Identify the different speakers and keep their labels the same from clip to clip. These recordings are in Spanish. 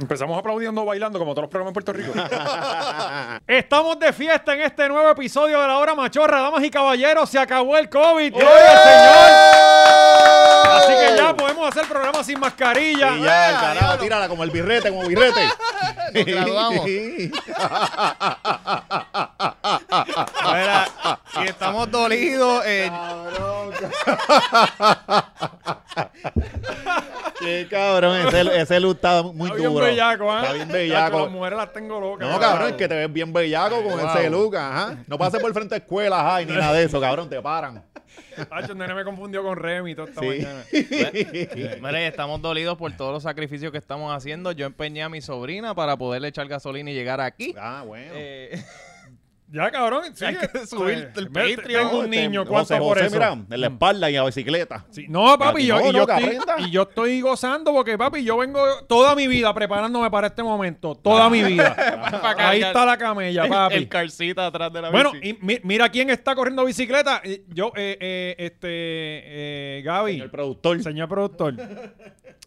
Speaker 1: Empezamos aplaudiendo, bailando, como todos los programas en Puerto Rico.
Speaker 2: Estamos de fiesta en este nuevo episodio de La Hora Machorra. Damas y caballeros, se acabó el
Speaker 3: ¡Oh!
Speaker 2: COVID. ¡Gloria al Señor! Así que ya podemos hacer programas sin mascarilla.
Speaker 3: Y ya, el carajo, tírala como el birrete, como birrete.
Speaker 4: Nos graduamos. Mira, y estamos dolidos. eh,
Speaker 3: Qué cabrón, ese, ese look está muy
Speaker 2: Está bien
Speaker 3: duro.
Speaker 2: bellaco, ¿eh?
Speaker 3: Está bien
Speaker 2: Ya, que Las
Speaker 3: bellaco.
Speaker 2: mujeres las tengo locas.
Speaker 3: No, cabrón, es que te ves bien bellaco con ese look, ajá. No pases por frente a escuelas, ay, ni nada de eso, cabrón, te paran.
Speaker 2: Tacho, el nene me confundió con Remy toda esta
Speaker 3: Sí.
Speaker 2: mañana.
Speaker 4: Mira, y estamos dolidos por todos los sacrificios que estamos haciendo. Yo empeñé a mi sobrina para poderle echar gasolina y llegar aquí.
Speaker 3: Ah, bueno.
Speaker 4: Eh,
Speaker 2: Ya, cabrón. sí,
Speaker 4: Hay que
Speaker 2: este,
Speaker 4: subir el
Speaker 2: ve,
Speaker 4: Patreon.
Speaker 2: Tengo un niño, ¿cuánto
Speaker 3: este, José,
Speaker 2: por
Speaker 3: José,
Speaker 2: eso? Mm.
Speaker 3: mira, en la espalda y a bicicleta.
Speaker 2: Sí, No, papi,
Speaker 3: Papi,
Speaker 2: yo,
Speaker 3: no,
Speaker 2: y, yo
Speaker 3: no, que
Speaker 2: estoy,
Speaker 3: aprenda.
Speaker 2: y yo estoy gozando porque, papi, yo vengo toda mi vida preparándome para este momento. Toda mi vida. Ahí
Speaker 4: cargar.
Speaker 2: está la camella, papi.
Speaker 4: el carcita atrás de la
Speaker 2: Bueno,
Speaker 4: bici.
Speaker 2: y mi- mira quién está corriendo bicicleta. Eh, Yo, eh, eh, este, eh, Gaby,
Speaker 3: El
Speaker 2: señor,
Speaker 3: productor.
Speaker 2: productor.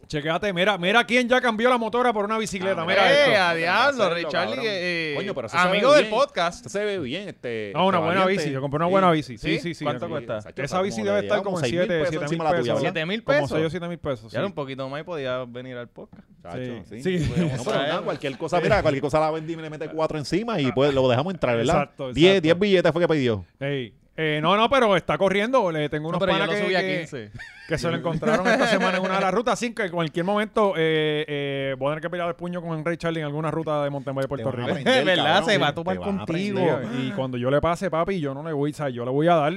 Speaker 2: Chequéate, mira, mira quién ya cambió la motora por una bicicleta.
Speaker 3: Ah,
Speaker 2: mira
Speaker 4: Eh,
Speaker 2: esto.
Speaker 4: a diablo,
Speaker 3: Hacerlo,
Speaker 4: Richard,
Speaker 3: cabrón.
Speaker 4: eh,
Speaker 3: Coño, pero eso se
Speaker 4: amigo
Speaker 3: ve
Speaker 4: del
Speaker 3: bien.
Speaker 4: podcast.
Speaker 3: Se ve bien este.
Speaker 2: No, Ah, una
Speaker 3: este
Speaker 2: buena
Speaker 3: valiente.
Speaker 2: bici. Yo compré una buena bici. Sí, sí, sí.
Speaker 4: ¿Cuánto
Speaker 2: aquí.
Speaker 4: cuesta?
Speaker 2: Esa bici debe estar como en 7
Speaker 3: 7
Speaker 2: mil pesos.
Speaker 3: tuya, ¿verdad?
Speaker 4: Siete mil
Speaker 2: Como
Speaker 4: pesos.
Speaker 2: 6 o 7 mil pesos.
Speaker 4: Ya
Speaker 2: sí.
Speaker 4: un poquito más y podía venir al podcast.
Speaker 3: Chacho,
Speaker 2: Sí.
Speaker 3: sí.
Speaker 2: Sí.
Speaker 3: Podemos
Speaker 2: Exacto.
Speaker 3: traer cualquier cosa, mira, cualquier cosa la vendí y le mete cuatro encima y pues lo dejamos entrar, ¿verdad?
Speaker 2: Ah. Exacto, exacto.
Speaker 3: Diez, diez billetes fue que pidió.
Speaker 2: Ey, eh, no, no, pero está corriendo. Le tengo
Speaker 4: No,
Speaker 2: unos
Speaker 4: pero yo
Speaker 2: panas
Speaker 4: lo
Speaker 2: que,
Speaker 4: subí a
Speaker 2: que-
Speaker 4: 15.
Speaker 2: que se lo encontraron esta semana en una de las rutas. Así que en cualquier momento eh, eh, voy a tener que pelear el puño con Ray Charlie en alguna ruta de Montemay,
Speaker 3: Te
Speaker 2: Puerto
Speaker 3: van a
Speaker 2: Rico.
Speaker 3: aprender,
Speaker 4: ¿Verdad?
Speaker 3: cabrón,
Speaker 4: Se va a
Speaker 3: te
Speaker 4: topar
Speaker 3: van
Speaker 4: contigo.
Speaker 3: aprender.
Speaker 2: Y cuando yo le pase, papi, yo no le voy, o sea, yo le voy a dar.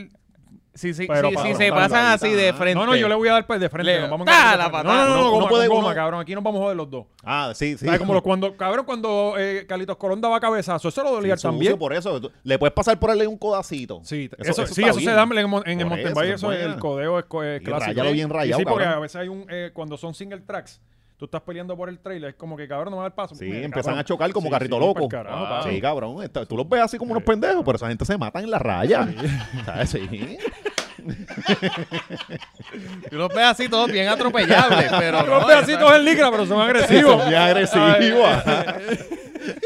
Speaker 4: Sí, sí,
Speaker 2: Pero
Speaker 4: sí,
Speaker 2: para
Speaker 4: sí,
Speaker 2: no
Speaker 4: se
Speaker 3: darlo
Speaker 4: pasan
Speaker 3: ahí,
Speaker 4: así de
Speaker 3: ajá.
Speaker 4: frente.
Speaker 2: No, no, yo le voy a dar pues, de frente.
Speaker 4: Le-
Speaker 2: Nos vamos
Speaker 4: ¡Ta,
Speaker 2: a encontrar
Speaker 4: Ah, la
Speaker 2: de frente.
Speaker 4: patada!
Speaker 2: No, no, no,
Speaker 3: Uno-
Speaker 2: goma,
Speaker 3: uno puede-
Speaker 2: con goma,
Speaker 3: uno-
Speaker 2: cabrón. Aquí nos vamos a joder los dos.
Speaker 3: Ah, sí, sí.
Speaker 2: ¿Sabes? Como los cuando, cabrón, cuando eh, Carlitos Colón daba cabezazo, eso lo dolía
Speaker 3: Sucio
Speaker 2: también.
Speaker 3: por eso. Tú- Le puedes pasar por él un codacito.
Speaker 2: Sí, eso, sí,
Speaker 3: está
Speaker 2: eso se
Speaker 3: bien.
Speaker 2: da en, el mon- en el
Speaker 3: Por
Speaker 2: Mountain
Speaker 3: eso,
Speaker 2: Bike,
Speaker 3: es
Speaker 2: eso es el
Speaker 3: buena.
Speaker 2: codeo es, co- es
Speaker 3: Y
Speaker 2: clásico.
Speaker 3: ráyalo bien
Speaker 2: Y
Speaker 3: rayado,
Speaker 2: Sí, porque
Speaker 3: cabrón.
Speaker 2: a veces hay un, eh, cuando son single tracks, tú estás peleando por el trailer, es como que cabrón no me da el paso.
Speaker 3: Sí,
Speaker 2: Mira,
Speaker 3: empiezan
Speaker 2: cabrón.
Speaker 3: a chocar como
Speaker 2: Sí,
Speaker 3: carrito
Speaker 2: sí, pa'l
Speaker 3: loco.
Speaker 2: carajo,
Speaker 3: Ah,
Speaker 2: papi.
Speaker 3: sí, cabrón. Esto- Tú los ves así como unos pendejos, pero esa gente se mata en la raya. ¿Sabes? Sí.
Speaker 4: Tú los ves así todos bien atropellables, pero.
Speaker 2: Los
Speaker 4: no,
Speaker 2: pedacitos en licra, pero son agresivos.
Speaker 3: Son bien agresivos. ajá.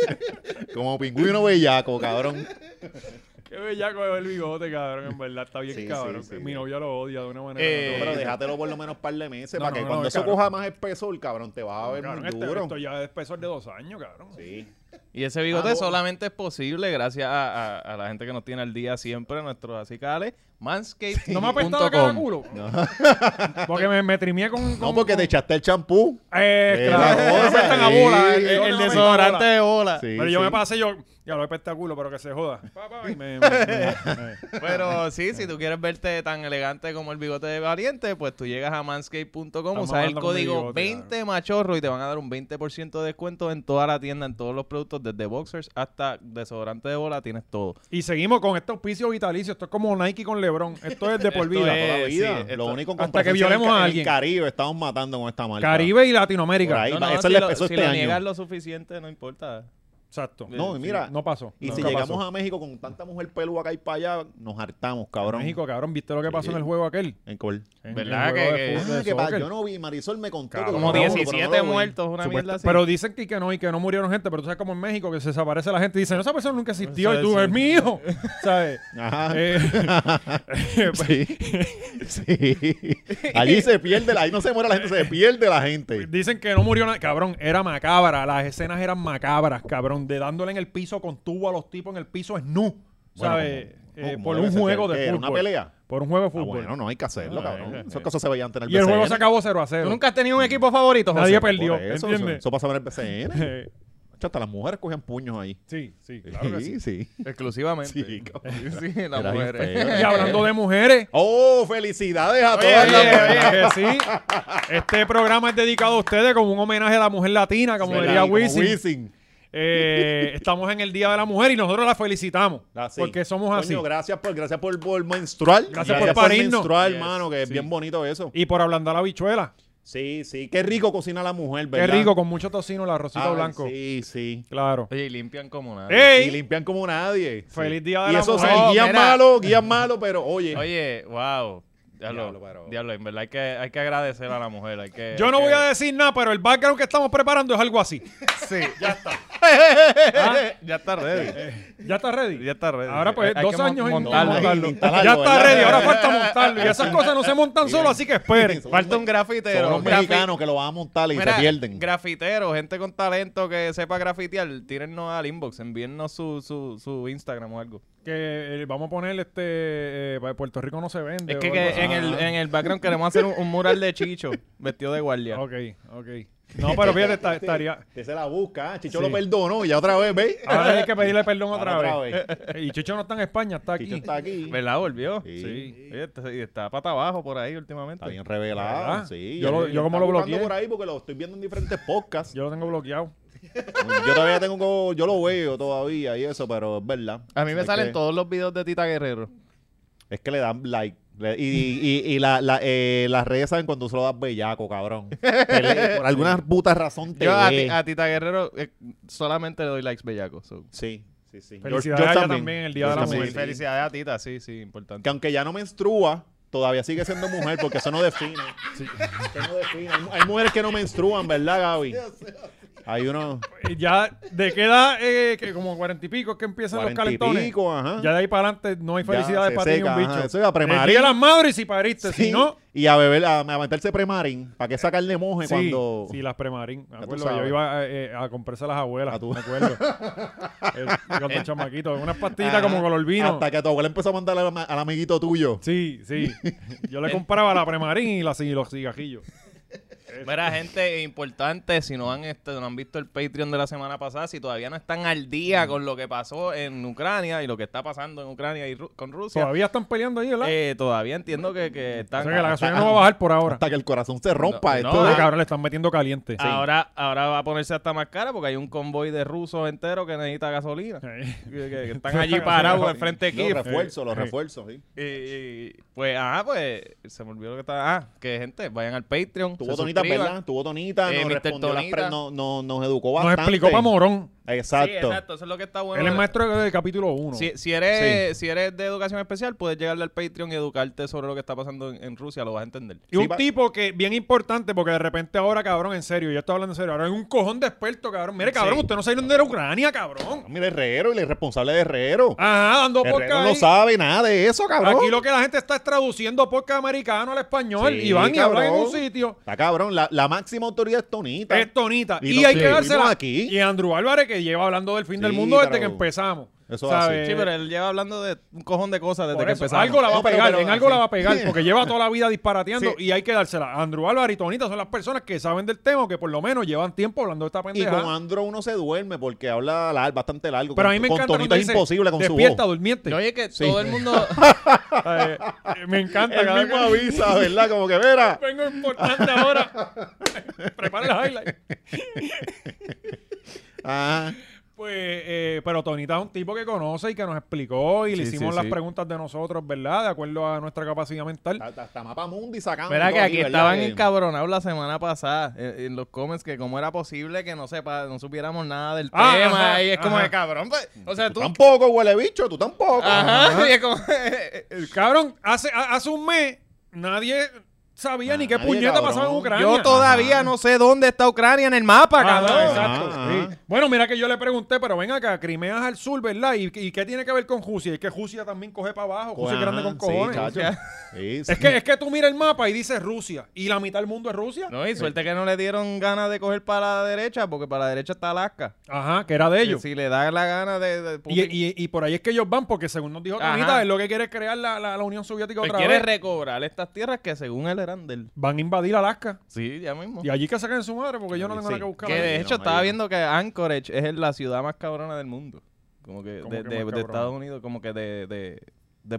Speaker 3: como pingüino bellaco, cabrón.
Speaker 2: Qué bellaco es el bigote, cabrón, en verdad, está bien
Speaker 3: Sí, sí,
Speaker 2: cabrón.
Speaker 3: sí.
Speaker 2: Mi novia lo odia de una manera. no te
Speaker 3: Pero
Speaker 4: Eh,
Speaker 2: voy a decir.
Speaker 3: déjatelo por lo menos un par de meses
Speaker 2: No,
Speaker 3: para que
Speaker 2: no, no,
Speaker 3: cuando eso
Speaker 2: cabrón.
Speaker 3: coja más espesor, cabrón, te vas a ver
Speaker 2: Cabrón,
Speaker 3: muy
Speaker 2: este-
Speaker 3: duro.
Speaker 2: esto ya es espesor de dos años, cabrón.
Speaker 3: Sí.
Speaker 4: Y ese bigote
Speaker 3: Ah, no.
Speaker 4: solamente es posible gracias a, a- a la gente que nos tiene al día siempre, nuestros acicales, manscaped.com.
Speaker 2: No me ha apestado la cara culo. Porque me, me trimié con,
Speaker 3: No,
Speaker 2: con-
Speaker 3: porque te echaste el champú.
Speaker 2: Eh,
Speaker 3: Eh,
Speaker 2: claro.
Speaker 3: la
Speaker 2: No me
Speaker 3: cosa,
Speaker 2: apestan a
Speaker 3: sí.
Speaker 2: bola. eh,
Speaker 3: El-
Speaker 2: bigote
Speaker 4: El
Speaker 2: no me apesta a bola.
Speaker 4: desodorante de bola.
Speaker 3: Sí,
Speaker 2: pero yo
Speaker 3: sí.
Speaker 2: me pasé yo, ya lo apesta culo, pero que se joda. Pa, pa, y me- me- me-
Speaker 4: Pero sí, si tú quieres verte tan elegante como el bigote de Valiente, pues tú llegas a manscape.com, usas el
Speaker 2: hablando con mi
Speaker 4: código
Speaker 2: bigote,
Speaker 4: 20 machorro y te van a dar un 20% de descuento en toda la tienda, en todos los productos, desde boxers hasta desodorante de bola, tienes todo.
Speaker 2: y seguimos con este auspicio vitalicio. Esto es como Nike con LeBron. Esto es de por
Speaker 4: Esto
Speaker 2: vida.
Speaker 4: es-
Speaker 3: Toda la
Speaker 4: Eh,
Speaker 3: vida.
Speaker 4: sí, esto-
Speaker 3: lo único con
Speaker 2: hasta que
Speaker 3: presencia
Speaker 2: violemos
Speaker 3: en-
Speaker 2: a
Speaker 3: en
Speaker 2: alguien.
Speaker 3: Caribe estamos matando con esta marca.
Speaker 2: Caribe y Latinoamérica.
Speaker 3: Por ahí.
Speaker 4: No,
Speaker 3: va,
Speaker 4: no,
Speaker 3: eso
Speaker 4: si
Speaker 3: le-
Speaker 4: lo,
Speaker 3: eso
Speaker 4: si
Speaker 3: este
Speaker 4: lo
Speaker 3: año.
Speaker 4: niegas lo suficiente, no importa.
Speaker 2: Exacto.
Speaker 3: No, y mira,
Speaker 2: No pasó.
Speaker 3: Y
Speaker 2: No,
Speaker 3: si
Speaker 2: nunca
Speaker 3: llegamos
Speaker 2: pasó.
Speaker 3: a México con tanta mujer pelúa acá y para allá, nos hartamos, cabrón.
Speaker 2: México, cabrón, ¿viste lo que pasó en el juego aquel?
Speaker 3: En Col.
Speaker 2: En-
Speaker 4: ¿Verdad
Speaker 2: en el juego
Speaker 4: que-
Speaker 2: de
Speaker 4: que-
Speaker 2: fútbol, de
Speaker 3: Ah, que pa-
Speaker 2: soccer.
Speaker 3: yo no vi, Marisol me contó
Speaker 2: Cabrón.
Speaker 3: que
Speaker 4: Como
Speaker 2: no, pero no
Speaker 4: 17 muertos, una mierda
Speaker 2: Supuesto-
Speaker 4: así.
Speaker 2: Pero dicen que, que no y que no murieron gente, pero tú sabes como en México que se desaparece la gente y dicen, esa persona nunca existió
Speaker 4: Eso
Speaker 2: y tú,
Speaker 4: es-
Speaker 2: es mi hijo, ¿sabes?
Speaker 3: Ajá.
Speaker 2: Eh, pues,
Speaker 3: Sí. sí. Allí se pierde, la- ahí no se muere la gente, se pierde la gente.
Speaker 2: Dicen que no murió nadie. Cabrón, era macabra. Las escenas eran macabras, cabrón. De dándole en el piso con tubo a los tipos en el piso es nu.
Speaker 3: Bueno,
Speaker 2: ¿Sabes?
Speaker 3: como-
Speaker 2: Eh,
Speaker 3: como
Speaker 2: por
Speaker 3: debe
Speaker 2: un
Speaker 3: ser,
Speaker 2: juego
Speaker 3: ¿qué
Speaker 2: de
Speaker 3: era,
Speaker 2: fútbol.
Speaker 3: una pelea?
Speaker 2: Por un juego de
Speaker 3: Ah,
Speaker 2: fútbol. eh,
Speaker 3: bueno, no hay que hacerlo,
Speaker 4: Ah,
Speaker 3: cabrón.
Speaker 4: ok.
Speaker 3: Esas cosas se veían antes en el
Speaker 2: y el juego
Speaker 3: BCN.
Speaker 2: se acabó 0 a 0.
Speaker 4: ¿Tú nunca has tenido un equipo favorito, José?
Speaker 2: Nadie
Speaker 3: Por
Speaker 2: perdió, ¿entiendes?
Speaker 3: eso, Eso, eso pasaba en el BCN.
Speaker 2: Eh,
Speaker 3: Hasta las mujeres cogían puños ahí.
Speaker 2: sí, sí, claro que sí.
Speaker 3: sí. sí.
Speaker 4: Exclusivamente.
Speaker 3: Sí, cabrón.
Speaker 4: Sí,
Speaker 3: Era
Speaker 4: las
Speaker 3: bien
Speaker 4: mujeres.
Speaker 3: feo.
Speaker 2: Y hablando de mujeres.
Speaker 3: ¡Oh, felicidades a
Speaker 2: Oye,
Speaker 3: todas las
Speaker 2: oye,
Speaker 3: mujeres!
Speaker 2: oye, que sí. Este programa es dedicado a ustedes como un homenaje a la mujer latina, como
Speaker 3: Sí,
Speaker 2: diría
Speaker 3: como
Speaker 2: Wisin.
Speaker 3: Wisin.
Speaker 2: Eh, estamos en el Día de la Mujer y nosotros la felicitamos.
Speaker 3: Ah, sí.
Speaker 2: Porque somos
Speaker 3: Coño,
Speaker 2: así.
Speaker 3: gracias por, gracias por, por menstruar.
Speaker 2: Gracias por parirnos.
Speaker 3: menstruar,
Speaker 2: Yes.
Speaker 3: hermano, que es
Speaker 2: Sí.
Speaker 3: bien bonito eso.
Speaker 2: Y por ablandar la bichuela.
Speaker 3: Sí, sí. Qué rico cocina la mujer,
Speaker 2: Qué
Speaker 3: ¿verdad?
Speaker 2: rico, con mucho tocino, el arrocito
Speaker 3: Ay,
Speaker 2: blanco.
Speaker 3: Sí, sí.
Speaker 2: Claro.
Speaker 4: Oye, y limpian como nada.
Speaker 2: ¡Ey!
Speaker 3: Y limpian como nadie. Sí.
Speaker 2: Feliz Día de
Speaker 3: y
Speaker 2: la
Speaker 3: eso
Speaker 2: Mujer. Oh,
Speaker 3: sí,
Speaker 4: No,
Speaker 3: guías
Speaker 4: mira.
Speaker 3: malos, guías malos, pero oye,
Speaker 4: Oye, wow. Diablo,
Speaker 1: Diablo, pero-
Speaker 4: diablo, en verdad hay que, hay que agradecer a la mujer. Hay que,
Speaker 2: Yo no
Speaker 4: hay
Speaker 2: voy
Speaker 4: que-
Speaker 2: a decir nada, pero el background que estamos preparando es algo así.
Speaker 4: Sí, ya está. Ya está ready.
Speaker 2: ¿Ya está ready?
Speaker 4: Ya está ready.
Speaker 2: Ahora pues
Speaker 4: Hay- hay
Speaker 2: dos
Speaker 4: que mon-
Speaker 2: años en
Speaker 4: montarlo.
Speaker 3: montarlo. Instalarlo,
Speaker 2: Ya está
Speaker 3: ¿verdad?
Speaker 2: ready, ahora falta montarlo. Y esas cosas no se montan solo, así que esperen.
Speaker 3: Son
Speaker 4: Falta un grafitero.
Speaker 3: Son los
Speaker 4: grafi-
Speaker 3: mexicanos que lo van a montar y
Speaker 4: Mira,
Speaker 3: se pierden.
Speaker 4: Grafitero, gente con talento que sepa grafitear, tírennos al inbox, envíennos su, su, su Instagram o algo.
Speaker 2: Que eh, vamos a poner este. eh, para Puerto Rico no se vende.
Speaker 4: Es
Speaker 2: o
Speaker 4: que,
Speaker 2: algo
Speaker 4: que
Speaker 2: así.
Speaker 4: en, el, en el background queremos hacer un, un mural de Chicho vestido de guardia.
Speaker 2: Ok, ok. No, pero fíjate, esta- estaría.
Speaker 3: Usted se la busca, ¿eh? Chicho
Speaker 2: Sí.
Speaker 3: lo perdonó y ya otra vez, ¿veis?
Speaker 2: Ahora hay que pedirle perdón
Speaker 3: Ahora
Speaker 2: otra,
Speaker 3: otra
Speaker 2: vez. Eh, Y Chicho no está en España, está aquí.
Speaker 3: Chicho está aquí.
Speaker 4: ¿Verdad? Volvió.
Speaker 3: Sí.
Speaker 4: Oye, está, y está pata abajo por ahí últimamente.
Speaker 3: Está bien revelado,
Speaker 2: ¿Verdad?
Speaker 3: sí.
Speaker 2: Yo lo-
Speaker 3: Él
Speaker 2: yo como
Speaker 3: está
Speaker 2: lo
Speaker 3: buscando
Speaker 2: bloqueé.
Speaker 3: por ahí porque lo estoy viendo en diferentes podcasts.
Speaker 2: Yo lo tengo bloqueado.
Speaker 3: Yo todavía tengo, como- yo lo veo todavía y eso, pero es verdad.
Speaker 4: A mí me
Speaker 3: Es
Speaker 4: salen
Speaker 3: que-
Speaker 4: todos los videos de Tita Guerrero.
Speaker 3: Es que le dan like. Le- Y, y, y- y la, la, eh, las redes saben cuando tú se lo das bellaco, cabrón. Te lee, por alguna puta razón te
Speaker 4: Yo a,
Speaker 3: lee.
Speaker 4: ti- a Tita Guerrero eh, solamente le doy likes bellacos. so.
Speaker 3: Sí, sí, sí.
Speaker 2: Felicidades a ella también, el Día de
Speaker 3: Yo
Speaker 2: la
Speaker 4: Sí,
Speaker 3: también.
Speaker 2: Mujer.
Speaker 4: felicidades a Tita, sí, sí,
Speaker 3: Que
Speaker 4: importante.
Speaker 3: aunque ya no menstrua, todavía sigue siendo mujer porque eso no define. Eso no define. Hay, mu- hay mujeres que no menstruan, ¿verdad, Gaby? Hay unos
Speaker 2: Y ya, ¿de qué edad? eh, que como cuarenta y pico es que empiezan los
Speaker 3: cuarenta y
Speaker 2: calentones.
Speaker 3: pico, ajá.
Speaker 2: Ya de ahí para adelante no hay
Speaker 3: Ya,
Speaker 2: felicidades
Speaker 3: se
Speaker 2: para ti ni un
Speaker 3: seca,
Speaker 2: bicho.
Speaker 3: ajá, eso es a premarín.
Speaker 2: El día de las madres si pariste,
Speaker 3: Sí,
Speaker 2: este, si no.
Speaker 3: Y a beber, a, a meterse premarín. ¿Para qué sacarle moje
Speaker 2: Sí,
Speaker 3: cuando...?
Speaker 2: sí, las premarín. Me
Speaker 3: tú
Speaker 2: acuerdo,
Speaker 3: sabes.
Speaker 2: yo iba eh, a comprarse a las abuelas.
Speaker 3: A tu-
Speaker 2: Me acuerdo. El-
Speaker 4: Eh,
Speaker 2: cuando chamaquito, unas pastillitas
Speaker 3: Ajá.
Speaker 2: como color vino.
Speaker 3: ah, Hasta que tu abuela empezó a mandarle al, ama- al amiguito tuyo.
Speaker 2: Sí, sí. Yo le compraba la premarín y, la, y los cigajillos.
Speaker 4: Mira, gente importante, si no han, este, no han visto el Patreon de la semana pasada, si todavía no están al día con lo que pasó en Ucrania y lo que está pasando en Ucrania y Ru- con Rusia,
Speaker 2: Todavía están peleando ahí, ¿verdad?
Speaker 4: eh, todavía entiendo que, que
Speaker 2: o
Speaker 4: están...
Speaker 2: sea que la gasolina no va a bajar por ahora.
Speaker 3: Hasta que el corazón se rompa.
Speaker 4: No,
Speaker 3: esto
Speaker 4: no,
Speaker 2: Este
Speaker 3: es-
Speaker 4: ah,
Speaker 2: cabrón le están metiendo caliente.
Speaker 4: Ahora, ahora va a ponerse hasta más cara porque hay un convoy de rusos entero que necesita gasolina.
Speaker 2: Sí.
Speaker 4: Que, que- que están allí parados enfrente de
Speaker 2: eh,
Speaker 4: Kiev.
Speaker 3: Los refuerzos, los refuerzos. sí.
Speaker 4: Y, y- pues, ah, pues, se me olvidó lo que estaba. Ah, que gente, vayan al Patreon.
Speaker 3: Tu
Speaker 4: se
Speaker 3: botonita,
Speaker 4: suscriban.
Speaker 3: ¿verdad? Tu botonita
Speaker 4: Eh,
Speaker 3: nos
Speaker 4: Mr.
Speaker 3: respondió las
Speaker 4: Tonita.
Speaker 3: pre- no, no, nos educó
Speaker 2: Nos
Speaker 3: bastante.
Speaker 2: explicó para morón.
Speaker 3: Exacto.
Speaker 4: Sí, exacto, eso es lo que está bueno.
Speaker 2: Él es maestro del capítulo 1.
Speaker 4: Si, si eres, si eres de educación especial, puedes llegarle al Patreon y educarte sobre lo que está pasando en, en Rusia, lo vas a entender.
Speaker 2: Y
Speaker 3: Sí,
Speaker 2: un
Speaker 3: pa-
Speaker 2: tipo que, bien importante, porque de repente ahora, cabrón, en serio, yo estoy hablando en serio, ahora hay un cojón de experto, cabrón. Mire, cabrón,
Speaker 4: Sí.
Speaker 2: usted no sabe dónde era Ucrania, cabrón.
Speaker 3: Mira, Herrero, el irresponsable de Herrero.
Speaker 2: Ajá, dando
Speaker 3: Herrero
Speaker 2: podcast.
Speaker 3: no
Speaker 2: ahí.
Speaker 3: sabe nada de eso, cabrón.
Speaker 2: Aquí lo que la gente está es traduciendo podcast americano al español
Speaker 3: Sí,
Speaker 2: y van y hablan en
Speaker 3: cabrón.
Speaker 2: un sitio.
Speaker 3: Está cabrón. La, la máxima autoridad es Tonita.
Speaker 2: Es tonita.
Speaker 3: Y
Speaker 2: Y,
Speaker 3: nos
Speaker 2: hay que dársela
Speaker 3: incluimos aquí.
Speaker 2: Y Andrew Álvarez, que lleva hablando del fin del
Speaker 3: Sí,
Speaker 2: mundo desde
Speaker 3: pero-
Speaker 2: que empezamos.
Speaker 3: Eso es
Speaker 2: ¿Sabes?
Speaker 4: Sí, pero él lleva hablando de un cojón de cosas desde
Speaker 2: Por
Speaker 4: que
Speaker 2: eso,
Speaker 4: empezamos.
Speaker 2: algo la va
Speaker 3: No,
Speaker 2: a
Speaker 3: pero-
Speaker 2: pegar,
Speaker 3: pero-
Speaker 2: en algo la
Speaker 3: sí.
Speaker 2: va a pegar, porque lleva toda la vida disparateando
Speaker 3: Sí.
Speaker 2: y hay que dársela. Andrew Álvarez y Tonita son las personas que saben del tema, que por lo menos llevan tiempo hablando de esta
Speaker 3: y
Speaker 2: pendeja.
Speaker 3: con Andro uno se duerme porque habla la- bastante largo.
Speaker 2: pero
Speaker 3: con,
Speaker 2: a mí me
Speaker 3: con
Speaker 2: encanta cuando
Speaker 3: Tonita es
Speaker 2: dice,
Speaker 3: imposible con su voz.
Speaker 2: despierta, durmiente.
Speaker 4: No, oye, que
Speaker 3: Sí.
Speaker 4: todo el mundo.
Speaker 2: Eh, eh, me encanta.
Speaker 3: Él
Speaker 2: cada
Speaker 3: mismo
Speaker 2: vez que-
Speaker 3: avisa, ¿verdad? Como que, mira,
Speaker 2: Vengo importante ahora. Prepara el highlight.
Speaker 3: Ajá.
Speaker 2: Pues, eh, pero Tonita es un tipo que conoce y que nos explicó y le
Speaker 4: Sí,
Speaker 2: hicimos
Speaker 4: sí,
Speaker 2: las
Speaker 4: sí.
Speaker 2: preguntas de nosotros, ¿verdad? De acuerdo a nuestra capacidad mental.
Speaker 3: Hasta, hasta Mapa Mundi sacando.
Speaker 4: Mira
Speaker 3: todo
Speaker 4: que aquí
Speaker 3: ¿verdad?
Speaker 4: estaban
Speaker 3: Que-
Speaker 4: encabronados la semana pasada eh, en, en los comments que cómo era posible que no sepa, no supiéramos nada del
Speaker 2: Ah,
Speaker 4: tema.
Speaker 2: ajá,
Speaker 4: y es como
Speaker 2: ajá.
Speaker 4: de cabrón. pues, o sea,
Speaker 3: Tú
Speaker 4: tú.
Speaker 3: tampoco, huele bicho, tú tampoco.
Speaker 4: Ajá, y es como. eh,
Speaker 2: El cabrón, hace, a- hace un mes nadie sabía ni qué
Speaker 3: Nadie,
Speaker 2: puñeta
Speaker 3: cabrón.
Speaker 2: pasaba en Ucrania.
Speaker 4: Yo todavía no sé dónde está Ucrania en el mapa,
Speaker 2: Ajá,
Speaker 4: cabrón.
Speaker 2: Ah, exacto,
Speaker 3: Ajá.
Speaker 2: sí. Bueno, mira que yo le pregunté, pero ven acá, Crimea es al sur, ¿verdad? ¿Y, y qué tiene que ver con Rusia? Es que Rusia también coge para abajo, Rusia es
Speaker 3: Pues, Ajá,
Speaker 2: grande con
Speaker 3: sí,
Speaker 2: cojones.
Speaker 3: chacho. Sí, sí.
Speaker 2: Es que, es que tú miras el mapa y dices Rusia, y la mitad del mundo es Rusia.
Speaker 4: No, y suerte que no le dieron ganas de coger para la derecha, porque para la derecha está Alaska.
Speaker 2: Ajá, que era de ellos.
Speaker 4: Si le da la gana de. de
Speaker 2: Y,
Speaker 4: Putin-
Speaker 2: y- y por ahí es que ellos van, porque según nos dijo
Speaker 4: Ajá.
Speaker 2: Canita, es lo que quiere es crear la, la- la Unión Soviética
Speaker 4: Pues
Speaker 2: otra
Speaker 4: quiere
Speaker 2: vez.
Speaker 4: recobrar estas tierras que según él eran del.
Speaker 2: Van a invadir Alaska.
Speaker 4: Sí, ya mismo.
Speaker 2: Y allí que saquen su madre, porque yo no
Speaker 3: Sí,
Speaker 2: tengo
Speaker 3: sí.
Speaker 2: nada que buscar.
Speaker 4: Oh. que
Speaker 3: Cabrón,
Speaker 4: de
Speaker 3: no,
Speaker 4: hecho estaba
Speaker 3: marido.
Speaker 4: viendo que Anchorage es la ciudad más cabrona del mundo. Como que
Speaker 2: ¿Cómo
Speaker 4: de,
Speaker 2: que más
Speaker 4: de- de
Speaker 2: cabrona?
Speaker 4: Estados Unidos, como que de, de,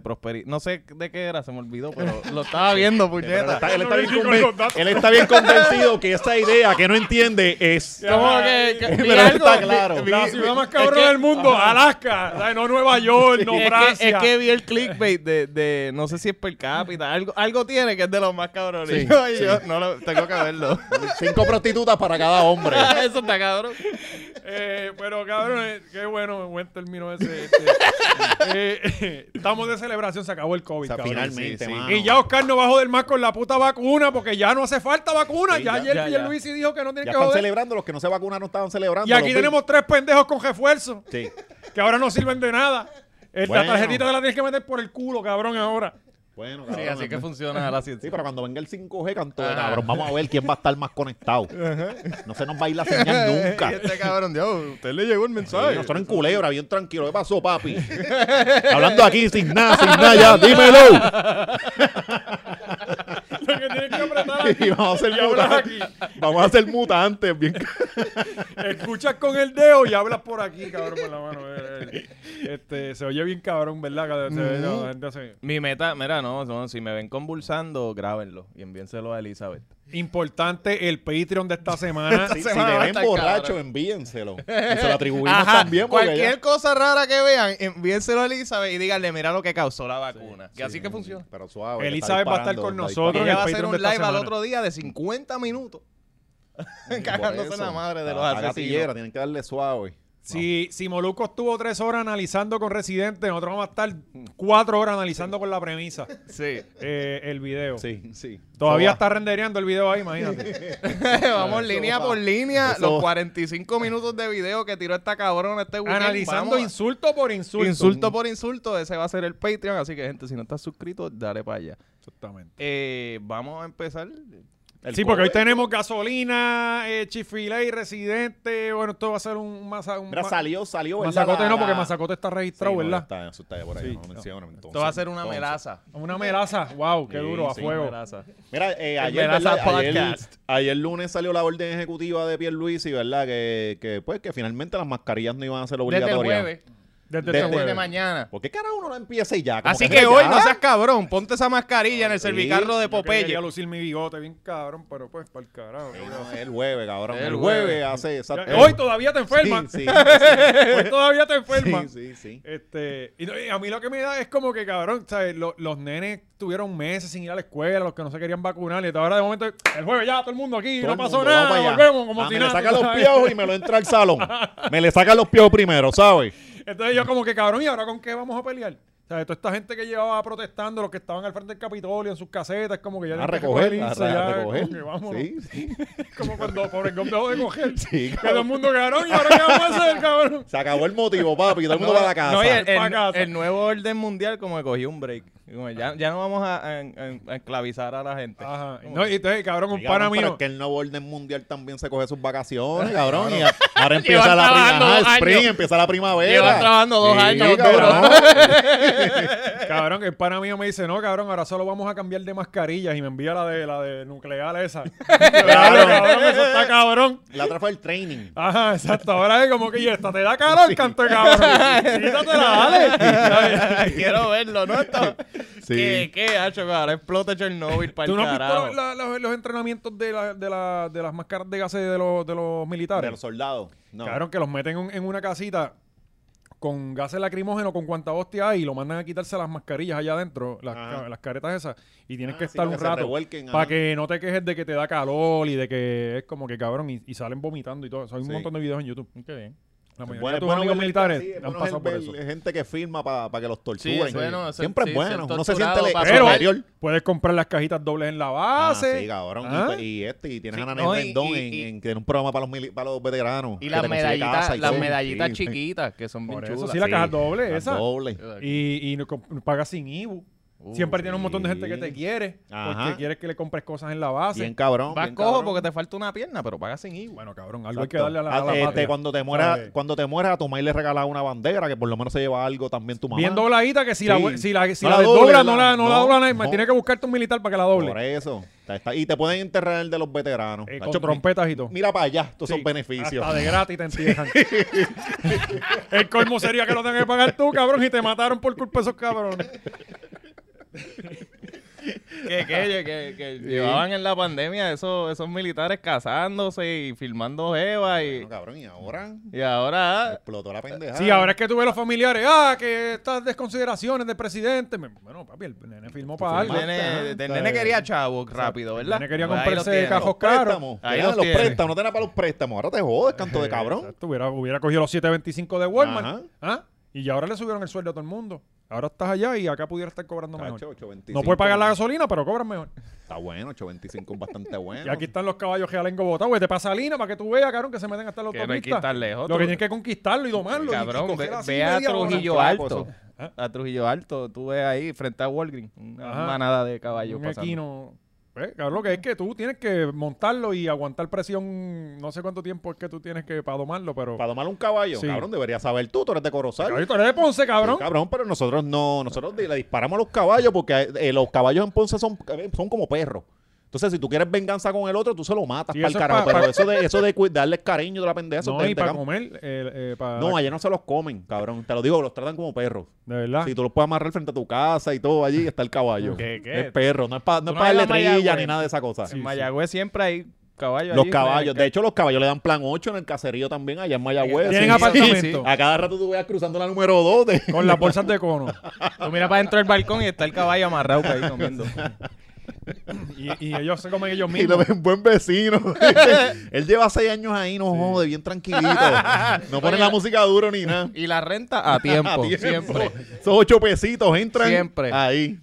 Speaker 4: prosperidad. No sé de qué era, se me olvidó, pero lo estaba viendo,
Speaker 3: Pero
Speaker 4: puñeta.
Speaker 3: está- él, está bien
Speaker 2: Yo no vi
Speaker 3: conven-
Speaker 2: con los datos.
Speaker 3: él está bien convencido que esa idea que no entiende es.
Speaker 4: Como que, que- vi
Speaker 3: Pero
Speaker 4: algo,
Speaker 3: está
Speaker 4: vi-
Speaker 3: claro.
Speaker 4: vi-
Speaker 2: La
Speaker 4: vi-
Speaker 2: ciudad más
Speaker 4: es
Speaker 2: cabrona
Speaker 4: que-
Speaker 2: del mundo, Alaska. ¿sabes? No Nueva York, no
Speaker 4: es que-
Speaker 2: Francia.
Speaker 4: es que vi el clickbait de, de- no sé si es per cápita, algo, algo tiene que es de los más cabrones.
Speaker 3: Sí,
Speaker 4: Y yo, y yo, no lo- tengo que verlo.
Speaker 3: Cinco prostitutas para cada hombre.
Speaker 4: Eso está cabrón.
Speaker 2: Eh, pero cabrón, eh, qué bueno, buen término ese. este. Eh, eh, estamos de celebración, se acabó el COVID,
Speaker 3: O sea,
Speaker 2: cabrón.
Speaker 3: finalmente,
Speaker 4: sí, sí.
Speaker 3: mano.
Speaker 2: Y ya Oscar no va a joder más con la puta vacuna porque ya no hace falta vacuna.
Speaker 3: Sí,
Speaker 2: ya,
Speaker 3: ya,
Speaker 2: ayer
Speaker 4: ya, ya.
Speaker 2: Pierluisi dijo que no
Speaker 3: Ya
Speaker 2: tiene que
Speaker 3: están
Speaker 2: joder.
Speaker 3: celebrando, los que no se vacunaron estaban celebrando.
Speaker 2: Y aquí
Speaker 3: los
Speaker 2: tenemos tres pendejos con refuerzo
Speaker 3: Sí.
Speaker 2: que ahora no sirven de nada. Eh, La
Speaker 3: Bueno.
Speaker 2: tarjetita te la tienes que meter por el culo, cabrón, ahora.
Speaker 3: Bueno,
Speaker 4: Sí,
Speaker 3: cabrón,
Speaker 4: así que
Speaker 3: es-
Speaker 4: funciona la
Speaker 3: Sí,
Speaker 4: ciencia.
Speaker 3: pero cuando venga el 5G, canto
Speaker 4: Ah.
Speaker 3: de cabrón, vamos a ver quién va a estar más conectado. No se nos va a ir la señal nunca.
Speaker 4: Y este cabrón, Dios, usted le llegó el
Speaker 3: Sí,
Speaker 4: mensaje.
Speaker 3: nosotros en culebra, bien tranquilo. ¿Qué pasó, papi? Hablando aquí sin nada, sin nada ya, dímelo.
Speaker 2: Lo que tienes que apretar aquí.
Speaker 3: Y vamos a ser
Speaker 2: Y hablas aquí.
Speaker 3: mutantes. Vamos a ser mutantes. Bien...
Speaker 2: Escuchas con el dedo y hablas por aquí, cabrón, con la mano. Eh, eh, Este, se oye bien cabrón, ¿verdad? Que se- se-
Speaker 4: Ujú.
Speaker 2: la gente hace-
Speaker 4: Mi meta, mira, no, no, si me ven convulsando, grábenlo y envíenselo a Elizabeth.
Speaker 2: Importante el Patreon de esta semana.
Speaker 3: Si,
Speaker 4: se
Speaker 3: si
Speaker 4: me va
Speaker 3: te
Speaker 4: a
Speaker 3: ven
Speaker 4: estar,
Speaker 3: borracho,
Speaker 4: cabrón.
Speaker 3: envíenselo. Y se lo atribuimos
Speaker 4: Ajá,
Speaker 3: también. Porque
Speaker 4: cualquier
Speaker 3: ya-
Speaker 4: cosa rara que vean, envíenselo a Elizabeth y díganle, mira lo que causó la vacuna. que así que funciona.
Speaker 3: Pero suave. que
Speaker 2: Elizabeth
Speaker 3: está
Speaker 2: va a estar
Speaker 3: disparando,
Speaker 2: con
Speaker 3: está
Speaker 2: nosotros.
Speaker 4: Y
Speaker 2: en
Speaker 4: ella
Speaker 2: el
Speaker 4: va a hacer
Speaker 2: Patreon
Speaker 4: un
Speaker 2: de
Speaker 4: live
Speaker 2: esta
Speaker 4: al
Speaker 2: semana.
Speaker 4: otro día de 50 minutos.
Speaker 3: disparando.
Speaker 4: cagándose
Speaker 3: Por
Speaker 4: en la
Speaker 3: eso,
Speaker 4: madre de los
Speaker 3: la
Speaker 4: asesinos.
Speaker 3: gatillera, Tienen que darle suave.
Speaker 2: Si, si Molusco estuvo tres horas analizando con Residente, nosotros vamos a estar cuatro horas analizando con la premisa
Speaker 4: Sí.
Speaker 2: eh, el video.
Speaker 3: Sí, sí.
Speaker 2: Todavía
Speaker 3: Eso va.
Speaker 2: está rendereando el video ahí, imagínate.
Speaker 4: Vamos línea por línea,
Speaker 3: eso
Speaker 4: los
Speaker 3: va.
Speaker 4: 45 minutos de video que tiró esta cabrona este weekend.
Speaker 2: Analizando
Speaker 4: Vamos a-
Speaker 2: insulto por insulto.
Speaker 4: Insulto por insulto, ese va a ser el Patreon, así que gente, si no estás suscrito, dale para allá.
Speaker 2: Exactamente.
Speaker 4: Eh, vamos a empezar.
Speaker 3: El
Speaker 2: sí, porque hoy
Speaker 3: cover.
Speaker 2: tenemos gasolina, eh, Chifiley, Residente. Bueno, esto va a ser un, masa, un
Speaker 3: Mira,
Speaker 2: ma-
Speaker 3: salió, salió. ¿verdad?
Speaker 2: Mazacote
Speaker 3: La-
Speaker 2: no, porque
Speaker 3: la-
Speaker 2: Mazacote está
Speaker 3: Sí,
Speaker 2: registrado,
Speaker 3: no,
Speaker 2: ¿verdad?
Speaker 3: está- eso está por ahí,
Speaker 2: Sí,
Speaker 3: no lo
Speaker 2: no.
Speaker 3: mencionan, entonces.
Speaker 4: Esto va a ser una
Speaker 3: Entonces,
Speaker 4: melaza.
Speaker 2: Una melaza. Wow, qué
Speaker 3: Sí,
Speaker 2: duro,
Speaker 3: sí,
Speaker 2: a fuego.
Speaker 4: Melaza.
Speaker 3: Mira, eh,
Speaker 4: El
Speaker 3: ayer,
Speaker 4: Melaza
Speaker 3: ¿verdad? ayer,
Speaker 4: Podcast.
Speaker 3: ayer lunes salió la orden ejecutiva de Pierluisi, ¿verdad? Que, que, pues, que finalmente las mascarillas no iban a ser
Speaker 4: Desde el
Speaker 3: obligatorias.
Speaker 4: jueves,
Speaker 2: Desde,
Speaker 3: Desde
Speaker 2: este
Speaker 4: desde
Speaker 2: jueves.
Speaker 4: mañana.
Speaker 3: ¿Por qué cara uno no empieza y ya? Como
Speaker 4: Así
Speaker 3: mira,
Speaker 4: que hoy
Speaker 3: ya.
Speaker 4: no seas cabrón, ponte esa mascarilla en el
Speaker 3: Sí.
Speaker 4: cervicarro de
Speaker 2: Yo que
Speaker 4: Popeye.
Speaker 2: quería lucir mi bigote bien cabrón, pero pues, para el carajo.
Speaker 3: Sí, no, es el jueves, cabrón.
Speaker 4: El
Speaker 3: El, jueves,
Speaker 4: jueves.
Speaker 3: hace
Speaker 2: Ya,
Speaker 3: exacto.
Speaker 2: Hoy todavía te enfermas.
Speaker 3: Sí, sí, sí,
Speaker 2: Hoy todavía te enfermas.
Speaker 3: sí, sí, sí.
Speaker 2: Este, y no- y a mí lo que me da es como que, cabrón, ¿sabes? Lo- los nenes tuvieron meses sin ir a la escuela, los que no se querían vacunar, y ahora de momento, el jueves ya, todo el mundo aquí,
Speaker 3: Todo
Speaker 2: no
Speaker 3: el
Speaker 2: pasó
Speaker 3: mundo, vamos
Speaker 2: nada,
Speaker 3: para allá.
Speaker 2: volvemos como
Speaker 3: Ah,
Speaker 2: si
Speaker 3: me
Speaker 2: nada.
Speaker 3: le saca
Speaker 2: tú
Speaker 3: los
Speaker 2: sabes.
Speaker 3: piojos y me lo entra al salón. Me le saca los piojos primero, ¿sabes?
Speaker 2: Entonces yo como que, cabrón, ¿y ahora con qué vamos a pelear? O sea, toda esta gente que llevaba protestando, los que estaban al frente del Capitolio en sus casetas, como que ya
Speaker 3: A
Speaker 2: tienen que
Speaker 3: recoger, a,
Speaker 2: irse,
Speaker 3: a
Speaker 2: ya,
Speaker 3: recoger.
Speaker 2: como que vámonos.
Speaker 3: Sí, sí.
Speaker 2: Como cuando por el dejó de coger.
Speaker 3: Sí,
Speaker 2: que todo el mundo, cabrón, ¿y ahora qué vamos a hacer, cabrón?
Speaker 3: Se acabó el motivo, papi. Todo el mundo va a la casa.
Speaker 4: No, y el,
Speaker 2: Pa'
Speaker 4: el-
Speaker 2: casa.
Speaker 4: el nuevo orden mundial como que cogió un break. Como ya, ya no vamos a, a- a- a esclavizar a la gente.
Speaker 2: Ajá. No, y entonces, cabrón, un
Speaker 3: Sí, cabrón,
Speaker 2: pana
Speaker 3: pero
Speaker 2: mío.
Speaker 3: es que el nuevo orden mundial también se coge sus vacaciones, cabrón. y a- ahora empieza
Speaker 4: Llevan
Speaker 3: la
Speaker 4: trabajando
Speaker 3: primavera.
Speaker 4: dos años.
Speaker 3: spring, empieza la primavera.
Speaker 4: Llevan trabajando dos años, los
Speaker 3: cabrón.
Speaker 2: Cabrón, el pana mío me dice, no, cabrón, ahora solo vamos a cambiar de mascarillas y me envía la de la de nuclear esa. claro, cabrón, eso está cabrón.
Speaker 3: La otra fue el training.
Speaker 2: Ajá, exacto. Ahora es como que y esta te da calor, canto de cabrón. Quítatela, dale.
Speaker 4: Quiero verlo, ¿no? Esto-
Speaker 3: Sí.
Speaker 4: ¿Qué, qué, hacho? Ahora explota Chernobyl para
Speaker 2: ¿Tú
Speaker 4: el
Speaker 2: no has
Speaker 4: carajo.
Speaker 2: visto la- la- los entrenamientos de, la- de, la- de las máscaras de gases de los, de los militares?
Speaker 3: De los soldados. No.
Speaker 2: Cabrón, que los meten en- en una casita con gases lacrimógenos, con cuanta hostia hay, y lo mandan a quitarse las mascarillas allá adentro, las,
Speaker 3: Ajá.
Speaker 2: ca- las caretas esas, y tienes
Speaker 3: Ah,
Speaker 2: que
Speaker 3: sí,
Speaker 2: estar
Speaker 3: para
Speaker 2: un
Speaker 3: que se
Speaker 2: rato
Speaker 3: revuelquen,
Speaker 2: para
Speaker 3: ajá.
Speaker 2: que no te quejes de que te da calor y de que es como que cabrón, y, y salen vomitando y todo. eso. hay un
Speaker 3: Sí.
Speaker 2: montón de videos en YouTube.
Speaker 4: Qué bien.
Speaker 2: La mayoría
Speaker 3: Bueno,
Speaker 2: de
Speaker 3: es
Speaker 2: tus
Speaker 3: bueno
Speaker 2: amigos
Speaker 3: ver-
Speaker 2: militares
Speaker 3: sí, es
Speaker 2: eh, han
Speaker 3: bueno
Speaker 2: pasado por
Speaker 3: ver-
Speaker 2: eso.
Speaker 3: ver gente que firma para que los
Speaker 4: Sí,
Speaker 3: torturen.
Speaker 4: es bueno, ser-
Speaker 3: Siempre es
Speaker 4: sí,
Speaker 3: bueno.
Speaker 4: ser
Speaker 3: Uno se siente
Speaker 4: torturado
Speaker 3: le-
Speaker 4: para-
Speaker 2: Pero
Speaker 3: superior.
Speaker 2: puedes comprar las cajitas dobles en la base.
Speaker 3: Ah, sí, cabrón.
Speaker 2: Ah.
Speaker 3: Y, y este, y tienes
Speaker 4: Sí,
Speaker 3: a Nani
Speaker 4: no, y-
Speaker 3: Rendón
Speaker 4: y-
Speaker 3: en,
Speaker 4: y-
Speaker 3: en- que tiene un programa para los, mili- para los veteranos.
Speaker 4: Y
Speaker 3: que
Speaker 4: las
Speaker 3: te consigue
Speaker 4: medallitas,
Speaker 3: casa y
Speaker 4: las
Speaker 3: todo.
Speaker 4: medallitas
Speaker 3: Sí, sí.
Speaker 4: chiquitas, que son bien
Speaker 2: Por eso
Speaker 4: chulas.
Speaker 2: sí, la
Speaker 3: Sí,
Speaker 2: caja doble
Speaker 3: Las
Speaker 2: esa.
Speaker 3: doble.
Speaker 2: Y, y no comp- pagas sin IBU.
Speaker 4: Uh,
Speaker 2: Siempre tiene un montón de gente que
Speaker 3: sí.
Speaker 2: te quiere. Porque
Speaker 3: Ajá.
Speaker 2: quieres que le compres cosas en la base.
Speaker 3: Bien cabrón.
Speaker 4: Vas
Speaker 3: bien
Speaker 4: cojo
Speaker 3: cabrón.
Speaker 4: porque te falta una pierna, pero pagas sin IVA.
Speaker 2: Bueno, cabrón, algo hay que
Speaker 3: Exacto.
Speaker 2: darle a la, a la
Speaker 3: Ah, este,
Speaker 2: patria.
Speaker 3: cuando te mueras,
Speaker 2: ¿Sabes?
Speaker 3: cuando te mueras, a tu mamá le regalas una bandera que por lo menos se lleva algo también tu mamá.
Speaker 2: Bien dobladita que si la,
Speaker 3: Sí.
Speaker 2: si la, si
Speaker 3: No
Speaker 2: la
Speaker 3: la doble,
Speaker 2: desdobla, no
Speaker 3: ¿verdad?
Speaker 2: la, no la
Speaker 3: No,
Speaker 2: dobla nadie. Me
Speaker 3: no.
Speaker 2: Tiene que buscarte un militar para que la
Speaker 3: Por
Speaker 2: doble.
Speaker 3: eso. Está- está- Y te pueden enterrar el de los veteranos.
Speaker 2: Eh,
Speaker 3: Tacho,
Speaker 2: con trompetas y todo.
Speaker 3: mi- Mira para allá, todos
Speaker 2: Sí,
Speaker 3: esos beneficios.
Speaker 2: Hasta de gratis te entierran. El colmo sería que lo tengas que pagar tú, cabrón, y te mataron por culpa de esos cabrones.
Speaker 4: que, que, que- que llevaban en la pandemia esos, esos militares casándose y filmando Eva y,
Speaker 3: No, cabrón, y ahora
Speaker 4: y ahora
Speaker 3: explotó la pendeja.
Speaker 2: Sí, ahora es que tú ves los familiares. Ah, que estas desconsideraciones del presidente. Me- Bueno, papi, el nene firmó para
Speaker 4: el
Speaker 2: algo.
Speaker 4: nene, el nene
Speaker 2: Eh,
Speaker 4: quería chavo rápido, ¿verdad?
Speaker 2: nene quería
Speaker 4: Pues ahí
Speaker 2: comprarse
Speaker 4: lo tiene.
Speaker 2: cajos
Speaker 3: los
Speaker 2: caros.
Speaker 3: préstamos.
Speaker 4: Ahí
Speaker 3: Ahí
Speaker 4: los
Speaker 3: los
Speaker 4: tiene.
Speaker 3: préstamos, no tenés para los préstamos. Ahora te jodes, canto de cabrón.
Speaker 2: Exacto, hubiera, hubiera cogido los 725 de Walmart.
Speaker 3: Ajá.
Speaker 2: ¿ah? Y ya ahora le subieron el sueldo a todo el mundo. Ahora estás allá y acá pudiera estar cobrando mejor.
Speaker 3: Cacho, 825.
Speaker 2: No puedes pagar la gasolina, pero cobran mejor.
Speaker 3: Está bueno, 825 es bastante bueno.
Speaker 2: Y aquí están los caballos que alengo botados. Güey, te pasa lina para que tú veas, cabrón, que se meten hasta la
Speaker 4: Que no hay que
Speaker 2: autopista.
Speaker 4: estar lejos.
Speaker 2: Lo
Speaker 4: tú-
Speaker 2: que tienes que conquistarlo y domarlo. y- y
Speaker 4: Cabrón, ve,
Speaker 2: coger así
Speaker 4: ve a
Speaker 2: media hora.
Speaker 4: Trujillo
Speaker 3: Claro,
Speaker 4: Alto.
Speaker 2: eso.
Speaker 4: A Trujillo Alto, tú ves ahí frente a Walgreens. Una
Speaker 2: ¿Eh? Ajá.
Speaker 4: manada de caballos
Speaker 2: Un
Speaker 4: pasando.
Speaker 2: equino. Eh, cabrón, lo que es que tú tienes que montarlo y aguantar presión. No sé cuánto tiempo es que tú tienes que para domarlo, pero.
Speaker 3: Para domar un caballo,
Speaker 2: Sí.
Speaker 3: cabrón, deberías saber tú, tú eres de Corozal.
Speaker 2: Cabrón, tú eres de Ponce, cabrón.
Speaker 3: Sí, cabrón, pero nosotros no, nosotros le disparamos a los caballos porque eh, los caballos en Ponce son, eh, son como perros. Entonces, si tú quieres venganza con el otro, tú se lo matas
Speaker 2: Sí,
Speaker 3: para el
Speaker 2: eso es
Speaker 3: carajo.
Speaker 2: pa-
Speaker 3: pero
Speaker 2: pa-
Speaker 3: eso de, eso de cuidarles cariño de la pendeja, eso
Speaker 2: no,
Speaker 3: te-
Speaker 2: y
Speaker 3: te
Speaker 2: para
Speaker 3: cam-
Speaker 2: comer. eh, eh, para-
Speaker 3: no, allá no se los comen, cabrón. Te lo digo, los tratan como perros.
Speaker 2: De verdad.
Speaker 3: Si tú los puedes amarrar frente a tu casa y todo, allí está el caballo.
Speaker 4: ¿Qué, qué?
Speaker 3: Es perro, no es para no
Speaker 4: Tú
Speaker 3: es
Speaker 4: no
Speaker 3: pa
Speaker 4: has ido a
Speaker 3: darle trilla
Speaker 4: Mayagüez.
Speaker 3: ni nada de esa cosa.
Speaker 4: En Mayagüez siempre hay caballos.
Speaker 3: Los
Speaker 4: allí, pues,
Speaker 3: caballos,
Speaker 4: frente-
Speaker 3: de hecho, los caballos le dan plan 8 en el caserío también, allá en Mayagüez.
Speaker 2: Tienen
Speaker 3: Sí.
Speaker 2: apartamento.
Speaker 3: A cada rato tú veas cruzando la número 2 de,
Speaker 2: Con las bolsas de cono.
Speaker 4: Tú miras para dentro del balcón y está el caballo amarrado ahí comiendo.
Speaker 2: Y, y ellos se comen ellos
Speaker 3: Y lo
Speaker 2: mismos.
Speaker 3: ven buen vecino. Él lleva seis años ahí, no jode, bien tranquilito. No pone la música duro ni nada.
Speaker 4: Y la renta a tiempo,
Speaker 3: A tiempo.
Speaker 4: siempre.
Speaker 3: Esos ocho pesitos entran.
Speaker 4: Siempre.
Speaker 3: Ahí.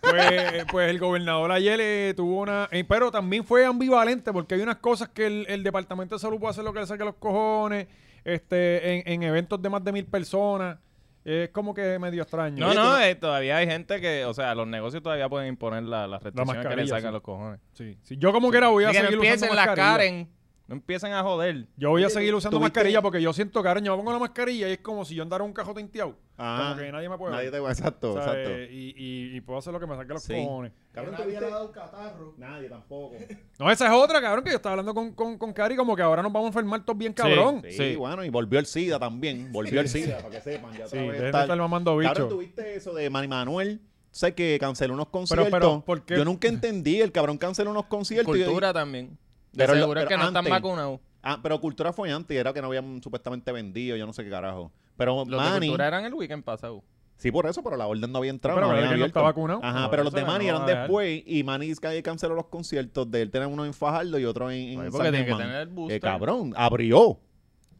Speaker 2: Pues, pues el gobernador ayer eh, tuvo una. eh, pero también fue ambivalente porque hay unas cosas que el, el Departamento de Salud puede hacer lo que le saque los cojones este, en, en eventos de más de mil personas. Es como que medio extraño.
Speaker 4: No, no, eh, todavía hay gente que, o sea, los negocios todavía pueden imponer la- las restricciones que le
Speaker 2: mascarilla,
Speaker 4: sacan
Speaker 2: sí.
Speaker 4: los cojones.
Speaker 2: Sí, sí. Yo como quiera voy a
Speaker 4: Y que no
Speaker 2: seguir usando
Speaker 4: empiecen las
Speaker 2: mascarilla.
Speaker 4: Karen, no empiecen a joder.
Speaker 2: Yo voy a seguir usando
Speaker 3: ¿Tuviste-
Speaker 2: mascarilla porque yo siento, Karen, yo me pongo la mascarilla y es como si yo andara un cajote tinteado.
Speaker 3: Ajá.
Speaker 2: Como que nadie me puede
Speaker 3: Ah, Nadie
Speaker 2: ver.
Speaker 3: te va. Exacto,
Speaker 2: ¿sabes?
Speaker 3: exacto.
Speaker 2: Y, y- y puedo hacer lo que me saque los
Speaker 3: Sí.
Speaker 2: cojones.
Speaker 3: Cabrón,
Speaker 5: Nadie
Speaker 3: ¿tuviste?
Speaker 5: le ha dado catarro.
Speaker 3: Nadie tampoco.
Speaker 2: No, esa es otra, cabrón, que yo estaba hablando con, con, con Cari, como que ahora nos vamos a enfermar todos bien, cabrón.
Speaker 3: Sí,
Speaker 4: Sí.
Speaker 3: bueno, y volvió el SIDA también. Volvió el SIDA, para que sepan. Ya
Speaker 2: Sí,
Speaker 3: otra vez
Speaker 2: dejen de
Speaker 3: está-
Speaker 2: estar mamando bicho.
Speaker 3: Cabrón, tuviste eso de Manny Manuel. Sé que canceló unos conciertos.
Speaker 2: pero, ¿por qué?
Speaker 3: Yo nunca entendí. El cabrón canceló unos conciertos. y yo
Speaker 4: Cultura también. De
Speaker 3: Pero lo-
Speaker 4: seguro es
Speaker 3: pero
Speaker 4: que no
Speaker 3: antes-
Speaker 4: están vacunados.
Speaker 3: Ah, pero Cultura fue antes, era que no habían supuestamente vendido, yo no sé qué carajo. Pero
Speaker 4: Los de
Speaker 3: Manny,
Speaker 4: cultura eran el weekend pasado.
Speaker 3: sí por eso, pero la orden no había entrado,
Speaker 2: Pero
Speaker 3: no
Speaker 2: parece
Speaker 3: habían
Speaker 2: que no
Speaker 3: abierto.
Speaker 2: está vacunado.
Speaker 3: Ajá,
Speaker 2: No,
Speaker 3: pero los
Speaker 2: eso
Speaker 3: de
Speaker 2: no
Speaker 3: Manny
Speaker 2: va a
Speaker 3: eran
Speaker 2: dejar.
Speaker 3: después y Manny es que canceló los conciertos de él, tenía uno en Fajardo y otro en, en
Speaker 4: Oye,
Speaker 3: San
Speaker 4: porque tiene que
Speaker 3: Germán.
Speaker 4: tener el booster.
Speaker 3: Eh, cabrón, abrió.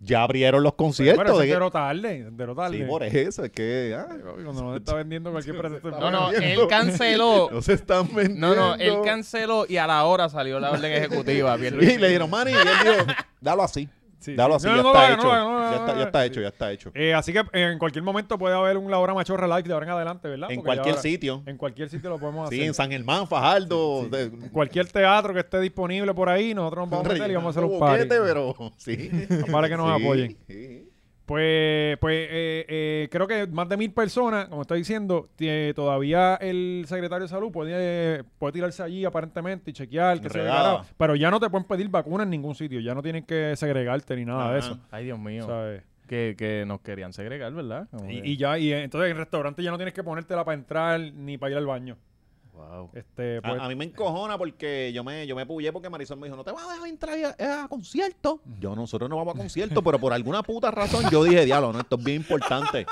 Speaker 3: Ya abrieron los conciertos
Speaker 2: Bueno, se
Speaker 3: de que-
Speaker 2: enteró tarde, se enteró tarde.
Speaker 3: Sí, por eso, es que ah,
Speaker 2: Cuando no está vendiendo cualquier pretexto.
Speaker 4: No, no,
Speaker 3: vendiendo.
Speaker 4: él canceló.
Speaker 3: no se están vendiendo.
Speaker 4: No, no, él canceló y a la hora salió la orden ejecutiva.
Speaker 3: Y
Speaker 4: Pierluisi.
Speaker 3: le dijeron, Manny, y él dijo, dalo así.
Speaker 2: Sí,
Speaker 3: Dalo
Speaker 2: sí. No,
Speaker 3: así, ya
Speaker 2: no,
Speaker 3: está
Speaker 2: no,
Speaker 3: hecho.
Speaker 2: no, no, no,
Speaker 3: Ya
Speaker 2: no,
Speaker 3: está-
Speaker 2: no.
Speaker 3: ya está hecho, ya está hecho.
Speaker 2: Eh, así que en cualquier momento puede haber un Laura Machorra live de ahora en adelante, ¿verdad? Porque
Speaker 3: En
Speaker 2: ya
Speaker 3: cualquier
Speaker 2: ahora-
Speaker 3: sitio.
Speaker 2: En cualquier sitio lo podemos hacer.
Speaker 3: Sí, en San Germán, Fajardo, de-
Speaker 2: Cualquier teatro que esté disponible por ahí, nosotros nos vamos a meter y vamos a hacer un party.
Speaker 3: boquete, pero sí.
Speaker 2: Para que nos
Speaker 3: Sí,
Speaker 2: apoyen.
Speaker 3: sí.
Speaker 2: Pues, pues eh, eh, creo que más de mil personas, como está diciendo, tie- todavía el secretario de salud puede, puede tirarse allí aparentemente y chequear. Que se
Speaker 3: Enredada.
Speaker 2: declaraba. pero ya no te pueden pedir vacuna en ningún sitio, ya no tienen que segregarte ni nada de
Speaker 3: Ajá.
Speaker 2: eso.
Speaker 4: Ay, Dios mío.
Speaker 2: ¿sabes?
Speaker 4: Que, que nos querían segregar, ¿verdad? Como
Speaker 2: Y,
Speaker 4: que-
Speaker 2: y ya, y eh, entonces en restaurante ya no tienes que ponértela para entrar ni para ir al baño.
Speaker 4: Wow.
Speaker 2: Este, pues,
Speaker 3: A, a mí me encojona porque yo me, yo me pullé porque Marisol me dijo, no te vas a dejar entrar a, a conciertos. Yo, nosotros no vamos a conciertos, pero por alguna puta razón yo dije, diablo, no, esto es bien importante.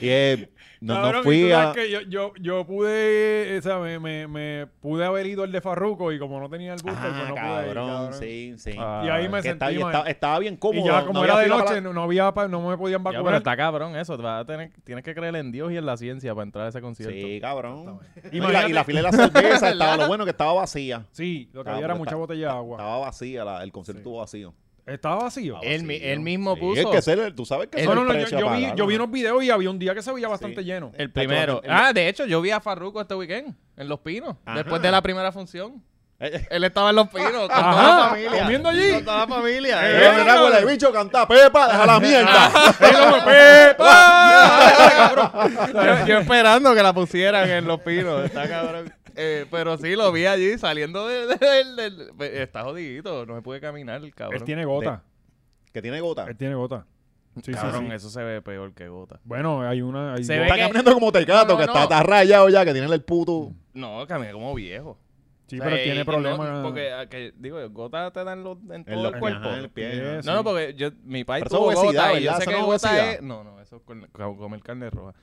Speaker 3: Y eh, no, no
Speaker 2: Cabrón, y tú
Speaker 3: fui
Speaker 2: sabes
Speaker 3: a...
Speaker 2: que yo, yo, yo pude, o sea, me, me, me pude haber ido al de Farruko y como no tenía el booster, pues
Speaker 3: Ah,
Speaker 2: no pude ir,
Speaker 3: cabrón,
Speaker 2: cabrón.
Speaker 3: sí, sí.
Speaker 4: Ah,
Speaker 2: Y ahí me
Speaker 3: Que
Speaker 2: sentí
Speaker 3: estaba, y
Speaker 2: mal.
Speaker 3: estaba- estaba bien cómodo.
Speaker 2: y ya como
Speaker 3: no
Speaker 2: era
Speaker 3: había
Speaker 2: de
Speaker 3: fila
Speaker 2: noche,
Speaker 3: para la-
Speaker 2: no, no había pa- no me podían
Speaker 4: Ya, pero
Speaker 2: vacunar.
Speaker 4: está cabrón eso. Te vas a tener, tienes que creer en Dios y en la ciencia para entrar a ese concierto.
Speaker 3: Sí, cabrón. Y la,
Speaker 2: Imagínate-
Speaker 3: y la fila de la cerveza estaba lo bueno que estaba vacía.
Speaker 2: Sí, lo que
Speaker 3: Ah,
Speaker 2: había era
Speaker 3: porque
Speaker 2: mucha
Speaker 3: está-
Speaker 2: botella de agua.
Speaker 3: Estaba vacía, la- el concierto estuvo vacío.
Speaker 2: Estaba vacío.
Speaker 3: Estaba
Speaker 4: Él, mi-
Speaker 3: vacío.
Speaker 4: él mismo
Speaker 3: Sí,
Speaker 4: puso.
Speaker 3: es que ese era el- tú sabes que ese
Speaker 2: No, no,
Speaker 3: era el
Speaker 2: no, yo,
Speaker 3: precio a
Speaker 2: yo vi,
Speaker 3: pagar,
Speaker 2: yo vi
Speaker 3: ¿no?
Speaker 2: unos videos y había un día que se veía bastante
Speaker 3: Sí.
Speaker 2: lleno.
Speaker 4: El primero.
Speaker 3: Tacho, el-
Speaker 4: Ah, de hecho, yo vi a Farruko este weekend en Los Pinos.
Speaker 3: Ajá.
Speaker 4: Después de la primera función.
Speaker 3: Eh, eh,
Speaker 4: Él estaba en Los Pinos con toda la
Speaker 2: Ajá,
Speaker 4: familia.
Speaker 2: comiendo allí.
Speaker 4: Con toda la familia.
Speaker 3: eh, ven acá, huele bicho, canta Pepa, deja
Speaker 2: Ah,
Speaker 3: la mierda.
Speaker 4: yo, yo esperando que la pusieran en los pinos, está cabrón. Eh, pero sí, lo vi allí saliendo de- de- del... del- pues, está jodidito, no me pude caminar, cabrón.
Speaker 2: Él tiene gota.
Speaker 3: que tiene gota.
Speaker 2: Él tiene gota. Sí, sí,
Speaker 4: Cabrón,
Speaker 2: sí.
Speaker 4: eso se ve peor que gota.
Speaker 2: Bueno, hay una. hay
Speaker 4: Se
Speaker 2: gota.
Speaker 4: ve
Speaker 3: Está
Speaker 4: que-
Speaker 3: caminando como tecato,
Speaker 4: No, no,
Speaker 3: que está,
Speaker 4: no.
Speaker 3: está rayado ya, que tiene el puto.
Speaker 4: No, caminé como viejo.
Speaker 2: Sí,
Speaker 4: O sea,
Speaker 2: pero
Speaker 4: y-
Speaker 2: tiene
Speaker 4: y no-
Speaker 2: problemas.
Speaker 4: porque, ah, que, digo, gotas te dan los, en todo
Speaker 3: En los
Speaker 4: el
Speaker 3: cuerpos.
Speaker 4: cuerpo.
Speaker 3: En el pie.
Speaker 2: Yes.
Speaker 4: No,
Speaker 2: Sí.
Speaker 4: no, porque yo, mi país
Speaker 3: Pero eso
Speaker 4: tuvo
Speaker 3: es obesidad,
Speaker 4: gota y yo
Speaker 3: ¿verdad?
Speaker 4: sé
Speaker 3: Eso
Speaker 4: que
Speaker 3: no es
Speaker 4: gota
Speaker 3: obesidad.
Speaker 4: es... No, no, eso es con- con- comer carne roja.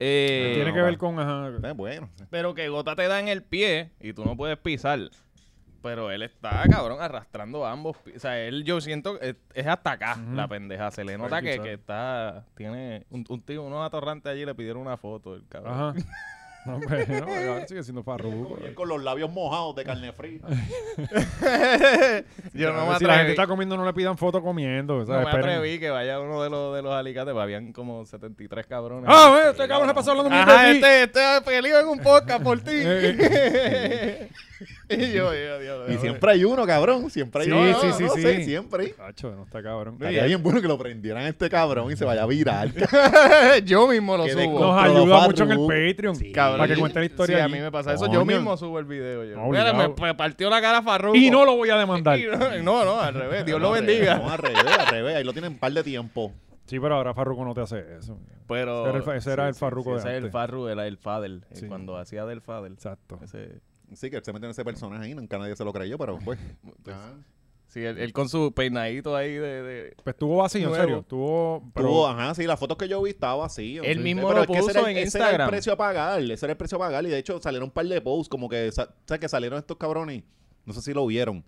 Speaker 4: Eh,
Speaker 2: tiene
Speaker 3: no,
Speaker 2: que
Speaker 3: va.
Speaker 2: ver con. Ajá.
Speaker 3: Eh, bueno.
Speaker 4: Pero que gota te da en el pie y tú no puedes pisar. Pero él está, cabrón, arrastrando ambos. pies. O sea, él yo siento es, es hasta acá la pendeja. Se le nota que,
Speaker 2: pisar.
Speaker 4: que está. Tiene un, un tío, unos atorrantes allí le pidieron una foto del cabrón.
Speaker 2: Ajá. No, hombre, no, cabrón, sigue siendo farruco.
Speaker 3: Y él Con los labios mojados de carne fría.
Speaker 4: yo no
Speaker 2: Claro,
Speaker 4: me
Speaker 2: si la gente
Speaker 4: atreví.
Speaker 2: está comiendo, no le pidan foto comiendo.
Speaker 4: No
Speaker 2: ¿sabes?
Speaker 4: me
Speaker 2: Esperen.
Speaker 4: atreví que vaya uno de los, de los alicates. pues, Habían como 73 cabrones.
Speaker 2: Ah, güey, este cabrón se pasó hablando mierda
Speaker 4: Ajá,
Speaker 2: de ti.
Speaker 4: este, este peleó en un podcast por ti.
Speaker 2: Eh,
Speaker 4: y yo, yo, yo,
Speaker 3: Y
Speaker 4: yo,
Speaker 3: siempre hay uno, cabrón. Siempre hay
Speaker 2: Sí,
Speaker 3: uno.
Speaker 2: sí,
Speaker 3: No,
Speaker 2: sí,
Speaker 3: no
Speaker 2: sí.
Speaker 3: sé, siempre.
Speaker 2: Cacho, no está cabrón.
Speaker 3: Estaría bien bueno que lo prendieran a este cabrón y se vaya a virar.
Speaker 4: yo mismo lo
Speaker 3: Que de
Speaker 4: subo.
Speaker 2: Nos
Speaker 3: Controlo
Speaker 2: ayuda mucho en el
Speaker 3: farruco.
Speaker 2: Patreon.
Speaker 4: Cabrón.
Speaker 2: Para que cuente la historia.
Speaker 4: Sí, a
Speaker 2: allí.
Speaker 4: mí me pasa eso.
Speaker 3: Coño.
Speaker 4: Yo mismo subo el video. Yo.
Speaker 2: No,
Speaker 4: Mira, me
Speaker 2: obligado.
Speaker 4: me partió la cara Farruko.
Speaker 2: Y no lo voy a demandar.
Speaker 4: Y no, no, no, al revés. Dios lo
Speaker 3: No, al revés, No,
Speaker 4: bendiga.
Speaker 3: al revés, al revés. Ahí lo tienen un par de tiempo.
Speaker 2: Sí, pero ahora Farruco no te hace eso.
Speaker 4: Pero...
Speaker 2: Ese era el fa- ese era el Farruko de
Speaker 4: Ese es el
Speaker 2: antes.
Speaker 4: Farru, era el Fadel. eh,
Speaker 2: Sí.
Speaker 4: Cuando hacía del Fadel.
Speaker 2: Exacto.
Speaker 4: Ese-
Speaker 3: Sí, que se meten ese personaje ahí. Nunca nadie se lo creyó, pero pues.
Speaker 4: Sí, él, él con su peinadito ahí de... de-
Speaker 2: Pues estuvo vacío, en
Speaker 4: Nuevo.
Speaker 2: serio. Estuvo. pero-
Speaker 3: Tuvo, ajá, sí, las fotos que yo vi estaba así.
Speaker 4: Él
Speaker 3: sí,
Speaker 4: mismo
Speaker 3: pero
Speaker 4: lo
Speaker 3: es que ese
Speaker 4: puso
Speaker 3: era el-
Speaker 4: en
Speaker 3: ese Era
Speaker 4: Instagram.
Speaker 3: el precio a pagar, ese era el precio a pagar. Y de hecho salieron un par de posts, como que, sa- o sea, que salieron estos cabrones, no sé si lo vieron,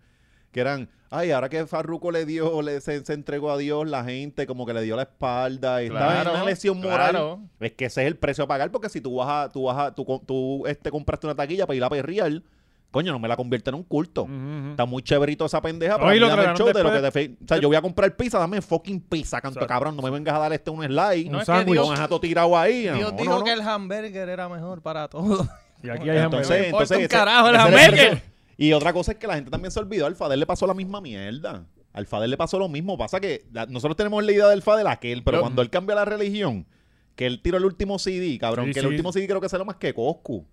Speaker 3: que eran, ay, ahora que Farruko le dio, le, se, se entregó a Dios, la gente como que le dio la espalda y estaba
Speaker 4: Claro,
Speaker 3: en una lesión moral.
Speaker 4: claro.
Speaker 3: Es que ese es el precio a pagar, porque si tú vas a, tú vas a, tú, co- tú este, compraste una taquilla para ir a perrear, coño, no me la convierte en un culto.
Speaker 2: Ujú, ujú.
Speaker 3: Está muy chéverito esa pendeja,
Speaker 2: No,
Speaker 3: pero
Speaker 2: y
Speaker 3: a mí
Speaker 2: lo
Speaker 3: dame el
Speaker 2: trajeron
Speaker 3: show de lo que
Speaker 2: después
Speaker 3: te fe- O sea, yo voy a comprar pizza, dame fucking pizza, canto
Speaker 2: Exacto.
Speaker 3: cabrón. No me vengas a dar este un slide.
Speaker 4: No,
Speaker 3: No,
Speaker 4: es que
Speaker 2: sándwich.
Speaker 4: Dios-
Speaker 3: con todo tirado ahí. no,
Speaker 4: Dios
Speaker 3: no,
Speaker 4: dijo
Speaker 3: no.
Speaker 4: que el hamburger era mejor para todo.
Speaker 2: Y aquí hay hambre.
Speaker 4: No
Speaker 3: Entonces,
Speaker 4: me importa
Speaker 3: entonces
Speaker 4: un
Speaker 3: ese-
Speaker 4: carajo el
Speaker 3: ese era
Speaker 4: hamburger.
Speaker 3: precio. Y otra cosa es que la gente también se olvidó. Al Fader le pasó la misma mierda. Al Fader le pasó lo mismo. Pasa que la- nosotros tenemos la idea del Fader aquel, pero
Speaker 4: Yo-
Speaker 3: cuando él cambia la religión, que él tiró el último CD, cabrón.
Speaker 2: Sí, sí.
Speaker 3: que el último CD creo que salió más que Coscu.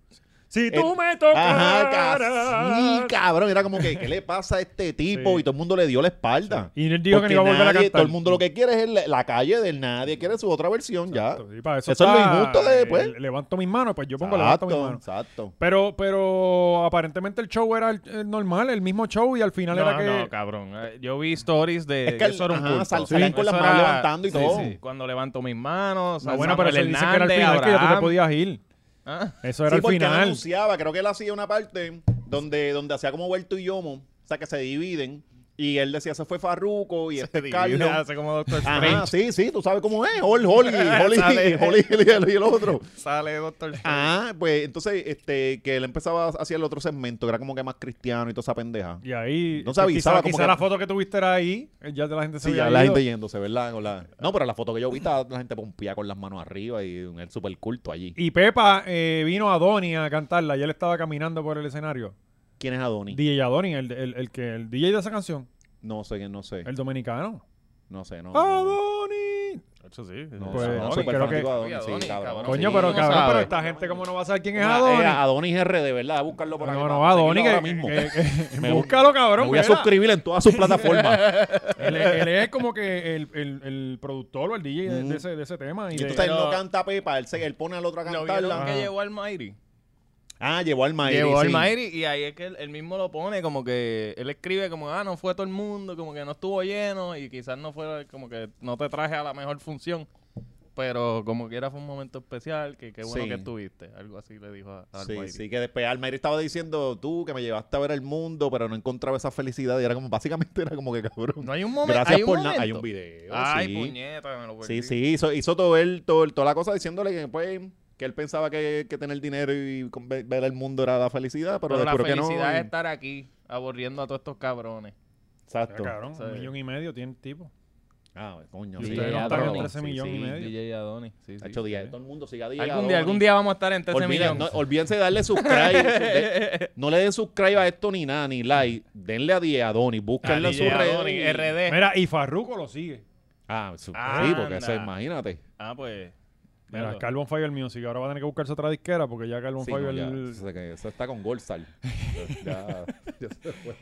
Speaker 2: Si
Speaker 3: tú
Speaker 2: me
Speaker 3: Ajá, ca- sí, cabrón. Era como que, ¿qué le pasa a este tipo?
Speaker 2: Sí.
Speaker 3: Y todo el mundo le dio la espalda.
Speaker 2: Y él dijo que
Speaker 3: Porque
Speaker 2: no iba a volver a
Speaker 3: nadie-
Speaker 2: cantar.
Speaker 3: Todo el mundo lo que quiere es el- la calle del nadie, quiere su otra versión ya.
Speaker 2: Sí, para eso
Speaker 3: Eso es lo
Speaker 2: está-
Speaker 3: injusto de, pues.
Speaker 2: le- Levanto mis manos, pues yo pongo levanto mis
Speaker 3: Exacto,
Speaker 2: manos.
Speaker 3: exacto.
Speaker 2: Pero, pero aparentemente el show era el, el normal, el mismo show, y al final era que.
Speaker 4: no, cabrón. Eh, Yo vi stories de.
Speaker 3: Es que el-
Speaker 4: eso era un
Speaker 3: ajá,
Speaker 4: culto.
Speaker 3: sal- salían con
Speaker 4: Eso
Speaker 3: las manos levantando y todo.
Speaker 4: Cuando levanto mis manos.
Speaker 2: No,
Speaker 4: San
Speaker 2: Ah, bueno, pero eso
Speaker 4: Samuel
Speaker 2: dice que era el final,
Speaker 4: Hernández,
Speaker 2: que ya tú te
Speaker 4: Abraham.
Speaker 2: podías ir.
Speaker 4: Ah,
Speaker 2: Eso era
Speaker 3: sí,
Speaker 2: el
Speaker 3: porque él
Speaker 2: final.
Speaker 3: anunciaba, creo que él hacía una parte donde, donde hacía como Huerto y Yomo, o sea, que se dividen. Y él decía, se fue Farruco y este es
Speaker 4: divide,
Speaker 3: Carlos.
Speaker 4: hace como Doctor
Speaker 3: Ajá,
Speaker 4: Strange.
Speaker 3: sí, sí, tú sabes cómo es. Hol, Holly, Holly,
Speaker 4: Sale.
Speaker 3: Holly y el- y el otro.
Speaker 4: Sale Doctor Strange.
Speaker 3: Ah, pues entonces, este, que él empezaba hacia el otro segmento, que era como que más cristiano y toda esa pendeja.
Speaker 2: Y ahí. eh,
Speaker 3: No se avisaba,
Speaker 2: Quizá,
Speaker 3: como
Speaker 2: quizá
Speaker 3: que-
Speaker 2: la foto que tuviste era ahí. eh, Ya de la gente se
Speaker 3: Sí,
Speaker 2: había
Speaker 3: ya la
Speaker 2: ido.
Speaker 3: gente yéndose, ¿verdad? Con la- No, pero la foto que yo vi estaba la gente pompía con las manos arriba y el super culto allí.
Speaker 2: Y Pepa eh, vino a Donny a cantarla. Y él estaba caminando por el escenario.
Speaker 3: ¿Quién es Adonis?
Speaker 2: DJ Adoni, el, el, el que, el DJ de esa canción.
Speaker 3: no sé, que no sé.
Speaker 2: El dominicano.
Speaker 3: No sé, no. no.
Speaker 2: Adoni.
Speaker 4: Eso sí.
Speaker 3: No,
Speaker 2: Pues,
Speaker 3: no,
Speaker 2: Adonis,
Speaker 3: súper
Speaker 2: creo que-
Speaker 3: fanático de Adonis,
Speaker 4: Oye,
Speaker 3: sí,
Speaker 4: Adonis,
Speaker 3: cabrón,
Speaker 4: cabrón.
Speaker 2: Coño,
Speaker 4: Sí,
Speaker 2: pero
Speaker 4: no
Speaker 2: cabrón,
Speaker 4: sabe.
Speaker 2: pero esta gente, ¿cómo no va a saber quién es
Speaker 3: Una-
Speaker 2: Adoni?
Speaker 3: era Adonis RD, ¿verdad? Búscalo por aquí.
Speaker 2: No, no,
Speaker 3: vamos a
Speaker 2: Adoni,
Speaker 3: seguirlo
Speaker 2: que,
Speaker 3: ahora mismo.
Speaker 2: que- que-
Speaker 3: Me-
Speaker 2: búscalo, cabrón.
Speaker 3: Me voy a
Speaker 2: mira.
Speaker 3: suscribir en todas sus plataformas.
Speaker 2: Él, es- él es como que el, el, el productor o el DJ de, de ese, de ese tema. Y
Speaker 3: y
Speaker 2: de-
Speaker 3: entonces él no
Speaker 4: Pero-
Speaker 3: canta Pepa, él, se, él pone al otro a
Speaker 4: ¿No vieron
Speaker 3: cantarla.
Speaker 4: que
Speaker 2: Ajá.
Speaker 4: llegó al Mayri?
Speaker 3: Ah, llevó al Mayri.
Speaker 4: Llegó al
Speaker 3: sí.
Speaker 4: Mayri y ahí es que él, él mismo lo pone, como que él escribe como, ah, no fue todo el mundo, como que no estuvo lleno y quizás no fue, como que no te traje a la mejor función. Pero como quiera fue un momento especial, que qué bueno
Speaker 3: Sí.
Speaker 4: que estuviste. Algo así le dijo a, al
Speaker 3: Sí,
Speaker 4: Mayri.
Speaker 3: sí, que después Almayri estaba diciendo tú que me llevaste a ver el mundo, pero no encontraba esa felicidad. Y era como, básicamente era como que cabrón.
Speaker 4: No hay un momento.
Speaker 3: Gracias
Speaker 4: hay un
Speaker 3: por nada. Hay
Speaker 4: momento.
Speaker 3: un video.
Speaker 4: Ay,
Speaker 3: sí.
Speaker 4: puñeta, me lo perdí.
Speaker 3: Sí, sí, hizo, hizo todo él, todo, él- toda la cosa diciéndole que pues, que él pensaba que, que tener dinero y con- ve- ver el mundo era la felicidad, pero,
Speaker 4: Pero la
Speaker 3: después que
Speaker 4: felicidad
Speaker 3: no.
Speaker 4: es estar aquí, aburriendo a todos estos cabrones.
Speaker 2: Ah,
Speaker 3: Exacto.
Speaker 2: cabrón,
Speaker 4: Sí.
Speaker 2: un millón y medio tiene el tipo.
Speaker 3: Ah, coño,
Speaker 2: Y
Speaker 3: sí.
Speaker 2: ustedes no
Speaker 3: ya,
Speaker 2: están
Speaker 3: pero-
Speaker 2: en 13 millones y medio.
Speaker 4: DJ Adonis, sí, sí.
Speaker 3: Hacho, día- Todo el mundo sigue a día.
Speaker 4: Algún
Speaker 3: Adonis.
Speaker 4: día, algún día este vamos a estar en 13
Speaker 3: Olviden-
Speaker 4: millones.
Speaker 3: no, olvídense de darle subscribe. de- no le den subscribe a esto ni nada, ni like. Denle a Diego Adonis, búsquenlo en
Speaker 4: DJ
Speaker 3: sus
Speaker 4: Adonis,
Speaker 3: redes.
Speaker 4: RD.
Speaker 2: Mira, y Farruko lo sigue.
Speaker 3: Ah, su- sí,
Speaker 4: Anda.
Speaker 3: porque eso, imagínate.
Speaker 4: Ah, pues.
Speaker 2: Mira,
Speaker 4: Claro.
Speaker 2: Carbon Fire Music. Ahora va a tener que buscarse otra disquera porque ya Carbon
Speaker 3: Sí, no,
Speaker 2: Fire.
Speaker 3: ya, eso, eso está con Golsal. ya, ya se fue.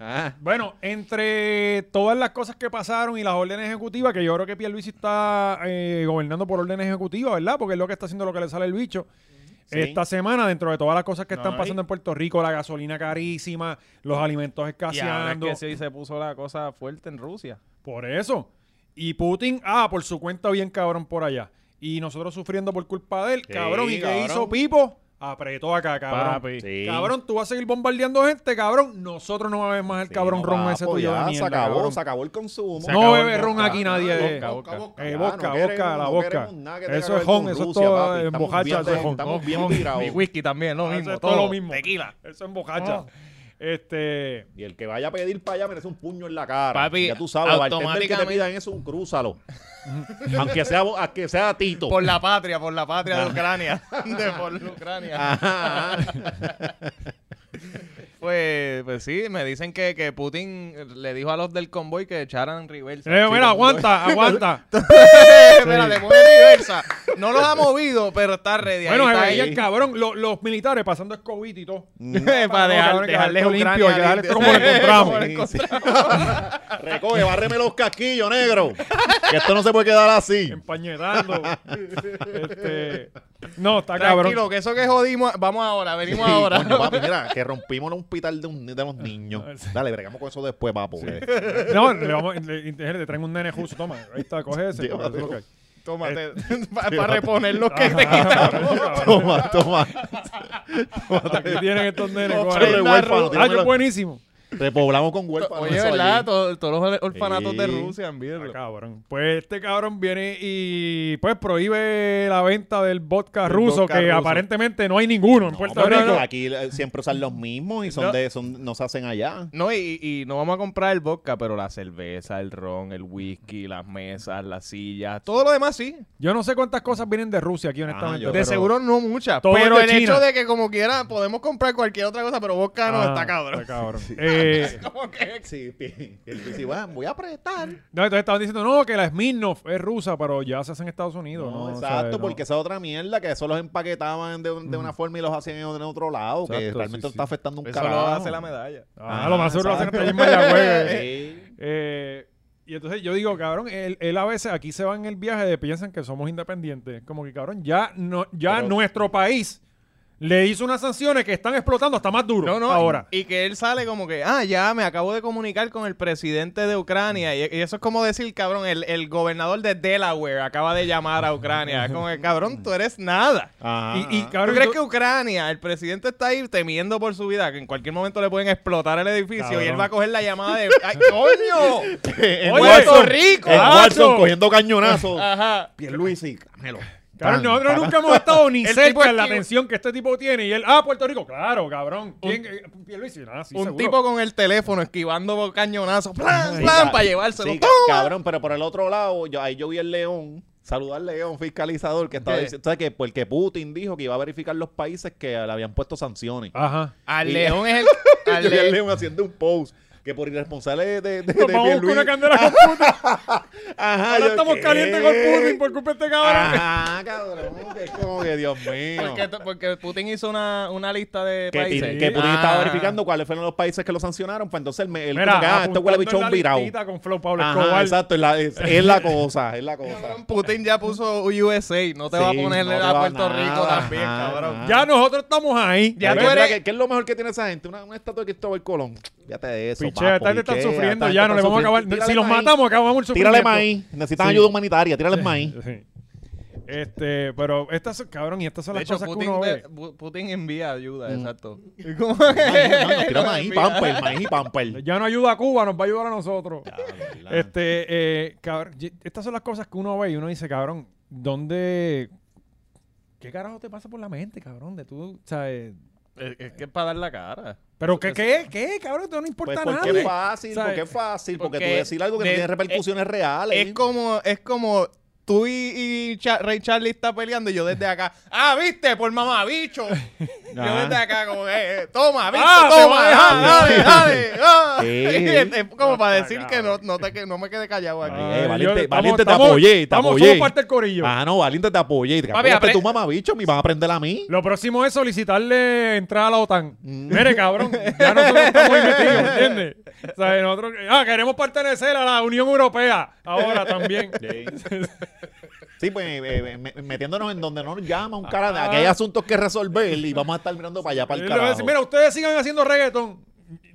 Speaker 3: Ah.
Speaker 2: Bueno, entre todas las cosas que pasaron y las órdenes ejecutivas, que yo creo que Pierluisi está eh, gobernando por órdenes ejecutivas, ¿verdad? Porque es lo que está haciendo lo que le sale el bicho.
Speaker 3: Sí.
Speaker 2: Esta semana, dentro de todas las cosas que
Speaker 4: No,
Speaker 2: están
Speaker 4: y-
Speaker 2: pasando en Puerto Rico, la gasolina carísima, los alimentos
Speaker 4: Y ahora es
Speaker 2: escaseando.
Speaker 4: que sí se puso la cosa fuerte en Rusia.
Speaker 2: Por eso. Y Putin, ah, por su cuenta bien cabrón por allá. Y nosotros sufriendo por culpa de él,
Speaker 3: Sí,
Speaker 2: cabrón. ¿Y qué
Speaker 3: cabrón.
Speaker 2: hizo Pipo? Apretó acá, cabrón.
Speaker 4: Papi.
Speaker 3: Sí.
Speaker 2: Cabrón, tú vas a seguir bombardeando gente, cabrón. Nosotros no bebemos más el
Speaker 3: Sí,
Speaker 2: cabrón
Speaker 3: no,
Speaker 2: ron
Speaker 3: papo,
Speaker 2: ese tuyo
Speaker 3: ya,
Speaker 2: de
Speaker 3: se
Speaker 2: mierda,
Speaker 3: acabó,
Speaker 2: cabrón.
Speaker 3: se acabó el consumo.
Speaker 4: Se
Speaker 2: No
Speaker 4: acabó el
Speaker 2: bebe ron
Speaker 4: vodka.
Speaker 2: aquí nadie. de-
Speaker 4: Vodka,
Speaker 2: Eh,
Speaker 4: vodka.
Speaker 3: Ya,
Speaker 2: vodka,
Speaker 3: Ah, no
Speaker 2: vodka,
Speaker 3: queremos-
Speaker 2: la
Speaker 3: no
Speaker 2: vodka.
Speaker 3: queremos nada que tenga
Speaker 2: Eso
Speaker 3: que
Speaker 2: es
Speaker 3: ver
Speaker 2: jon,
Speaker 3: con
Speaker 2: eso es
Speaker 3: Rusia,
Speaker 2: todo
Speaker 3: papi.
Speaker 2: en
Speaker 3: Estamos
Speaker 2: bocacha,
Speaker 3: bien-
Speaker 2: eso es jon.
Speaker 3: Estamos
Speaker 4: Y
Speaker 3: bien virados.
Speaker 4: whisky también, lo
Speaker 2: Eso
Speaker 4: mismo.
Speaker 2: es
Speaker 4: Ah, todo.
Speaker 2: todo lo mismo.
Speaker 4: Tequila.
Speaker 2: Eso es bocacha.
Speaker 3: Ah.
Speaker 4: Oh.
Speaker 2: Este.
Speaker 3: Y el que vaya a pedir para allá merece un puño en la cara.
Speaker 4: Papi,
Speaker 3: ya tú sabes, automáticamente... que te
Speaker 4: automáticamente-
Speaker 3: pidan eso, un crúzalo. aunque, sea, vo- aunque sea Tito.
Speaker 4: Por la patria, por la patria
Speaker 2: Ah.
Speaker 4: de Ucrania. de por Ucrania.
Speaker 3: Ajá.
Speaker 4: Pues, pues sí, me dicen que, que Putin le dijo a los del convoy que echaran reversa.
Speaker 2: Eh,
Speaker 4: Sí,
Speaker 2: mira,
Speaker 4: como-
Speaker 2: aguanta, aguanta.
Speaker 4: Mira, le mueve reversa. No los ha movido, pero está ready. ahí
Speaker 2: bueno, se
Speaker 4: está
Speaker 2: veía
Speaker 4: ahí. Mm.
Speaker 2: el cabrón, lo- los militares pasando escobito y todo.
Speaker 4: Para
Speaker 2: No,
Speaker 4: dejar,
Speaker 2: cabrón, que
Speaker 4: dejarle
Speaker 2: esto
Speaker 4: Ucrania
Speaker 2: limpio, hay que dejarle esto como lo
Speaker 4: limpio.
Speaker 2: encontramos.
Speaker 4: Como lo encont-
Speaker 3: Recoge, bárreme los casquillos, negro. Que esto no se puede quedar así.
Speaker 2: Empañetando. este, no, está cabrón.
Speaker 4: Tranquilo, que eso que jodimos, vamos ahora, venimos ahora.
Speaker 3: Coño, papi, mira, que rompimos el hospital de, un- de los niños. Dale, bregamos con eso después, papo. que-
Speaker 2: No, le vamos, le, le traen un nene justo, toma, ahí está, coge Ah, ese.
Speaker 3: Llévatelo.
Speaker 2: eso es lo que hay.
Speaker 3: Eh,
Speaker 4: Tómate, para reponer lo que te
Speaker 3: Toma, toma.
Speaker 2: Aquí tienen estos nenes,
Speaker 4: No,
Speaker 2: coge.
Speaker 4: pero-
Speaker 3: huérfano,
Speaker 2: Ah, que
Speaker 3: tíramelo.
Speaker 2: es buenísimo.
Speaker 3: Repoblamos con huérfanos.
Speaker 4: Oye,
Speaker 3: eso
Speaker 4: ¿verdad?
Speaker 3: allí.
Speaker 4: Todo- Todos los orfanatos de
Speaker 3: Sí.
Speaker 4: Rusia,
Speaker 2: Ah,
Speaker 4: envíenlo.
Speaker 2: Cabrón. Pues este cabrón viene y pues prohíbe la venta del vodka
Speaker 3: Del
Speaker 2: ruso,
Speaker 3: vodka
Speaker 2: que
Speaker 3: ruso.
Speaker 2: aparentemente no hay ninguno en
Speaker 3: No,
Speaker 2: Puerto
Speaker 3: pero
Speaker 2: Rico.
Speaker 3: aquí eh, siempre usan los mismos y son
Speaker 4: No.
Speaker 3: de, son, no se hacen allá.
Speaker 4: No, y, y no vamos a comprar el vodka, pero la cerveza, el ron, el whisky, las mesas, las sillas, todo lo demás sí.
Speaker 2: Yo no sé cuántas cosas vienen de Rusia aquí, honestamente.
Speaker 3: yo-
Speaker 4: De
Speaker 3: Pero-
Speaker 4: seguro no muchas.
Speaker 2: Todo
Speaker 4: Pero
Speaker 2: es
Speaker 4: el
Speaker 2: de China.
Speaker 4: hecho de que como quiera podemos comprar cualquier otra cosa, pero vodka no
Speaker 2: Ah,
Speaker 4: está cabrón.
Speaker 2: Eh,
Speaker 4: Como que-
Speaker 3: Sí, pi- el- sí, bueno, voy a apretar.
Speaker 2: no, entonces estaban diciendo, no, que la Smirnoff es rusa, pero ya se hace en Estados Unidos.
Speaker 3: No,
Speaker 2: No,
Speaker 3: exacto,
Speaker 2: O sea, no.
Speaker 3: porque esa otra mierda que eso los empaquetaban de, un- de
Speaker 4: Mm.
Speaker 3: una forma y los hacían en otro lado, que
Speaker 2: Exacto,
Speaker 3: realmente
Speaker 2: sí,
Speaker 3: está
Speaker 2: sí.
Speaker 3: afectando un
Speaker 4: Eso
Speaker 3: carajo.
Speaker 4: lo hace la medalla.
Speaker 2: Ah, lo más seguro lo hacen
Speaker 3: exacto.
Speaker 2: allí en Mayagüez.
Speaker 4: Pues,
Speaker 3: Sí.
Speaker 2: Eh, y entonces yo digo, cabrón, él, él a veces aquí se va en el viaje de piensan que somos independientes. Como que, cabrón, ya, no, ya
Speaker 3: Pero-
Speaker 2: nuestro país le hizo unas sanciones que están explotando hasta más duro
Speaker 4: No, no,
Speaker 2: ahora.
Speaker 4: Y, y que él sale como que, ah, ya me acabo de comunicar con el presidente de Ucrania. Y, y eso es como decir, cabrón, el, el gobernador de Delaware acaba de llamar a Ucrania. Es como que, cabrón, tú eres nada.
Speaker 3: Ajá.
Speaker 2: Y- y,
Speaker 4: ¿Tú
Speaker 2: Ah, cabrón,
Speaker 4: crees
Speaker 2: tú-
Speaker 4: que Ucrania, el presidente está ahí temiendo por su vida, que en cualquier momento le pueden explotar el edificio y él
Speaker 2: Cabrón.
Speaker 4: va a coger la llamada de... ¡Ay, coño!
Speaker 3: en
Speaker 4: Oye,
Speaker 3: Watson,
Speaker 4: Puerto Rico, Ah.
Speaker 3: en
Speaker 4: macho.
Speaker 3: Watson cogiendo cañonazos.
Speaker 4: Ajá.
Speaker 3: Pierluisi, Carmelo.
Speaker 2: cabrón,
Speaker 3: Tan,
Speaker 2: nosotros
Speaker 3: tan.
Speaker 2: nunca hemos estado ni
Speaker 4: El tipo
Speaker 2: cerca de la
Speaker 4: esquivo-
Speaker 2: atención que este tipo tiene. Y él, ah, Puerto Rico, claro, cabrón. ¿Quién? eh, Pierluisi, nada, sí,
Speaker 4: un
Speaker 2: seguro.
Speaker 4: tipo con el teléfono esquivando cañonazos, plan,
Speaker 3: Sí,
Speaker 4: plan,
Speaker 3: ca-
Speaker 4: para llevárselo.
Speaker 3: sí, ca-
Speaker 4: ¡Toma!
Speaker 3: cabrón, pero por el otro lado, yo, ahí yo vi el león. Saludar al león fiscalizador que estaba
Speaker 4: ¿Qué?
Speaker 3: diciendo, ¿sabes qué? Porque Putin dijo que iba a verificar los países que le habían puesto sanciones.
Speaker 2: Ajá.
Speaker 4: Al
Speaker 3: Y-
Speaker 4: león es el... al
Speaker 3: Yo vi al
Speaker 4: león-
Speaker 3: león haciendo un post que por irresponsable de, de,
Speaker 2: Nos
Speaker 3: de, de
Speaker 2: vamos con
Speaker 3: Pierluisi-
Speaker 2: una candela con Putin.
Speaker 3: Ajá,
Speaker 2: Ahora
Speaker 3: yo,
Speaker 2: estamos
Speaker 3: ¿qué? Ah,
Speaker 2: calientes con Putin por culpa de este cabrón.
Speaker 3: Ajá, cabrón, que es como que Dios mío.
Speaker 4: Porque, porque Putin hizo una, una lista de
Speaker 3: que,
Speaker 4: países.
Speaker 3: que Putin estaba
Speaker 4: Ah.
Speaker 3: verificando cuáles fueron los países que lo sancionaron. Pues entonces él, me- él
Speaker 2: Mira,
Speaker 3: como que, ah, esto
Speaker 2: apuntando
Speaker 3: huele
Speaker 2: en
Speaker 3: a bichón
Speaker 2: la
Speaker 3: virado.
Speaker 2: listita con Flow Pablo
Speaker 3: Ajá,
Speaker 2: Escobar.
Speaker 3: exacto, es la, es, es la cosa, es la cosa.
Speaker 4: Putin ya puso USA, no te
Speaker 3: Sí,
Speaker 4: va a ponerle
Speaker 3: no te
Speaker 4: a
Speaker 3: va
Speaker 4: Puerto
Speaker 3: nada,
Speaker 4: Rico también,
Speaker 3: ajá,
Speaker 4: cabrón.
Speaker 3: ajá.
Speaker 2: Ya nosotros estamos ahí.
Speaker 4: Ya
Speaker 3: ¿Qué-
Speaker 4: tú eres-
Speaker 3: ¿Qué es lo mejor que tiene esa gente? Una, una estatua de Cristóbal Colón. Fíjate de eso.
Speaker 2: Pichea,
Speaker 3: papo,
Speaker 2: esta gente están
Speaker 3: pichea,
Speaker 2: sufriendo
Speaker 3: esta
Speaker 2: ya, no le
Speaker 3: gente
Speaker 2: vamos a
Speaker 3: está
Speaker 2: acabar.
Speaker 3: sufriendo.
Speaker 2: si los
Speaker 3: Tírale maíz,
Speaker 2: matamos, acabamos el
Speaker 3: Tírale
Speaker 2: sufrimiento.
Speaker 3: maíz. Necesitan
Speaker 2: Sí.
Speaker 3: ayuda humanitaria. Tírale maíz.
Speaker 2: Sí. Este, pero estas son, cabrón, y estas son
Speaker 4: De
Speaker 2: las
Speaker 4: hecho,
Speaker 2: cosas que
Speaker 4: Putin,
Speaker 2: uno
Speaker 4: de-
Speaker 2: ve.
Speaker 4: Pu- Putin envía ayuda,
Speaker 3: Mm.
Speaker 4: exacto.
Speaker 3: Maíz, no, no, Tira maíz, pamper, maíz y pamper. Pues,
Speaker 2: Ya no ayuda a Cuba, nos va a ayudar a nosotros. Este, eh, cabrón, y- estas son las cosas que uno ve y uno dice, cabrón, ¿dónde? ¿Qué carajo te pasa por la mente, cabrón? De tú, o sea, eh,
Speaker 4: Es, es que es para dar la cara.
Speaker 2: pero qué, qué, qué, cabrón, esto no importa
Speaker 3: Pues
Speaker 2: nada.
Speaker 3: porque es fácil,
Speaker 2: ¿Sabes?
Speaker 3: porque es fácil, porque,
Speaker 4: Porque
Speaker 3: tú decir algo que
Speaker 4: de- e
Speaker 3: no tiene repercusiones reales.
Speaker 4: Es como, es como tú y, y Cha- Ray Charlie está peleando y yo desde acá. Ah, viste, por mamá, bicho. Yo
Speaker 3: Ajá.
Speaker 4: desde acá como, eh, eh, toma, bicho,
Speaker 2: Ah, te va
Speaker 4: toma,
Speaker 2: a dejar.
Speaker 4: ah, dale, dale. ah.
Speaker 3: Sí.
Speaker 4: Es, es como para
Speaker 2: Ah,
Speaker 4: decir que no, no, te, que no me quede callado aquí.
Speaker 3: Ah, Eh,
Speaker 2: yo-
Speaker 3: valiente-
Speaker 2: estamos-
Speaker 3: valiente, te
Speaker 2: estamos-
Speaker 3: apoyé, te
Speaker 2: estamos-
Speaker 3: apoyé.
Speaker 2: somos parte del corillo.
Speaker 3: Ah, no, valiente, te apoyé.
Speaker 4: Papi,
Speaker 3: Acuérdate
Speaker 4: apre-
Speaker 3: tu mamabicho, me vas a aprender a mí.
Speaker 2: Lo próximo es solicitarle entrar a la OTAN.
Speaker 3: Mm.
Speaker 2: Mire, cabrón, ya nosotros estamos ahí metidos, ¿entiendes? O sea, nosotros, ah, queremos pertenecer a la Unión Europea ahora también.
Speaker 3: Sí, pues eh, eh, me- metiéndonos en donde no nos llama un cara de aquí hay asuntos que resolver y vamos a estar mirando para allá, para el
Speaker 2: Él le va a
Speaker 3: carajo.
Speaker 2: decir, Mira, ustedes sigan haciendo reggaeton.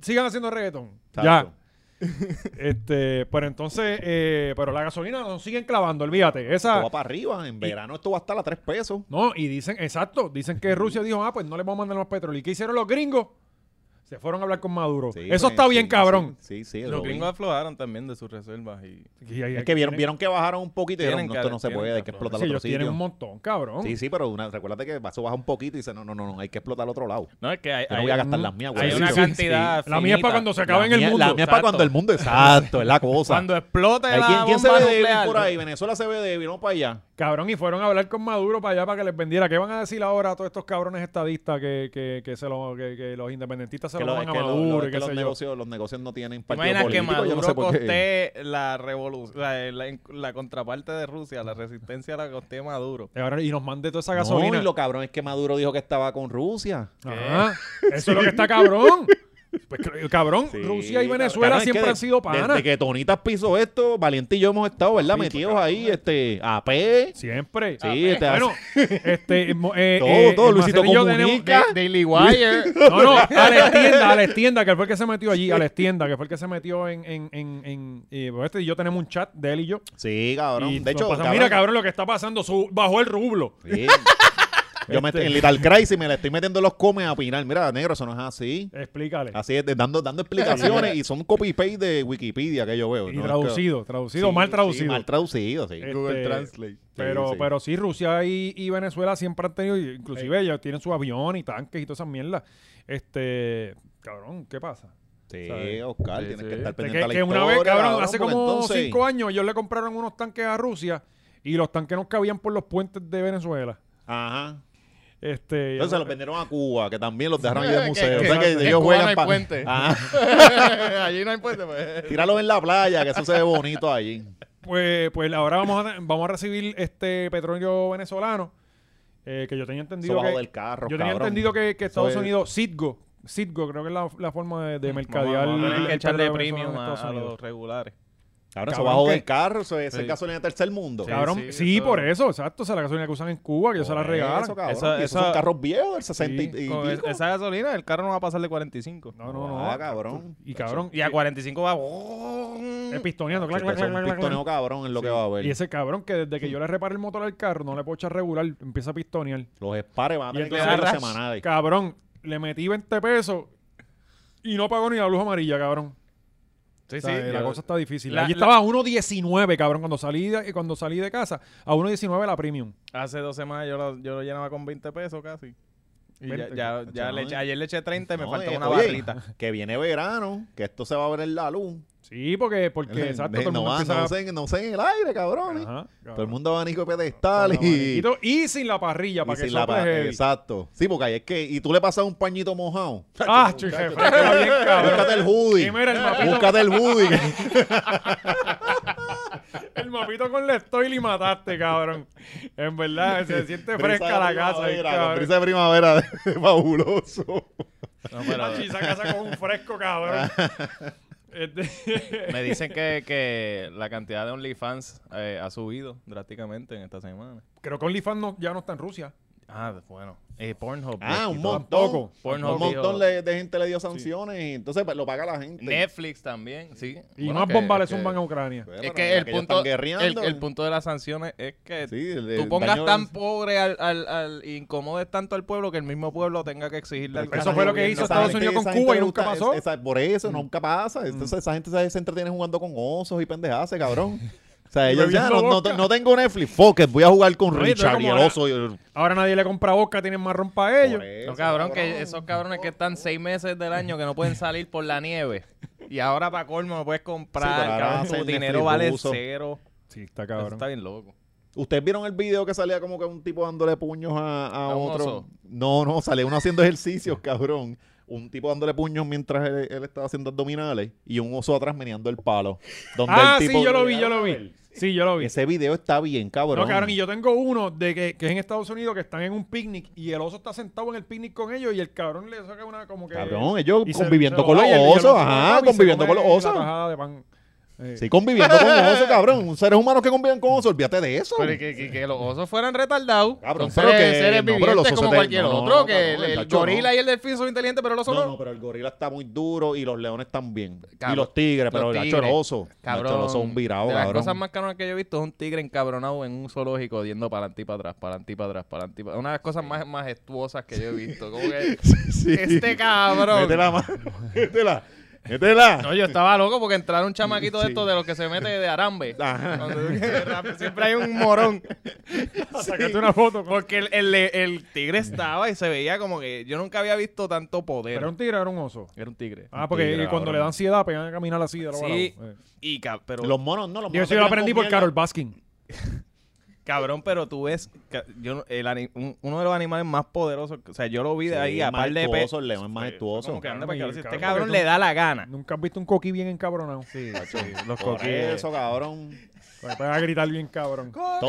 Speaker 2: Sigan haciendo reggaeton.
Speaker 3: Exacto.
Speaker 2: Ya. Este, pero entonces, eh, pero la gasolina nos siguen clavando, olvídate.
Speaker 3: Esto
Speaker 2: Esa.
Speaker 3: va para arriba. En verano esto va a estar a 3 pesos.
Speaker 2: No, y dicen, exacto, dicen que Rusia dijo, ah, pues no le vamos a mandar más petróleo. ¿Y qué hicieron los gringos? Se fueron a hablar con Maduro.
Speaker 3: Sí,
Speaker 2: Eso
Speaker 3: pues,
Speaker 2: está bien,
Speaker 3: sí,
Speaker 2: cabrón.
Speaker 3: Sí, sí. sí, lo
Speaker 4: Los
Speaker 3: vi.
Speaker 4: gringos aflojaron también de sus reservas y...
Speaker 2: Y- y- y-
Speaker 3: Es que vieron,
Speaker 2: tienen-
Speaker 3: vieron que bajaron un poquito y dijeron,
Speaker 4: Tienen
Speaker 3: no,
Speaker 4: que-
Speaker 3: esto no se
Speaker 4: tienen
Speaker 3: puede,
Speaker 4: que
Speaker 3: hay que explotar
Speaker 2: Sí,
Speaker 3: otro
Speaker 2: ellos tienen
Speaker 3: sitio.
Speaker 2: un montón, cabrón.
Speaker 3: Sí, sí, pero una, recuérdate que eso baja un poquito y dice, no, no, no, no, hay que explotar al otro lado.
Speaker 4: No, es que hay,
Speaker 3: Yo no
Speaker 4: hay-
Speaker 3: voy a gastar las mías, güey.
Speaker 4: hay una
Speaker 3: Sí, sí.
Speaker 4: cantidad
Speaker 2: Mm. La mía es para cuando
Speaker 4: finita.
Speaker 2: se acabe en el
Speaker 3: mía-
Speaker 2: mundo.
Speaker 3: La mía es para cuando el mundo, exacto, es la cosa.
Speaker 4: Cuando explote
Speaker 3: Ay,
Speaker 4: la
Speaker 3: ¿quién, quién se
Speaker 4: bomba
Speaker 3: ve débil
Speaker 4: nuclear,
Speaker 3: por ahí? Venezuela se ve débil, vamos para allá.
Speaker 2: Cabrón, y fueron a hablar con Maduro para allá para que les vendiera. ¿Qué van a decir ahora a todos estos cabrones estadistas que, que, que se lo, que, que los independentistas se
Speaker 3: Que
Speaker 2: lo,
Speaker 3: lo-
Speaker 2: van a
Speaker 3: que lo-
Speaker 2: Maduro
Speaker 3: lo-
Speaker 2: y
Speaker 3: que
Speaker 2: qué
Speaker 3: los,
Speaker 2: sé yo?
Speaker 3: negocios, los negocios no tienen
Speaker 4: ¿Te
Speaker 3: partido
Speaker 4: imaginas que
Speaker 3: político,
Speaker 4: Maduro
Speaker 3: yo no sé por qué.
Speaker 4: costee la revolución, la, eh, la- la contraparte de Rusia, la resistencia la costee Maduro?
Speaker 2: Y ahora- y nos mande toda esa
Speaker 3: No,
Speaker 2: gasolina.
Speaker 3: y lo cabrón es que Maduro dijo que estaba con Rusia.
Speaker 2: Ajá. Eso es lo que está cabrón. Pues, cr- cabrón,
Speaker 3: Sí,
Speaker 2: Rusia y
Speaker 3: cabrón,
Speaker 2: Venezuela
Speaker 3: cabrón, es
Speaker 2: siempre
Speaker 3: que
Speaker 2: han sido
Speaker 3: de-
Speaker 2: panas.
Speaker 3: Desde que Tonitas pisó esto, Valiente y yo hemos estado, ¿verdad? Metidos ahí, este, AP.
Speaker 2: Siempre. Ah, pues,
Speaker 3: Sí, este,
Speaker 2: Bueno, este, mo- eh,
Speaker 3: Todo,
Speaker 2: eh,
Speaker 3: todo,
Speaker 2: el
Speaker 3: Luisito
Speaker 2: Marcelillo tenemos-
Speaker 3: Comunica. Da-
Speaker 4: Daily Wire.
Speaker 2: No, no, a la tienda, a la tienda, que fue el que se metió allí, a la tienda, que fue el que se metió en, en, en, en- y, pues, este y yo tenemos un chat de él y yo.
Speaker 3: sí, cabrón.
Speaker 2: Y
Speaker 3: de
Speaker 2: nos
Speaker 3: hecho,
Speaker 2: pasamos, mira, cabrón, lo que está pasando, su- bajó el rublo.
Speaker 3: Sí. Yo me, en
Speaker 2: Este.
Speaker 3: Little Crisis me la estoy metiendo los comes a opinar. Mira, negro, eso no es así.
Speaker 2: Explícale.
Speaker 3: Así es, de- dando, dando explicaciones y son copy-paste de Wikipedia que yo veo.
Speaker 2: y
Speaker 3: ¿no? Es que-
Speaker 2: traducido, traducido,
Speaker 3: Sí,
Speaker 2: mal
Speaker 3: sí,
Speaker 2: traducido.
Speaker 3: mal traducido, sí.
Speaker 2: Eh,
Speaker 4: Google
Speaker 2: Este,
Speaker 4: Translate.
Speaker 2: pero,
Speaker 3: sí.
Speaker 2: pero sí, Rusia y, y Venezuela siempre han tenido, y inclusive ellos tienen su avión y tanques y todas esas mierdas. Este, cabrón, ¿qué pasa?
Speaker 3: Sí,
Speaker 2: ¿sabes?
Speaker 3: Oscar,
Speaker 4: Sí,
Speaker 3: tienes
Speaker 4: sí.
Speaker 3: que estar
Speaker 2: Este,
Speaker 3: pendiente
Speaker 2: que,
Speaker 3: a la
Speaker 2: que
Speaker 3: historia.
Speaker 2: una vez, cabrón, hace
Speaker 3: porque
Speaker 2: como
Speaker 3: entonces-
Speaker 2: cinco años ellos le compraron unos tanques a Rusia y los tanques no cabían por los puentes de Venezuela.
Speaker 3: Ajá.
Speaker 2: Este,
Speaker 3: Entonces se los vendieron a Cuba, que también los dejaron ahí de
Speaker 4: Que-
Speaker 3: museo.
Speaker 4: que-
Speaker 3: o sea que,
Speaker 4: que en
Speaker 3: ellos
Speaker 4: Cuba no
Speaker 3: juegan
Speaker 4: hay
Speaker 3: pa-
Speaker 4: puente.
Speaker 3: Ajá.
Speaker 4: Allí no hay puente, pues.
Speaker 3: Tíralos en la playa, que eso se ve bonito allí.
Speaker 2: Pues, pues ahora vamos a, vamos a recibir este petróleo venezolano. eh, que yo tenía entendido.
Speaker 3: Eso bajo
Speaker 2: que,
Speaker 3: del carro,
Speaker 2: yo tenía
Speaker 3: cabrón.
Speaker 2: entendido que, que
Speaker 3: Eso
Speaker 2: Estados
Speaker 3: es- Mm,
Speaker 2: Unidos, Citgo, Citgo, creo que es la, la forma de, de mercadear.
Speaker 4: Vamos a tener
Speaker 2: el
Speaker 4: que echarle
Speaker 2: petróleo venezolano
Speaker 4: premium
Speaker 2: en
Speaker 4: a,
Speaker 2: Estados
Speaker 4: a
Speaker 2: Unidos.
Speaker 4: los regulares.
Speaker 3: Cabrón, eso
Speaker 2: Cabrón,
Speaker 3: bajo
Speaker 2: que-
Speaker 3: del carro, eso es, eso es
Speaker 4: Sí.
Speaker 3: gasolina de tercer mundo.
Speaker 4: Sí,
Speaker 2: Cabrón, sí,
Speaker 4: sí, eso-
Speaker 2: por eso, exacto. O sea, la gasolina que usan en Cuba, que yo se la
Speaker 3: Por
Speaker 2: regalan.
Speaker 3: Eso, cabrón.
Speaker 4: Eso-
Speaker 3: y esos
Speaker 4: eso-
Speaker 3: son carros viejos del 60 y- y
Speaker 4: Con es-
Speaker 3: pico.
Speaker 4: esa gasolina, el carro no va a pasar de 45.
Speaker 2: No, no, no.
Speaker 3: Ah, cabrón.
Speaker 2: Y cabrón,
Speaker 4: Y a 45 va.
Speaker 2: eh, pistoneando. clac,
Speaker 3: Sí,
Speaker 2: clac,
Speaker 3: eso
Speaker 2: clac,
Speaker 3: es un
Speaker 2: clac, clac.
Speaker 3: pistoneo cabrón es lo que va a haber.
Speaker 2: Y ese cabrón que desde que yo le repare el motor al carro, no le puedo echar regular, empieza a pistonear.
Speaker 3: Los espares van a
Speaker 2: Y
Speaker 3: tener que
Speaker 2: entonces
Speaker 3: ser los
Speaker 4: arras-
Speaker 3: semanales.
Speaker 2: Cabrón, le metí 20 pesos y no pagó ni la luz amarilla, cabrón.
Speaker 4: Sí,
Speaker 2: O sea, eh, la
Speaker 4: yo-
Speaker 2: cosa está difícil.
Speaker 4: la-
Speaker 2: Allí
Speaker 4: la-
Speaker 2: estaba a 1.19, cabrón, cuando salí de, eh, cuando salí de casa. A 1.19 la premium.
Speaker 4: Hace dos semanas yo lo, yo lo llenaba con 20 pesos casi. Y ya,
Speaker 2: 20,
Speaker 4: ya, ya
Speaker 3: no,
Speaker 4: le eché- ayer le eché 30 y me
Speaker 3: No,
Speaker 4: faltó
Speaker 3: eh,
Speaker 4: una
Speaker 3: oye,
Speaker 4: barrita.
Speaker 3: Que viene verano, que esto se va a ver en la luz.
Speaker 2: Sí, porque, porque exacto, todo el
Speaker 3: no,
Speaker 2: mundo
Speaker 3: va-
Speaker 2: empieza
Speaker 3: no, se, no se en el aire, cabrón. eh.
Speaker 2: Ajá,
Speaker 3: Todo el
Speaker 2: cabrón.
Speaker 3: mundo abanico y
Speaker 2: Con
Speaker 3: pedestal y,
Speaker 2: abaniquito Y sin la parrilla,
Speaker 3: y
Speaker 2: para que pues,
Speaker 3: sin la
Speaker 2: sople
Speaker 3: pa-
Speaker 2: heavy.
Speaker 3: Exacto. Sí, porque ahí es que... Y tú le pasas un pañito mojado.
Speaker 2: Ah, che, jefe, está bien, cabrón.
Speaker 3: Búscate el hoodie.
Speaker 2: Y mira, el mapito-
Speaker 3: Búscate el hoodie.
Speaker 2: El mapito con la estoy y mataste, cabrón. En verdad, se siente fresca la casa. ahí,
Speaker 3: Con
Speaker 2: cabrón.
Speaker 3: brisa de primavera. fabuloso.
Speaker 4: No, pero
Speaker 2: Macho, y esa casa con un fresco, cabrón. Este-
Speaker 4: me dicen que, que la cantidad de OnlyFans eh, ha subido drásticamente en esta semana.
Speaker 2: Creo que OnlyFans no- ya no está en Rusia.
Speaker 4: Ah, bueno. Eh, Pornhub.
Speaker 3: Ah, un
Speaker 4: quitó.
Speaker 3: montón.
Speaker 4: Pornhub
Speaker 3: un montón
Speaker 4: dijo-
Speaker 3: de, de gente le dio sanciones y entonces pues, lo paga la gente.
Speaker 4: Netflix también, sí.
Speaker 2: Y
Speaker 4: Bueno,
Speaker 2: más
Speaker 4: que-
Speaker 2: bombas le
Speaker 4: que-
Speaker 2: zumban a Ucrania.
Speaker 3: Bueno,
Speaker 4: Es
Speaker 3: ya
Speaker 4: que el
Speaker 3: ellos
Speaker 4: punto,
Speaker 3: están
Speaker 4: el,
Speaker 3: guerreando,
Speaker 4: el punto de las sanciones es que
Speaker 3: Sí, el- el
Speaker 4: tú pongas
Speaker 3: daño-
Speaker 4: tan pobre al, al, al incomodes tanto al pueblo que el mismo pueblo tenga que exigirle al
Speaker 3: Pero
Speaker 2: Eso
Speaker 4: carajo
Speaker 2: fue lo
Speaker 4: al
Speaker 2: que
Speaker 4: gobierno.
Speaker 2: hizo
Speaker 3: esa
Speaker 2: Estados
Speaker 3: gente-
Speaker 2: Unidos con
Speaker 3: esa gente
Speaker 2: Cuba y
Speaker 3: le
Speaker 2: nunca
Speaker 3: gusta-
Speaker 2: pasó.
Speaker 3: esa- por eso, nunca pasa. Entonces, esa gente se, se entretiene jugando con osos y pendejadas, ese cabrón. O sea, ellos ya
Speaker 2: Bebiendo
Speaker 3: no, no-
Speaker 2: vodka.
Speaker 3: no tengo Netflix, fuck it, voy a jugar con
Speaker 2: Oye,
Speaker 3: Richard
Speaker 2: entonces,
Speaker 3: y el
Speaker 2: como
Speaker 3: oso. y el-
Speaker 2: Ahora nadie le compra boca, tienen marrón para ellos.
Speaker 3: Por eso,
Speaker 4: No, cabrón, que esos cabrones que están seis meses del año que no pueden salir por la nieve. Y ahora para colmo no puedes
Speaker 3: Sí,
Speaker 4: comprar,
Speaker 3: pero ahora
Speaker 4: cabrón,
Speaker 3: hacen
Speaker 4: tu
Speaker 3: Netflix
Speaker 4: dinero vale
Speaker 3: ruso.
Speaker 4: cero.
Speaker 2: Sí, está
Speaker 4: Eso
Speaker 2: cabrón.
Speaker 4: está bien loco.
Speaker 3: ¿Ustedes vieron el video que salía como que un tipo dándole puños a, a
Speaker 4: ¿A un
Speaker 3: otro?
Speaker 4: oso?
Speaker 3: No, no, salía uno haciendo ejercicios, cabrón. Un tipo dándole puños mientras él, él estaba haciendo abdominales y un oso atrás meneando el palo. Donde
Speaker 2: Ah,
Speaker 3: el tipo-
Speaker 2: sí, yo lo vi, yo lo vi. Sí, yo lo vi.
Speaker 3: Ese video está bien, cabrón.
Speaker 2: No, cabrón, y yo tengo uno de que, que es en Estados Unidos que están en un picnic y el oso está sentado en el picnic con ellos y el cabrón le saca una como que.
Speaker 3: Cabrón, ellos
Speaker 2: Eh, y se-
Speaker 3: conviviendo
Speaker 2: se lo
Speaker 3: con los
Speaker 2: da y el- y el
Speaker 3: osos,
Speaker 2: oso lo
Speaker 3: ajá,
Speaker 2: tapa y se
Speaker 3: conviviendo con
Speaker 2: come
Speaker 3: los
Speaker 2: la
Speaker 3: osos.
Speaker 2: tajada de pan. Eh,
Speaker 3: Sí, conviviendo con osos, cabrón. Seres humanos que conviven con osos, olvídate de eso.
Speaker 4: Pero que, que- que los osos fueran retardados.
Speaker 3: Cabrón,
Speaker 4: Son
Speaker 3: pero
Speaker 4: seres,
Speaker 3: que-
Speaker 4: seres
Speaker 3: no, pero
Speaker 4: vivientes
Speaker 3: los osos
Speaker 4: como
Speaker 3: te-
Speaker 4: cualquier
Speaker 3: no, no,
Speaker 4: otro. Que
Speaker 3: cabrón,
Speaker 4: el, el
Speaker 3: tacho,
Speaker 4: gorila
Speaker 3: no.
Speaker 4: y el delfín son inteligentes, pero los osos
Speaker 3: No,
Speaker 4: no.
Speaker 3: no, pero el gorila está muy duro y los leones también.
Speaker 4: Cabrón,
Speaker 3: y los tigres,
Speaker 4: los
Speaker 3: pero el
Speaker 4: tigres.
Speaker 3: hacho, el oso.
Speaker 4: Cabrón.
Speaker 3: Cabrón. El oso es un virado,
Speaker 4: de las
Speaker 3: cabrón.
Speaker 4: cosas más cabronas que yo he visto es un tigre encabronado en un zoológico yendo para adelante y para atrás, para adelante y para atrás, para adelante y para Una de las cosas más majestuosas que yo he visto. Como que
Speaker 3: Sí.
Speaker 4: este cabrón.
Speaker 3: Métela, mano. Métela. Métela.
Speaker 4: No, yo estaba loco porque entrar un chamaquito de estos de los que se mete de arambe.
Speaker 3: Ah.
Speaker 4: Cuando- Siempre hay un morón.
Speaker 2: Sacaste una foto. con-
Speaker 4: Porque el, el- el tigre estaba y se veía como que yo nunca había visto tanto poder.
Speaker 2: Era un tigre, era un oso.
Speaker 4: Era un tigre.
Speaker 2: Ah, porque
Speaker 3: tigre,
Speaker 2: eh, cuando
Speaker 3: cabrón.
Speaker 2: le da ansiedad, pegan a caminar así de la
Speaker 4: Sí. Y cab- pero,
Speaker 3: Los monos, no, los monos.
Speaker 2: Yo eso
Speaker 3: se
Speaker 2: yo lo
Speaker 3: quedan
Speaker 2: aprendí
Speaker 3: con
Speaker 2: por
Speaker 3: mierda.
Speaker 2: Carol Baskin.
Speaker 4: cabrón, pero tú ves. ca- Yo, no- el, ani- un- uno de los animales más poderosos. O sea, yo lo vi de ahí
Speaker 3: Sí,
Speaker 4: a par de
Speaker 3: majestuoso,
Speaker 4: pesos.
Speaker 3: El león es majestuoso.
Speaker 4: Como que anda
Speaker 2: Cabrón,
Speaker 4: para cabrón, si este
Speaker 2: cabrón,
Speaker 4: cabrón
Speaker 2: porque
Speaker 4: le
Speaker 2: tú-
Speaker 4: da la gana.
Speaker 2: Nunca has visto un coquí bien encabronado. Sí.
Speaker 4: Los
Speaker 3: Por
Speaker 4: coquillos.
Speaker 3: eso, cabrón.
Speaker 2: Pues a gritar bien cabrón.
Speaker 3: To-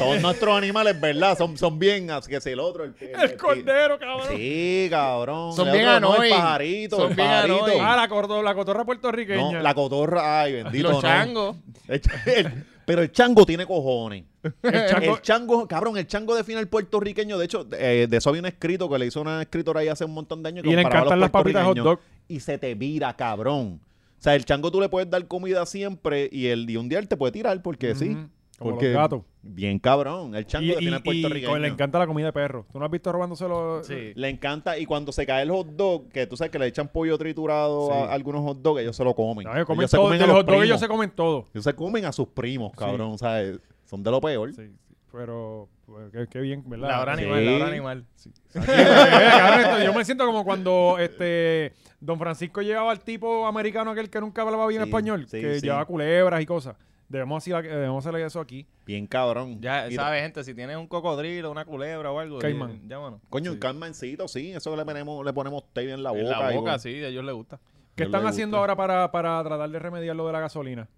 Speaker 3: todos nuestros animales, ¿verdad? Son, son bien, así que si el otro. El, el-
Speaker 2: El cordero, cabrón.
Speaker 3: Sí, cabrón.
Speaker 4: Son
Speaker 3: El
Speaker 4: bien
Speaker 3: otro no, el
Speaker 4: annoying.
Speaker 3: pajarito,
Speaker 4: Son
Speaker 3: el
Speaker 4: bien
Speaker 3: pajarito.
Speaker 4: annoying.
Speaker 2: Ah, la, cordo- la cotorra puertorriqueña.
Speaker 3: No, la cotorra, ay, bendito.
Speaker 4: Los
Speaker 3: no.
Speaker 4: changos.
Speaker 3: El ch- el- pero el chango tiene cojones.
Speaker 2: El chango-
Speaker 3: El chango, cabrón, el chango de final puertorriqueño. De hecho, eh, de eso había un escrito que le hizo una escritora ahí hace un montón de años. que
Speaker 2: Y le
Speaker 3: comparaba a los
Speaker 2: encantan las papitas hot
Speaker 3: puertorriqueños
Speaker 2: dog.
Speaker 3: Y se te vira, cabrón. O sea, el chango tú le puedes dar comida siempre y, el, y un día él te puede tirar porque sí.
Speaker 2: Ujú, como
Speaker 3: porque
Speaker 2: los gatos.
Speaker 3: Bien cabrón. El chango
Speaker 2: Y,
Speaker 3: de
Speaker 2: y-
Speaker 3: final
Speaker 2: y
Speaker 3: puertorriqueño.
Speaker 2: con- le encanta la comida de perro. ¿Tú no has visto robándose los...?
Speaker 4: Sí.
Speaker 3: Le encanta. Y cuando se cae el hot dog, que tú sabes que le echan pollo triturado a algunos hot dogs, ellos se lo comen.
Speaker 2: No, ellos comen
Speaker 3: ellos se
Speaker 2: todo,
Speaker 3: comen
Speaker 2: de
Speaker 3: a
Speaker 2: los
Speaker 3: los
Speaker 2: hot dogs
Speaker 3: primos.
Speaker 2: ellos se comen todo.
Speaker 3: Ellos se comen a sus primos, cabrón. O sea, eh, son de lo peor.
Speaker 2: Sí, sí, Pero, pues, qué, qué bien, ¿verdad?
Speaker 4: La hora
Speaker 3: Sí.
Speaker 4: animal, la hora animal.
Speaker 2: Eh, cabrón, esto- yo me siento como cuando este Don Francisco llevaba al tipo americano aquel que nunca hablaba bien
Speaker 3: Sí,
Speaker 2: español,
Speaker 3: sí,
Speaker 2: que
Speaker 3: sí.
Speaker 2: llevaba culebras y cosas. Debemos hacer, debemos hacer eso aquí.
Speaker 3: Bien cabrón.
Speaker 4: Ya,
Speaker 3: Y-
Speaker 4: sabes, gente, si tienes un cocodrilo, una culebra o algo,
Speaker 2: Caimán.
Speaker 4: ll- llámanos.
Speaker 3: Coño, un calmancito, sí. Eso le ponemos, le ponemos tape en la boca.
Speaker 4: En la
Speaker 3: y-
Speaker 4: boca, sí, a ellos les gusta.
Speaker 2: ¿Qué
Speaker 3: No
Speaker 2: están
Speaker 3: le
Speaker 2: haciendo ahora para, para tratar de remediar lo de la gasolina?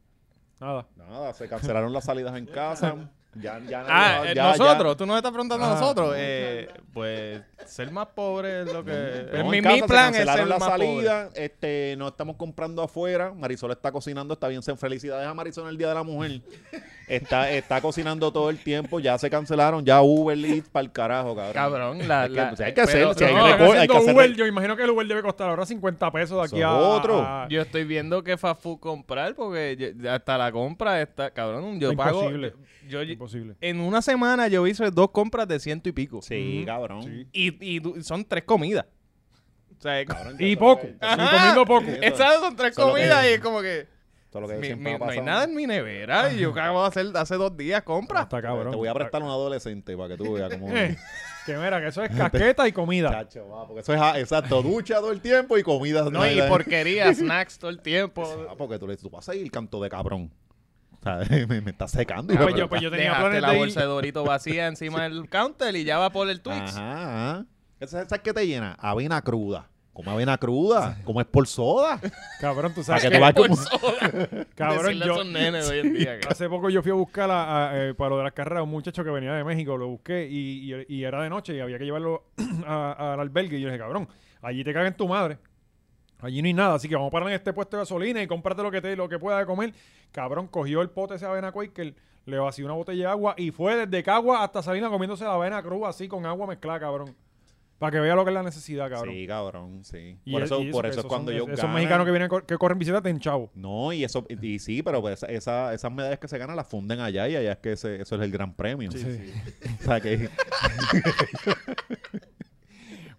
Speaker 2: Nada.
Speaker 3: Nada, se cancelaron las salidas en casa. Ya, ya,
Speaker 4: Ah,
Speaker 3: nadie-
Speaker 4: eh,
Speaker 3: ya- ya-
Speaker 4: nosotros, tú nos estás preguntando a
Speaker 2: Ah.
Speaker 4: nosotros. eh, pues ser más pobre es lo que.
Speaker 3: No, en
Speaker 4: mi, mi
Speaker 3: casa se
Speaker 4: plan es
Speaker 3: cancelaron
Speaker 4: ser
Speaker 3: la
Speaker 4: más pobre.
Speaker 3: salida, este, no estamos comprando afuera. Marisol está cocinando, está bien, sen- felicidades a Marisol el Día de la Mujer. Está, está cocinando todo el tiempo, ya se cancelaron, ya Uber Eats para el carajo, cabrón.
Speaker 4: Cabrón, la.
Speaker 3: Hay que-
Speaker 4: la-
Speaker 3: pues, hay que
Speaker 4: pero-
Speaker 3: hacerlo, si hay
Speaker 4: no,
Speaker 2: Están
Speaker 3: recor- hay
Speaker 2: haciendo
Speaker 3: que hacer-
Speaker 2: Uber, yo imagino que el Uber debe costar ahora 50 pesos de aquí
Speaker 3: Eso
Speaker 2: a,
Speaker 3: otro.
Speaker 2: a-
Speaker 4: Yo estoy viendo que fast food comprar porque yo- hasta la compra está. Cabrón, yo pago.
Speaker 2: Imposible.
Speaker 4: yo- yo-
Speaker 2: Imposible.
Speaker 4: en una semana yo hice dos compras de ciento y pico.
Speaker 3: Sí,
Speaker 2: Ujú.
Speaker 3: cabrón.
Speaker 2: Sí.
Speaker 4: Y, y du- son tres comidas. O sea, es-
Speaker 3: Cabrón, ya
Speaker 2: Y
Speaker 3: eso
Speaker 2: poco.
Speaker 3: es lo que-
Speaker 2: Y comiendo poco.
Speaker 3: Sí.
Speaker 4: esas son tres
Speaker 3: Solo que-
Speaker 4: comidas y es como que.
Speaker 3: eso es lo que
Speaker 4: mi-
Speaker 3: siempre
Speaker 4: mi-
Speaker 3: ha
Speaker 4: no hay
Speaker 3: pasado.
Speaker 4: nada en mi nevera y yo acabo de hacer hace dos días compras.
Speaker 2: Está cabrón.
Speaker 3: Te voy a prestar un adolescente para que tú veas cómo.
Speaker 2: Eh, que mira, que eso es casqueta y comida.
Speaker 3: Chacho, va, porque eso es ah, exacto, ducha todo el tiempo y comida.
Speaker 4: No, y
Speaker 3: nada.
Speaker 4: porquería, snacks todo el tiempo. Pues
Speaker 3: Ah, porque tú le tú vas a ir canto de cabrón. ¿Sabes? Me, me estás secando.
Speaker 2: Ah,
Speaker 3: hijo de
Speaker 2: pues yo-
Speaker 3: puta.
Speaker 2: pues yo tenía
Speaker 4: Dejaste
Speaker 2: planes
Speaker 4: la
Speaker 2: de ir-
Speaker 4: bolsa de Dorito vacía encima del counter y ya va por el Twix.
Speaker 3: Ajá. ajá. ¿Esa- ¿Sabes qué te llena? Avena cruda. Come avena cruda. Come es por soda.
Speaker 2: Cabrón, tú
Speaker 3: Para
Speaker 2: sabes
Speaker 3: que
Speaker 2: que
Speaker 3: tú veas
Speaker 4: Por
Speaker 3: como...
Speaker 4: sola.
Speaker 2: Cabrón,
Speaker 4: Decirle a
Speaker 2: yo-
Speaker 4: esos nenes hoy en día. cabrón.
Speaker 2: hace poco yo fui a buscar a- a, eh, para lo de las carreras a un muchacho que venía de México, lo busqué y, y- y era de noche y había que llevarlo a- al albergue. Y yo dije, cabrón, allí te cagan tu madre. Allí no hay nada, así que vamos a parar en este puesto de gasolina y comprarte lo que te, lo que pueda de comer. Cabrón, cogió el pote ese de avena Quaker, le vació una botella de agua y fue desde Cagua hasta Salina comiéndose la avena cruda así con agua mezclada, cabrón. Para que vea lo que es la necesidad, cabrón.
Speaker 3: Sí, cabrón, sí.
Speaker 2: Y
Speaker 3: por
Speaker 2: es-
Speaker 3: eso,
Speaker 2: y
Speaker 3: por
Speaker 2: que
Speaker 3: eso es
Speaker 2: esos
Speaker 3: cuando
Speaker 2: son-
Speaker 3: yo
Speaker 2: Esos mexicanos que vienen, cor- que corren bicicleta te enchavo.
Speaker 3: No, y eso, y sí, pero pues esa- esa- esas medallas que se ganan las funden allá y allá es que ese- eso es el gran premio. O sea que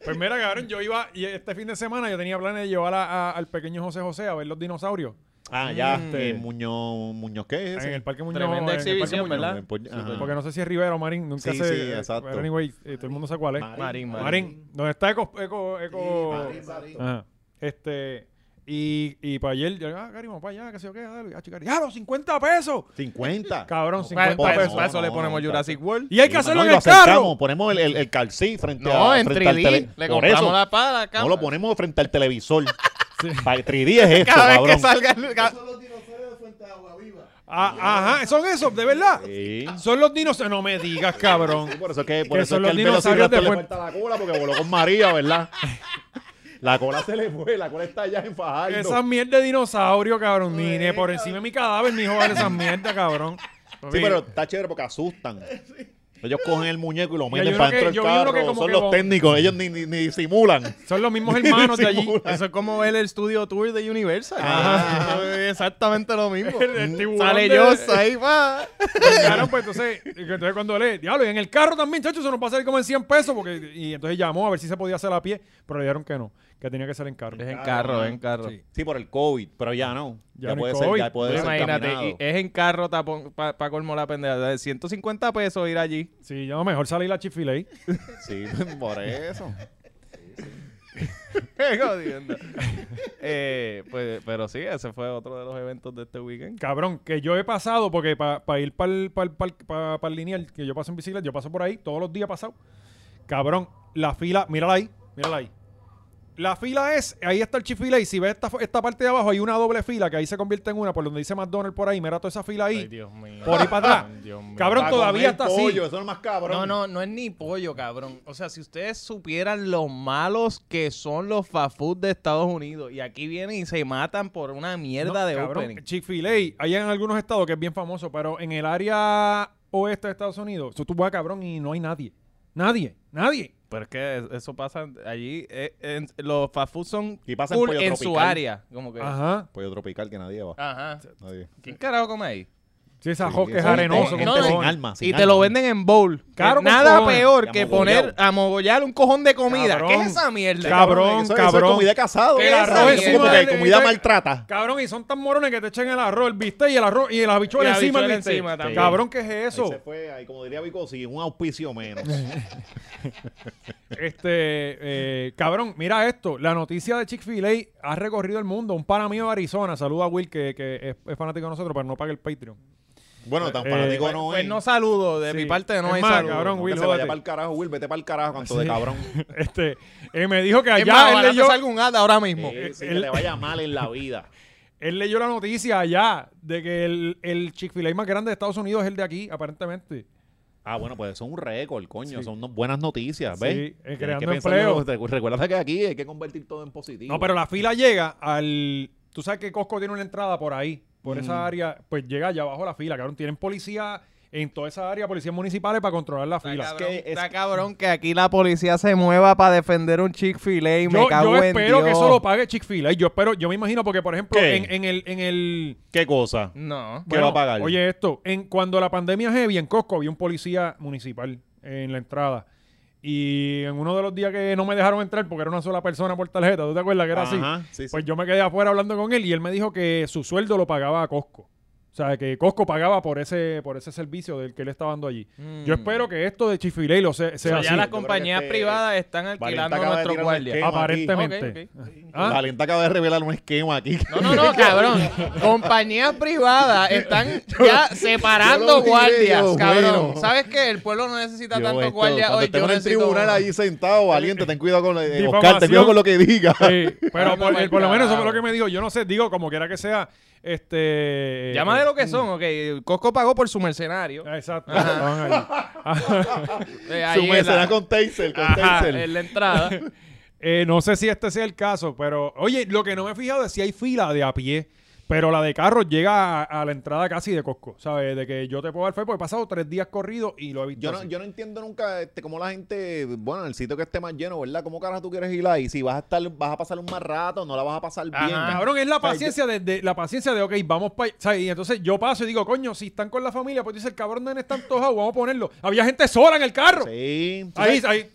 Speaker 2: Pues mira, cabrón, yo iba, y este fin de semana yo tenía planes de llevar a- a- al pequeño José José a ver los dinosaurios
Speaker 3: Ah, ya,
Speaker 4: Mm.
Speaker 3: este, Muñoz, Muñoz, ¿qué es? ese?
Speaker 2: en el Parque Muñoz.
Speaker 4: Tremenda
Speaker 2: en el Parque
Speaker 4: exhibición,
Speaker 2: Muñoz.
Speaker 4: ¿verdad?
Speaker 3: En Puño-
Speaker 4: Sí,
Speaker 3: Ajá.
Speaker 2: Porque no sé si es Rivera o Marín, nunca
Speaker 3: Sí,
Speaker 2: sé.
Speaker 3: sí, exacto.
Speaker 2: pero anyway, eh, todo el mundo sabe cuál es. Marín,
Speaker 4: Marín, Marín.
Speaker 2: ¿dónde está Eco? Eco, Eco-
Speaker 3: Marín.
Speaker 2: Ajá. Este, y, y para ayer, yo, ah, Cari, vamos para allá, que sé yo qué, dale, ah, chica, ¡Ah, los 50 pesos!
Speaker 3: 50.
Speaker 2: Cabrón,
Speaker 3: No,
Speaker 2: 50
Speaker 3: pues,
Speaker 2: pesos.
Speaker 3: no,
Speaker 4: Para eso le
Speaker 3: no,
Speaker 4: ponemos
Speaker 3: no,
Speaker 4: Jurassic World.
Speaker 2: Y hay
Speaker 3: Sí,
Speaker 2: que hacerlo
Speaker 3: mano,
Speaker 2: en
Speaker 3: lo
Speaker 2: el carro.
Speaker 3: acercamos, Ponemos el, el, el calcí frente,
Speaker 4: No,
Speaker 3: a,
Speaker 4: en
Speaker 3: frente al
Speaker 4: 3D.
Speaker 3: tele-
Speaker 4: Le
Speaker 3: Por
Speaker 4: compramos
Speaker 3: eso,
Speaker 4: la pala, la
Speaker 3: No
Speaker 4: cámara.
Speaker 3: lo ponemos frente al televisor. Para 3D es esto,
Speaker 4: Cada vez
Speaker 3: cabrón.
Speaker 4: que salga el... ca-
Speaker 2: Ah, ajá, son esos, de verdad.
Speaker 3: Sí.
Speaker 2: Son los dinosaurios. No me digas, cabrón.
Speaker 3: Sí, Por eso es que, por
Speaker 2: Que
Speaker 3: eso
Speaker 2: son
Speaker 3: es que
Speaker 2: los
Speaker 3: el velociraptor
Speaker 2: dinosaurios de
Speaker 3: le
Speaker 2: Puerto-
Speaker 3: falta la cola porque voló con María, ¿verdad? La cola se le fue, la cola está allá en Fajardo.
Speaker 2: Esas mierdas de dinosaurio, cabrón. Ni ni por encima de mi cadáver, mi hijo, vale esas mierdas, cabrón.
Speaker 3: Sí, pero está chévere porque asustan. Ellos cogen el muñeco y lo
Speaker 2: hay
Speaker 3: meten
Speaker 2: uno
Speaker 3: para
Speaker 2: que-
Speaker 3: dentro del
Speaker 2: yo vi uno
Speaker 3: carro.
Speaker 2: que como
Speaker 3: Son
Speaker 2: que
Speaker 3: los
Speaker 2: con-
Speaker 3: técnicos, ellos ni, ni, ni disimulan.
Speaker 2: Son los mismos hermanos de allí.
Speaker 4: Eso es como ver el estudio tour de Universal.
Speaker 3: Ajá.
Speaker 4: Es Exactamente lo mismo.
Speaker 2: el tiburón
Speaker 4: Sale
Speaker 2: de-
Speaker 4: Joss ahí, va.
Speaker 2: Claro, pues entonces, entonces cuando le, diablo, y en el carro también, chacho, se nos va a salir como en 100 pesos. Porque, y entonces llamó a ver si se podía hacer a pie, pero le dijeron que no, que tenía que ser en carro.
Speaker 4: Es en carro, es en carro.
Speaker 2: Sí.
Speaker 3: Sí, por el COVID, pero ya no.
Speaker 2: Ya
Speaker 3: Ya,
Speaker 2: no
Speaker 3: puede
Speaker 2: hay
Speaker 3: ser,
Speaker 2: COVID.
Speaker 3: ya puede
Speaker 4: Pero
Speaker 3: ser
Speaker 4: imagínate,
Speaker 3: caminado.
Speaker 4: y-
Speaker 2: eh,
Speaker 4: es en carro tapón para pa colmo la pendeja. De 150 pesos ir allí.
Speaker 2: Sí, ya mejor salir la chifile
Speaker 3: Sí, por eso.
Speaker 4: Jodiendo. Eh, pues, pero sí, ese fue otro de los eventos de este weekend.
Speaker 2: Cabrón, que yo he pasado, porque para ir para el, lineal, que yo paso en bicicleta, yo paso por ahí, todos los días he pasado. Cabrón, la fila, mírala ahí, mírala ahí. La fila es, ahí está el chifile y si ves esta, fo- esta parte de abajo hay una doble fila que ahí se convierte en una, por donde dice McDonald's por ahí, mira toda esa fila ahí.
Speaker 4: Dios mío.
Speaker 2: Por ahí para atrás.
Speaker 4: Dios mío.
Speaker 2: Cabrón,
Speaker 3: Para
Speaker 2: todavía
Speaker 3: comer
Speaker 2: está así.
Speaker 3: pollo, Eso es más cabrón.
Speaker 4: No, no, no es ni pollo, cabrón. O sea, si ustedes supieran los malos que son los fast food de Estados Unidos y aquí vienen y se matan por una mierda de opening.
Speaker 2: Chick-fil-A, hay en algunos estados que es bien famoso, pero en el área oeste de Estados Unidos, tú, tú vas cabrón y no hay nadie. Nadie, nadie.
Speaker 4: Pero es que es- eso pasa allí. eh, en- los fast food son
Speaker 3: Y pasan
Speaker 4: full
Speaker 3: pollo
Speaker 4: en
Speaker 3: tropical.
Speaker 4: su área. Como que. Ajá.
Speaker 2: Ajá.
Speaker 3: Pollo tropical que nadie va. Nadie.
Speaker 4: ¿Quién carajo come ahí?
Speaker 2: Sí, esa
Speaker 3: Sí,
Speaker 2: hoja que es
Speaker 3: eso es
Speaker 2: arenoso.
Speaker 3: gente-
Speaker 2: con
Speaker 4: gente
Speaker 2: cojones.
Speaker 3: sin alma, sin
Speaker 4: y te lo
Speaker 3: alma.
Speaker 4: venden en bowl. Que
Speaker 2: Caro con
Speaker 4: nada
Speaker 2: cojones.
Speaker 4: peor
Speaker 3: Y
Speaker 4: que
Speaker 3: amogollado.
Speaker 4: poner a mogollar un cojón de comida.
Speaker 2: Cabrón.
Speaker 4: ¿Qué es esa mierda?
Speaker 2: Cabrón,
Speaker 3: eso, Eso
Speaker 2: cabrón.
Speaker 3: es comida de casado.
Speaker 2: El
Speaker 3: Esa,
Speaker 2: arroz
Speaker 3: eso es
Speaker 2: encima
Speaker 3: como que
Speaker 2: del-
Speaker 3: comida
Speaker 2: del-
Speaker 3: maltrata.
Speaker 2: Cabrón, y son tan morones que te echan el arroz, el bistec y el arroz y el habichuela
Speaker 4: Y la
Speaker 2: encima, el
Speaker 4: habichuela
Speaker 2: bistec.
Speaker 4: encima también.
Speaker 2: Cabrón, ¿qué es
Speaker 3: Ahí
Speaker 2: eso?
Speaker 3: se fue, ahí como diría Vico, sí, un auspicio menos.
Speaker 2: Eh, Este, eh, cabrón, mira esto. La noticia de Chick-fil-A ha recorrido el mundo. Un pana mío de Arizona, saluda a Will, que, que es, es fanático de nosotros, pero no paga el Patreon.
Speaker 3: bueno, tan
Speaker 2: Eh,
Speaker 3: fanático
Speaker 2: pues-
Speaker 3: no
Speaker 4: Pues
Speaker 3: es.
Speaker 4: no saludo. De
Speaker 2: Sí.
Speaker 4: mi parte no
Speaker 2: Es
Speaker 4: hay
Speaker 2: más,
Speaker 4: saludo.
Speaker 2: cabrón,
Speaker 3: No,
Speaker 2: Will,
Speaker 3: que se vaya
Speaker 2: jódete.
Speaker 3: para el carajo, Will, vete para el carajo, canto de
Speaker 2: Sí.
Speaker 3: cabrón.
Speaker 2: Este, eh, me dijo que
Speaker 4: Es
Speaker 2: allá
Speaker 4: más,
Speaker 2: él,
Speaker 4: ojalá te
Speaker 2: leyó, Eh,
Speaker 4: salga un ad ahora mismo.
Speaker 3: Sí, sí, que
Speaker 2: el-
Speaker 3: le vaya mal en la vida.
Speaker 2: él leyó la noticia allá de que el, el Chick-fil-A más grande de Estados Unidos es el de aquí, aparentemente.
Speaker 3: Ah, bueno, pues eso es un récord, coño. Son unas buenas noticias,
Speaker 2: Sí,
Speaker 3: ¿ves?
Speaker 2: eh,
Speaker 3: Tienes
Speaker 2: creando
Speaker 3: que pensarlo,
Speaker 2: empleo.
Speaker 3: recu- Recuerda que aquí hay que convertir todo en positivo.
Speaker 2: No, pero la fila llega al. Tú sabes que Costco tiene una entrada por ahí, por esa
Speaker 3: Mm.
Speaker 2: área, pues llega allá abajo la fila, cabrón. Tienen policía en toda esa área, policías municipales para controlar la fila.
Speaker 4: Está, cabrón,
Speaker 3: que- es
Speaker 4: está
Speaker 3: que-
Speaker 4: cabrón que aquí la policía se mueva para defender un Chick-fil-A y me
Speaker 2: Yo,
Speaker 4: cago
Speaker 2: yo
Speaker 4: en
Speaker 2: espero que
Speaker 4: Dios.
Speaker 2: eso lo pague Chick-fil-A. Yo espero, yo me imagino, porque por ejemplo,
Speaker 3: ¿Qué?
Speaker 2: en, en el, en el.
Speaker 3: ¿Qué cosa?
Speaker 4: No.
Speaker 3: ¿Qué va a pagar?
Speaker 2: Oye, esto, en cuando la pandemia heavy en Costco había un policía municipal en la entrada. Y en uno de los días que no me dejaron entrar porque era una sola persona por tarjeta, ¿tú te acuerdas que era así?
Speaker 3: Ajá, sí, sí.
Speaker 2: Pues yo me quedé afuera hablando con él y él me dijo que su sueldo lo pagaba a Costco. O sea, que Costco pagaba por ese por ese servicio del que él estaba dando allí. Yo
Speaker 3: Mm.
Speaker 2: espero que esto de Chifilei lo sea, sea
Speaker 4: Pero
Speaker 2: así.
Speaker 4: ya las
Speaker 3: yo creo que
Speaker 4: compañías
Speaker 3: este-
Speaker 4: privadas están
Speaker 3: Valiente
Speaker 4: alquilando
Speaker 3: acaba de
Speaker 4: nuestros
Speaker 3: tirar un
Speaker 4: guardias.
Speaker 3: esquema
Speaker 2: Aparentemente.
Speaker 4: Ok,
Speaker 2: ¿Ah?
Speaker 3: Valiente acaba de revelar un esquema aquí.
Speaker 4: No, no, no, cabrón. Compañías privadas están ya
Speaker 3: yo
Speaker 4: separando
Speaker 3: lo diré
Speaker 4: guardias,
Speaker 3: yo,
Speaker 4: cabrón.
Speaker 3: bueno.
Speaker 4: ¿Sabes qué? El pueblo no necesita
Speaker 3: Yo
Speaker 4: tantos
Speaker 3: esto,
Speaker 4: guardias
Speaker 3: cuando
Speaker 4: hoy.
Speaker 3: estemos
Speaker 4: Yo
Speaker 3: en el
Speaker 4: necesito
Speaker 3: tribunal
Speaker 4: uno.
Speaker 3: ahí sentado, valiente, ten cuidado con la, eh, Oscar,
Speaker 2: Difamación.
Speaker 3: ten cuidado con lo que diga.
Speaker 2: Sí, pero
Speaker 4: Anda
Speaker 2: por, eh,
Speaker 4: mal
Speaker 2: por lo menos eso fue
Speaker 4: carajo.
Speaker 2: lo que me dijo. Yo no sé, digo, como quiera que sea, este...
Speaker 4: Llama de lo que son, ok. Costco pagó por su mercenario.
Speaker 2: Ah, Exacto. Estaban allí.
Speaker 4: Eh, ahí
Speaker 3: Su
Speaker 4: en
Speaker 3: merced
Speaker 4: la-
Speaker 3: con Taser, con
Speaker 4: Ajá,
Speaker 3: Taser.
Speaker 4: en la entrada.
Speaker 2: Eh, no sé si este sea el caso, pero oye, lo que no me he fijado es si hay fila de a pie, pero la de carro llega a, a la entrada casi de Costco, ¿sabes? De que yo te puedo dar fe, porque he pasado tres días corridos y lo he visto.
Speaker 3: Yo no,
Speaker 2: así.
Speaker 3: yo no entiendo nunca este, cómo la gente, bueno, el sitio que esté más lleno, ¿verdad? ¿Cómo carajo tú quieres ir ahí? Si vas a estar, vas a pasar un más rato, no la vas a pasar
Speaker 4: Ajá.
Speaker 3: bien.
Speaker 2: Cabrón, es la
Speaker 3: O sea,
Speaker 2: paciencia de, de- la paciencia de ok, vamos para y entonces yo paso y digo, coño, si están con la familia, pues dice el cabrón nene está antojado, vamos a ponerlo. Había gente sola en el carro.
Speaker 3: Sí. ¿Tú
Speaker 2: Ahí,
Speaker 3: sabes,
Speaker 2: ahí.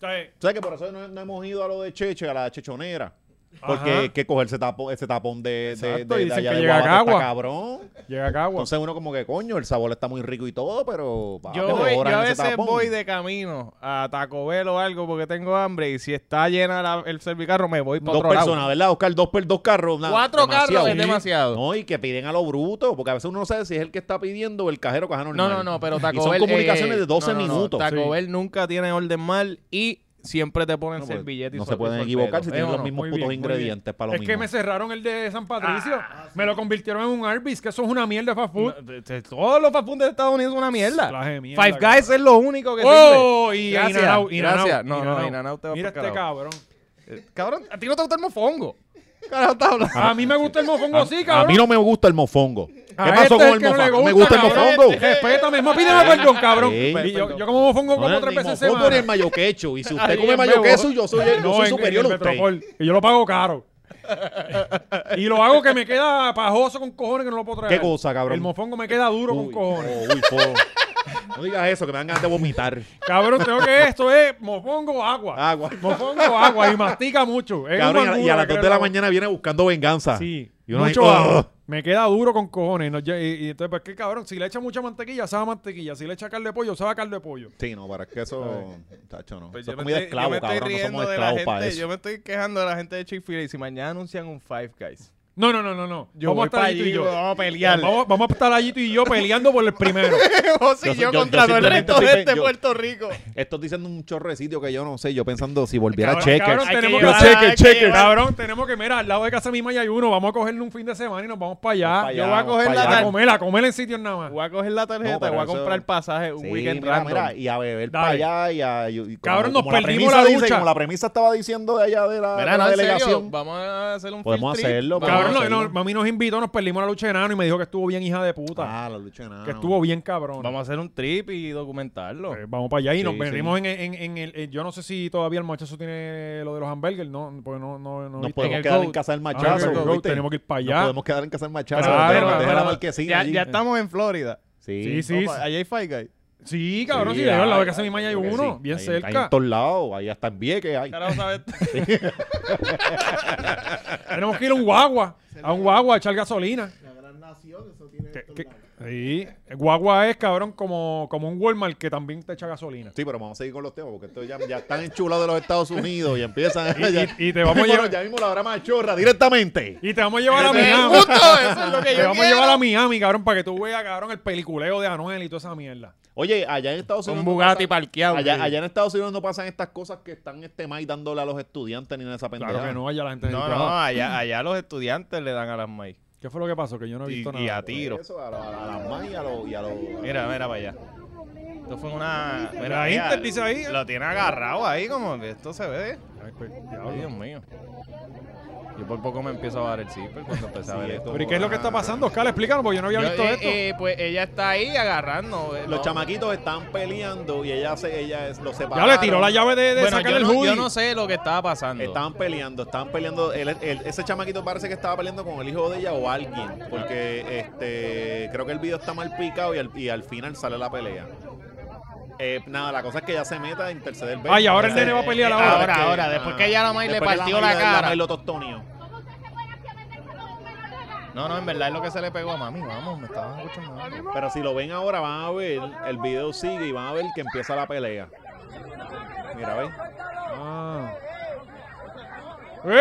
Speaker 2: ¿sabes?
Speaker 3: tú sabes que por eso no, no hemos ido a lo de Cheche, a la chechonera?
Speaker 2: Ajá.
Speaker 3: Porque hay que cogerse tapo- ese tapón de, de,
Speaker 2: Exacto,
Speaker 3: de-
Speaker 2: y
Speaker 3: de
Speaker 2: dicen
Speaker 3: allá
Speaker 2: que
Speaker 3: de
Speaker 2: llega
Speaker 3: Guabate,
Speaker 2: Cagua.
Speaker 3: está cabrón.
Speaker 2: Llega a Cagua.
Speaker 3: Entonces uno como que, coño, el sabor está muy rico y todo, Ah, pero... papi,
Speaker 4: Yo, voy-
Speaker 3: ahora
Speaker 4: yo a
Speaker 3: en ese
Speaker 4: veces
Speaker 3: tapón.
Speaker 4: voy de camino a Taco Bell o algo porque tengo hambre y si está llena la- el servicarro me voy para
Speaker 3: Dos
Speaker 4: otro
Speaker 3: personas,
Speaker 4: lado.
Speaker 3: ¿verdad, Oscar? Dos, per- dos carros. nada,
Speaker 4: Cuatro carros es
Speaker 3: Sí.
Speaker 4: demasiado.
Speaker 3: No, y que piden a lo bruto, porque a veces uno no sabe si es el que está pidiendo o el cajero cajero
Speaker 4: No, no, no, pero Taco
Speaker 3: Y son
Speaker 4: Bell,
Speaker 3: comunicaciones
Speaker 4: eh,
Speaker 3: de 12
Speaker 4: no, no, no,
Speaker 3: minutos.
Speaker 4: Taco
Speaker 2: Sí.
Speaker 4: Bell nunca tiene orden mal y siempre te ponen
Speaker 3: No, pues,
Speaker 4: servilleta y
Speaker 3: no se
Speaker 4: sol- y
Speaker 3: pueden
Speaker 4: sorbeto.
Speaker 3: equivocar si
Speaker 4: ¿Eh
Speaker 3: tienen
Speaker 4: o
Speaker 3: los
Speaker 4: no?
Speaker 3: mismos
Speaker 2: Muy bien,
Speaker 3: putos
Speaker 2: muy
Speaker 3: ingredientes para lo
Speaker 2: es
Speaker 3: mismo.
Speaker 2: que me cerraron el de San Patricio.
Speaker 3: Ah,
Speaker 2: Me lo convirtieron en un Arby's, que eso es una mierda de fast food.
Speaker 4: No, de- de- este, Todos los fast food de Estados Unidos son una mierda.
Speaker 2: Traje de mierda,
Speaker 4: Five
Speaker 2: cabrón.
Speaker 4: Guys es lo único que sirve.
Speaker 2: ¡Oh! Y
Speaker 4: Gracias,
Speaker 2: Inanao, Inanao,
Speaker 4: gracias. No, no,
Speaker 2: Inanao.
Speaker 4: Inanao te va
Speaker 2: Mira
Speaker 4: pa'l
Speaker 2: este
Speaker 4: carajo.
Speaker 2: cabrón.
Speaker 4: Eh, Cabrón, a ti no te gusta el mofongo. Carajo, estás hablando. Ah,
Speaker 2: A mí me gusta el mofongo así,
Speaker 3: Ah, a
Speaker 2: cabrón.
Speaker 3: mí no me gusta el mofongo. ¿Qué
Speaker 2: A este
Speaker 3: pasó con
Speaker 2: es
Speaker 3: el
Speaker 2: que no le
Speaker 3: mofongo? me gusta el
Speaker 2: cabrón.
Speaker 3: mofongo.
Speaker 4: Este
Speaker 2: Respétame, me pídeme perdón, cabrón.
Speaker 3: Ey.
Speaker 2: Y yo, yo como mofongo como
Speaker 3: No,
Speaker 2: tres
Speaker 3: ni
Speaker 2: veces
Speaker 3: mofongo ni el
Speaker 2: semana.
Speaker 3: mayo quecho. Y si
Speaker 2: Ahí
Speaker 3: usted come
Speaker 2: en
Speaker 3: mayo
Speaker 2: Bebo.
Speaker 3: quecho, yo soy, yo
Speaker 2: No,
Speaker 3: soy
Speaker 2: en- en
Speaker 3: superior
Speaker 2: el
Speaker 3: a usted.
Speaker 2: Metropol. Y yo lo pago caro. y lo hago que me queda pajoso con cojones que no lo puedo traer.
Speaker 3: ¿Qué cosa, cabrón?
Speaker 2: El mofongo me queda duro con
Speaker 3: Uy,
Speaker 2: cojones.
Speaker 3: oh, uy, po. No digas eso, que me dan ganas de vomitar.
Speaker 2: Cabrón, creo que esto es mofongo agua.
Speaker 3: Agua.
Speaker 2: Mofongo agua y mastica mucho. Es
Speaker 3: Cabrón, y
Speaker 2: un
Speaker 3: a- y a,
Speaker 2: angura
Speaker 3: las
Speaker 2: que
Speaker 3: 2
Speaker 2: creo
Speaker 3: de la
Speaker 2: que-
Speaker 3: mañana viene buscando venganza.
Speaker 2: Sí.
Speaker 3: Y uno ahí, oh.
Speaker 2: mucho
Speaker 3: "Ugh".
Speaker 2: agua. Me queda duro con cojones. No, ya- y, y entonces, pues, ¿qué cabrón? Si le echa mucha mantequilla, sabe a mantequilla. Si le echa carne de pollo, sabe a carne de pollo.
Speaker 3: Sí, no, para que eso. Tacho, no.
Speaker 4: Pues
Speaker 3: eso es
Speaker 4: yo me
Speaker 3: comida de
Speaker 4: estoy- yo
Speaker 3: esclavo,
Speaker 4: me estoy
Speaker 3: cabrón. No
Speaker 4: riendo
Speaker 3: somos
Speaker 4: de la
Speaker 3: esclavos para
Speaker 4: gente,
Speaker 3: eso.
Speaker 4: Yo me estoy quejando de la gente de Chick-fil-A. Y si mañana anuncian un Five Guys,
Speaker 2: No, no, no, no, no.
Speaker 4: yo
Speaker 2: vamos a
Speaker 4: voy
Speaker 2: estar
Speaker 4: pa'
Speaker 2: allí tú y
Speaker 4: allí,
Speaker 2: yo.
Speaker 4: vamos a pelear.
Speaker 2: Vamos, vamos a estar allí tú y yo peleando por el primero.
Speaker 4: o si
Speaker 3: Yo-
Speaker 4: yo,
Speaker 3: yo- yo
Speaker 4: contra todo el
Speaker 3: simplemente
Speaker 4: resto de
Speaker 3: estoy-
Speaker 4: este
Speaker 3: yo-
Speaker 4: Puerto Rico.
Speaker 3: Esto diciendo un chorro de sitio que yo no sé. Yo pensando si volviera
Speaker 2: Cabrón,
Speaker 3: cheque.
Speaker 2: cabrón,
Speaker 4: Hay que
Speaker 2: tenemos que
Speaker 4: llevar-
Speaker 2: hacer-
Speaker 4: hay que
Speaker 3: cheque.
Speaker 4: llevar-
Speaker 2: Cabrón, tenemos que, mira, al lado de casa misma ya hay uno. Vamos a cogerle un fin de semana y nos vamos para allá.
Speaker 3: Vamos pa' allá,
Speaker 2: Yo voy a
Speaker 3: vamos
Speaker 2: coger
Speaker 3: pa'
Speaker 2: la
Speaker 3: allá.
Speaker 2: a comer, a comer en sitios nada más.
Speaker 4: Voy a coger la tarjeta,
Speaker 3: No, pero
Speaker 4: voy a
Speaker 3: eso-
Speaker 4: comprar el pasaje un
Speaker 3: Sí,
Speaker 4: weekend
Speaker 3: mira,
Speaker 4: random.
Speaker 3: mira, y a beber
Speaker 2: Dale.
Speaker 3: para allá y a. y- y
Speaker 2: Cabrón, nos
Speaker 3: la
Speaker 2: perdimos
Speaker 3: premisa
Speaker 2: la
Speaker 3: dice,
Speaker 2: ducha.
Speaker 3: como la premisa estaba diciendo de allá de la, de
Speaker 4: Mira,
Speaker 3: la
Speaker 4: no, en serio,
Speaker 3: delegación.
Speaker 4: vamos a hacer un
Speaker 3: Podemos
Speaker 4: field trip.
Speaker 3: hacerlo,
Speaker 4: Vamos a
Speaker 2: Cabrón, no,
Speaker 3: hacerlo.
Speaker 2: no, mami nos invitó, nos perdimos la lucha de enano y me dijo que estuvo bien hija de puta.
Speaker 3: Ah, la lucha de nada.
Speaker 2: que estuvo bien cabrón.
Speaker 4: Vamos a hacer un trip y documentarlo.
Speaker 2: Pues vamos para allá y
Speaker 3: Sí,
Speaker 2: nos
Speaker 3: sí.
Speaker 2: venimos en, en- en el, eh, Yo no sé si todavía el machazo tiene lo de los hamburgers, no, porque no, no, no he
Speaker 3: Nos
Speaker 2: visto.
Speaker 3: podemos
Speaker 4: el
Speaker 3: quedar en
Speaker 4: Goat.
Speaker 3: casa del
Speaker 2: Ah,
Speaker 3: machazo.
Speaker 2: pero, bro,
Speaker 3: ¿viste?
Speaker 2: tenemos que ir para
Speaker 3: Nos
Speaker 2: allá.
Speaker 3: podemos quedar en casa del machazo.
Speaker 2: Pero,
Speaker 3: Claro,
Speaker 2: pero,
Speaker 3: deja
Speaker 2: pero,
Speaker 3: la marquesina
Speaker 4: ya,
Speaker 3: allí.
Speaker 4: ya estamos en Florida.
Speaker 2: Sí, sí.
Speaker 4: Opa, Allá hay Five Guys.
Speaker 2: Sí, cabrón,
Speaker 3: Sí,
Speaker 2: si llegó al lado de
Speaker 3: hay-
Speaker 2: casa de mi mamá hay
Speaker 3: creo que
Speaker 2: uno,
Speaker 3: sí.
Speaker 2: bien
Speaker 3: Hay- Hay
Speaker 2: cerca.
Speaker 3: en todos lados, ahí hasta en Vieques hay.
Speaker 4: Carajo, ¿sabes?
Speaker 2: Tenemos que ir a un guagua, a un guagua a echar gasolina.
Speaker 5: La gran nación, eso tiene.
Speaker 2: Que-
Speaker 5: estos
Speaker 2: que-
Speaker 5: lados.
Speaker 2: sí, guagua es, cabrón, como, como un Walmart que también te echa gasolina.
Speaker 3: Sí, pero vamos a seguir con los temas porque esto ya, ya están enchulados de los Estados Unidos y empiezan. ya-
Speaker 2: y te vamos a
Speaker 3: Bueno,
Speaker 2: llevar-
Speaker 3: Ya mismo la hora machorra directamente.
Speaker 2: Y te vamos a llevar a Miami.
Speaker 4: Justo, eso es lo que
Speaker 2: Te
Speaker 4: yo
Speaker 2: vamos a llevar
Speaker 4: quiero.
Speaker 2: a Miami, cabrón, para que tú veas, cabrón, el peliculeo de Anuel y toda esa mierda.
Speaker 3: Oye, allá en Estados Unidos.
Speaker 4: Un
Speaker 3: no
Speaker 4: Bugatti
Speaker 3: pasan-
Speaker 4: parqueado.
Speaker 3: Allá, allá en Estados Unidos no pasan estas cosas que están este maíz dándole a los estudiantes ni en esa pendeja.
Speaker 2: Claro que no, allá la gente.
Speaker 4: No,
Speaker 2: dice,
Speaker 4: no,
Speaker 2: "Ah,
Speaker 4: allá, allá los estudiantes le dan a las maíz.
Speaker 2: ¿Qué fue lo que pasó? Que yo no he
Speaker 4: Y,
Speaker 2: visto
Speaker 4: y
Speaker 2: nada.
Speaker 4: a tiro.
Speaker 3: Eso, a, la- a las maíz y a los. y a los-
Speaker 4: Mira, mira para allá. Esto fue una. Mira,
Speaker 2: La
Speaker 4: mira,
Speaker 2: Inter dice ahí, eh.
Speaker 4: Lo tiene agarrado ahí, como que esto se ve.
Speaker 2: Ay, pues,
Speaker 4: Ay, Dios
Speaker 2: diablo.
Speaker 4: mío. Yo por poco me empiezo a bajar el zipper cuando empecé a
Speaker 3: Sí,
Speaker 4: ver
Speaker 3: esto-
Speaker 4: esto.
Speaker 2: Pero ¿y qué es lo que está pasando, Oscar? Explícanos, porque yo no había
Speaker 4: Yo,
Speaker 2: visto
Speaker 4: eh,
Speaker 2: esto.
Speaker 4: eh, pues ella está ahí agarrando. eh,
Speaker 3: Los
Speaker 4: no.
Speaker 3: chamaquitos están peleando y ella se, ella es, los
Speaker 2: ya
Speaker 3: separaron.
Speaker 2: le tiró la llave de, de
Speaker 4: Bueno,
Speaker 2: sacar
Speaker 4: yo
Speaker 2: el
Speaker 4: no, yo
Speaker 2: hoodie.
Speaker 4: no sé lo que estaba pasando.
Speaker 3: Estaban peleando, estaban peleando. el- el- ese chamaquito parece que estaba peleando con el hijo de ella o alguien. Porque este creo que el video está mal picado y al, y al final sale la pelea. Eh, nada, la cosa es que ella se meta a interceder.
Speaker 2: Ay, ahora el
Speaker 3: Ese-
Speaker 2: nene va a pelear
Speaker 3: eh,
Speaker 2: ahora.
Speaker 4: Ahora,
Speaker 3: es
Speaker 4: ahora, después que ella la May le
Speaker 3: Después que
Speaker 4: partió la
Speaker 3: May-
Speaker 4: cara.
Speaker 3: May lo tostonio.
Speaker 4: No, no, en verdad es lo que se le pegó a mami. Vamos, me estaban escuchando. algo.
Speaker 3: Pero si lo ven ahora, van a ver, el video sigue y van a ver que empieza la pelea. Mira, ¿ves?
Speaker 2: Ah. ¡Eh,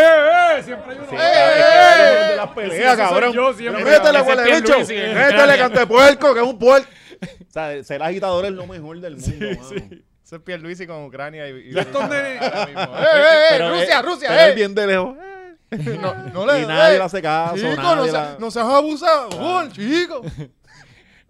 Speaker 2: eh! Siempre hay uno.
Speaker 3: Sí,
Speaker 2: ¡Eh, eh!
Speaker 3: cabrón, es que eres de las
Speaker 2: Sí,
Speaker 3: peleas,
Speaker 2: eso soy
Speaker 3: cabrón.
Speaker 2: yo siempre.
Speaker 3: Métele,
Speaker 2: Ese
Speaker 3: huele
Speaker 2: es
Speaker 3: bicho.
Speaker 2: Pierluisi en
Speaker 3: Métele,
Speaker 2: Ucrania.
Speaker 3: cante puerco, que es un puerco. O sea, ser agitador es lo mejor del mundo. mano.
Speaker 4: Ese es Pierluisi con Ucrania y... y-
Speaker 2: estos nenes-
Speaker 4: ahora mismo.
Speaker 3: eh, Eh, Rusia,
Speaker 4: Rusia,
Speaker 3: Pero es bien de lejos.
Speaker 4: No, no
Speaker 3: Y nadie le hace caso. nadie la-
Speaker 4: seas abusado, chico.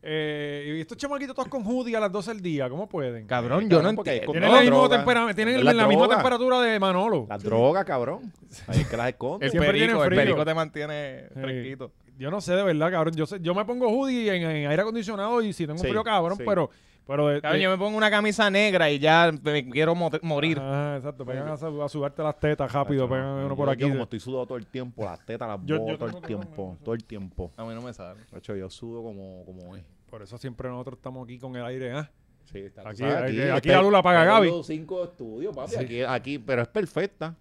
Speaker 2: Eh, y estos chamaquitos todos con hoodie a las 12 del día, ¿cómo pueden?
Speaker 4: Cabrón,
Speaker 3: Cabrón,
Speaker 4: yo no
Speaker 3: porque
Speaker 4: entiendo.
Speaker 3: con
Speaker 2: Tienen,
Speaker 3: la
Speaker 2: el mismo
Speaker 3: droga.
Speaker 2: tempera- tienen
Speaker 3: Es
Speaker 2: el-
Speaker 3: la
Speaker 2: la, misma
Speaker 3: droga.
Speaker 2: temperatura de Manolo.
Speaker 3: Las drogas, cabrón. Ahí es que las esconde.
Speaker 4: El
Speaker 2: Siempre tienen
Speaker 4: perico, el
Speaker 2: frío.
Speaker 4: perico te mantiene
Speaker 2: Sí. Eh,
Speaker 4: fresquito.
Speaker 2: Yo no sé, de verdad, cabrón. Yo, sé- yo me pongo hoodie en, en aire acondicionado y si tengo
Speaker 3: Sí,
Speaker 2: un frío, cabrón,
Speaker 3: sí.
Speaker 2: pero... pero de- Ah,
Speaker 4: Cabrón,
Speaker 2: de-
Speaker 4: yo me pongo una camisa negra y ya me quiero mo- morir.
Speaker 2: Ah, exacto. Pegan a, sal- a sudarte las tetas rápido, pegan uno por
Speaker 3: Yo-
Speaker 2: aquí.
Speaker 3: Yo como estoy sudado todo el tiempo, las tetas, las
Speaker 2: Yo-
Speaker 3: botas,
Speaker 2: yo
Speaker 3: todo el
Speaker 2: tengo
Speaker 3: tiempo. Todo el tiempo.
Speaker 4: A mí no me sale.
Speaker 3: De hecho, yo sudo como, como es.
Speaker 2: Por eso siempre nosotros estamos aquí con el aire, ¿ah?
Speaker 3: Sí, está, tú
Speaker 2: Aquí-
Speaker 3: sabes,
Speaker 2: aquí-
Speaker 3: este-
Speaker 2: aquí la luz la apaga
Speaker 3: tengo
Speaker 2: Gaby.
Speaker 3: los cinco estudios, papi. Aquí, aquí, pero es perfecta.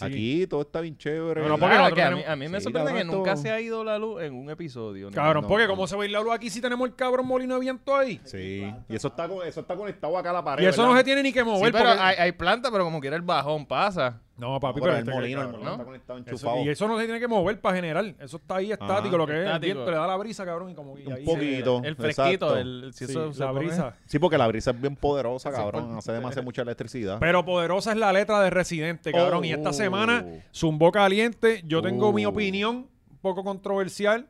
Speaker 3: Aquí todo está bien chévere.
Speaker 2: No, no,
Speaker 3: ¿verdad?
Speaker 2: porque
Speaker 4: Ah,
Speaker 2: nosotros
Speaker 4: que a, mí,
Speaker 2: tenemos-
Speaker 4: a mí me
Speaker 3: Sí,
Speaker 4: sorprende que
Speaker 3: cabrón,
Speaker 4: nunca
Speaker 3: esto-
Speaker 4: se ha ido la luz en un episodio. ¿no?
Speaker 2: Cabrón,
Speaker 3: no,
Speaker 2: porque
Speaker 3: no.
Speaker 2: como se va a ir la luz aquí si tenemos el cabrón molino de viento ahí.
Speaker 3: Sí. Y eso está, con- eso está conectado acá a la pared.
Speaker 2: Y eso no
Speaker 3: ¿verdad?
Speaker 2: se tiene ni que
Speaker 4: Sí,
Speaker 2: mover.
Speaker 4: pero
Speaker 2: porque-
Speaker 4: hay, hay planta, pero como quiera el bajón pasa.
Speaker 2: No, papi,
Speaker 3: No, pero
Speaker 2: pero,
Speaker 3: el
Speaker 2: este-
Speaker 3: molino, el
Speaker 2: cabrón,
Speaker 3: molino
Speaker 4: ¿no?
Speaker 3: está conectado,
Speaker 2: Eso-
Speaker 3: enchufado.
Speaker 2: y eso no se tiene que mover para generar. Eso está ahí estático,
Speaker 3: Ajá.
Speaker 2: lo que es el
Speaker 4: Estático.
Speaker 2: viento, le da la brisa, cabrón, y como y
Speaker 3: Un
Speaker 2: ahí
Speaker 3: poquito.
Speaker 2: se-
Speaker 4: El fresquito,
Speaker 3: exacto.
Speaker 4: el, si
Speaker 2: sí,
Speaker 4: eso se
Speaker 2: la
Speaker 4: pone-
Speaker 2: brisa.
Speaker 3: Sí, porque la brisa es bien poderosa, cabrón. Hace demasiado mucha electricidad.
Speaker 2: Pero poderosa es la letra de Residente, cabrón. Y esta
Speaker 3: Oh.
Speaker 2: semana, zumbó caliente. Yo tengo mi
Speaker 3: Oh.
Speaker 2: opinión, un poco controversial.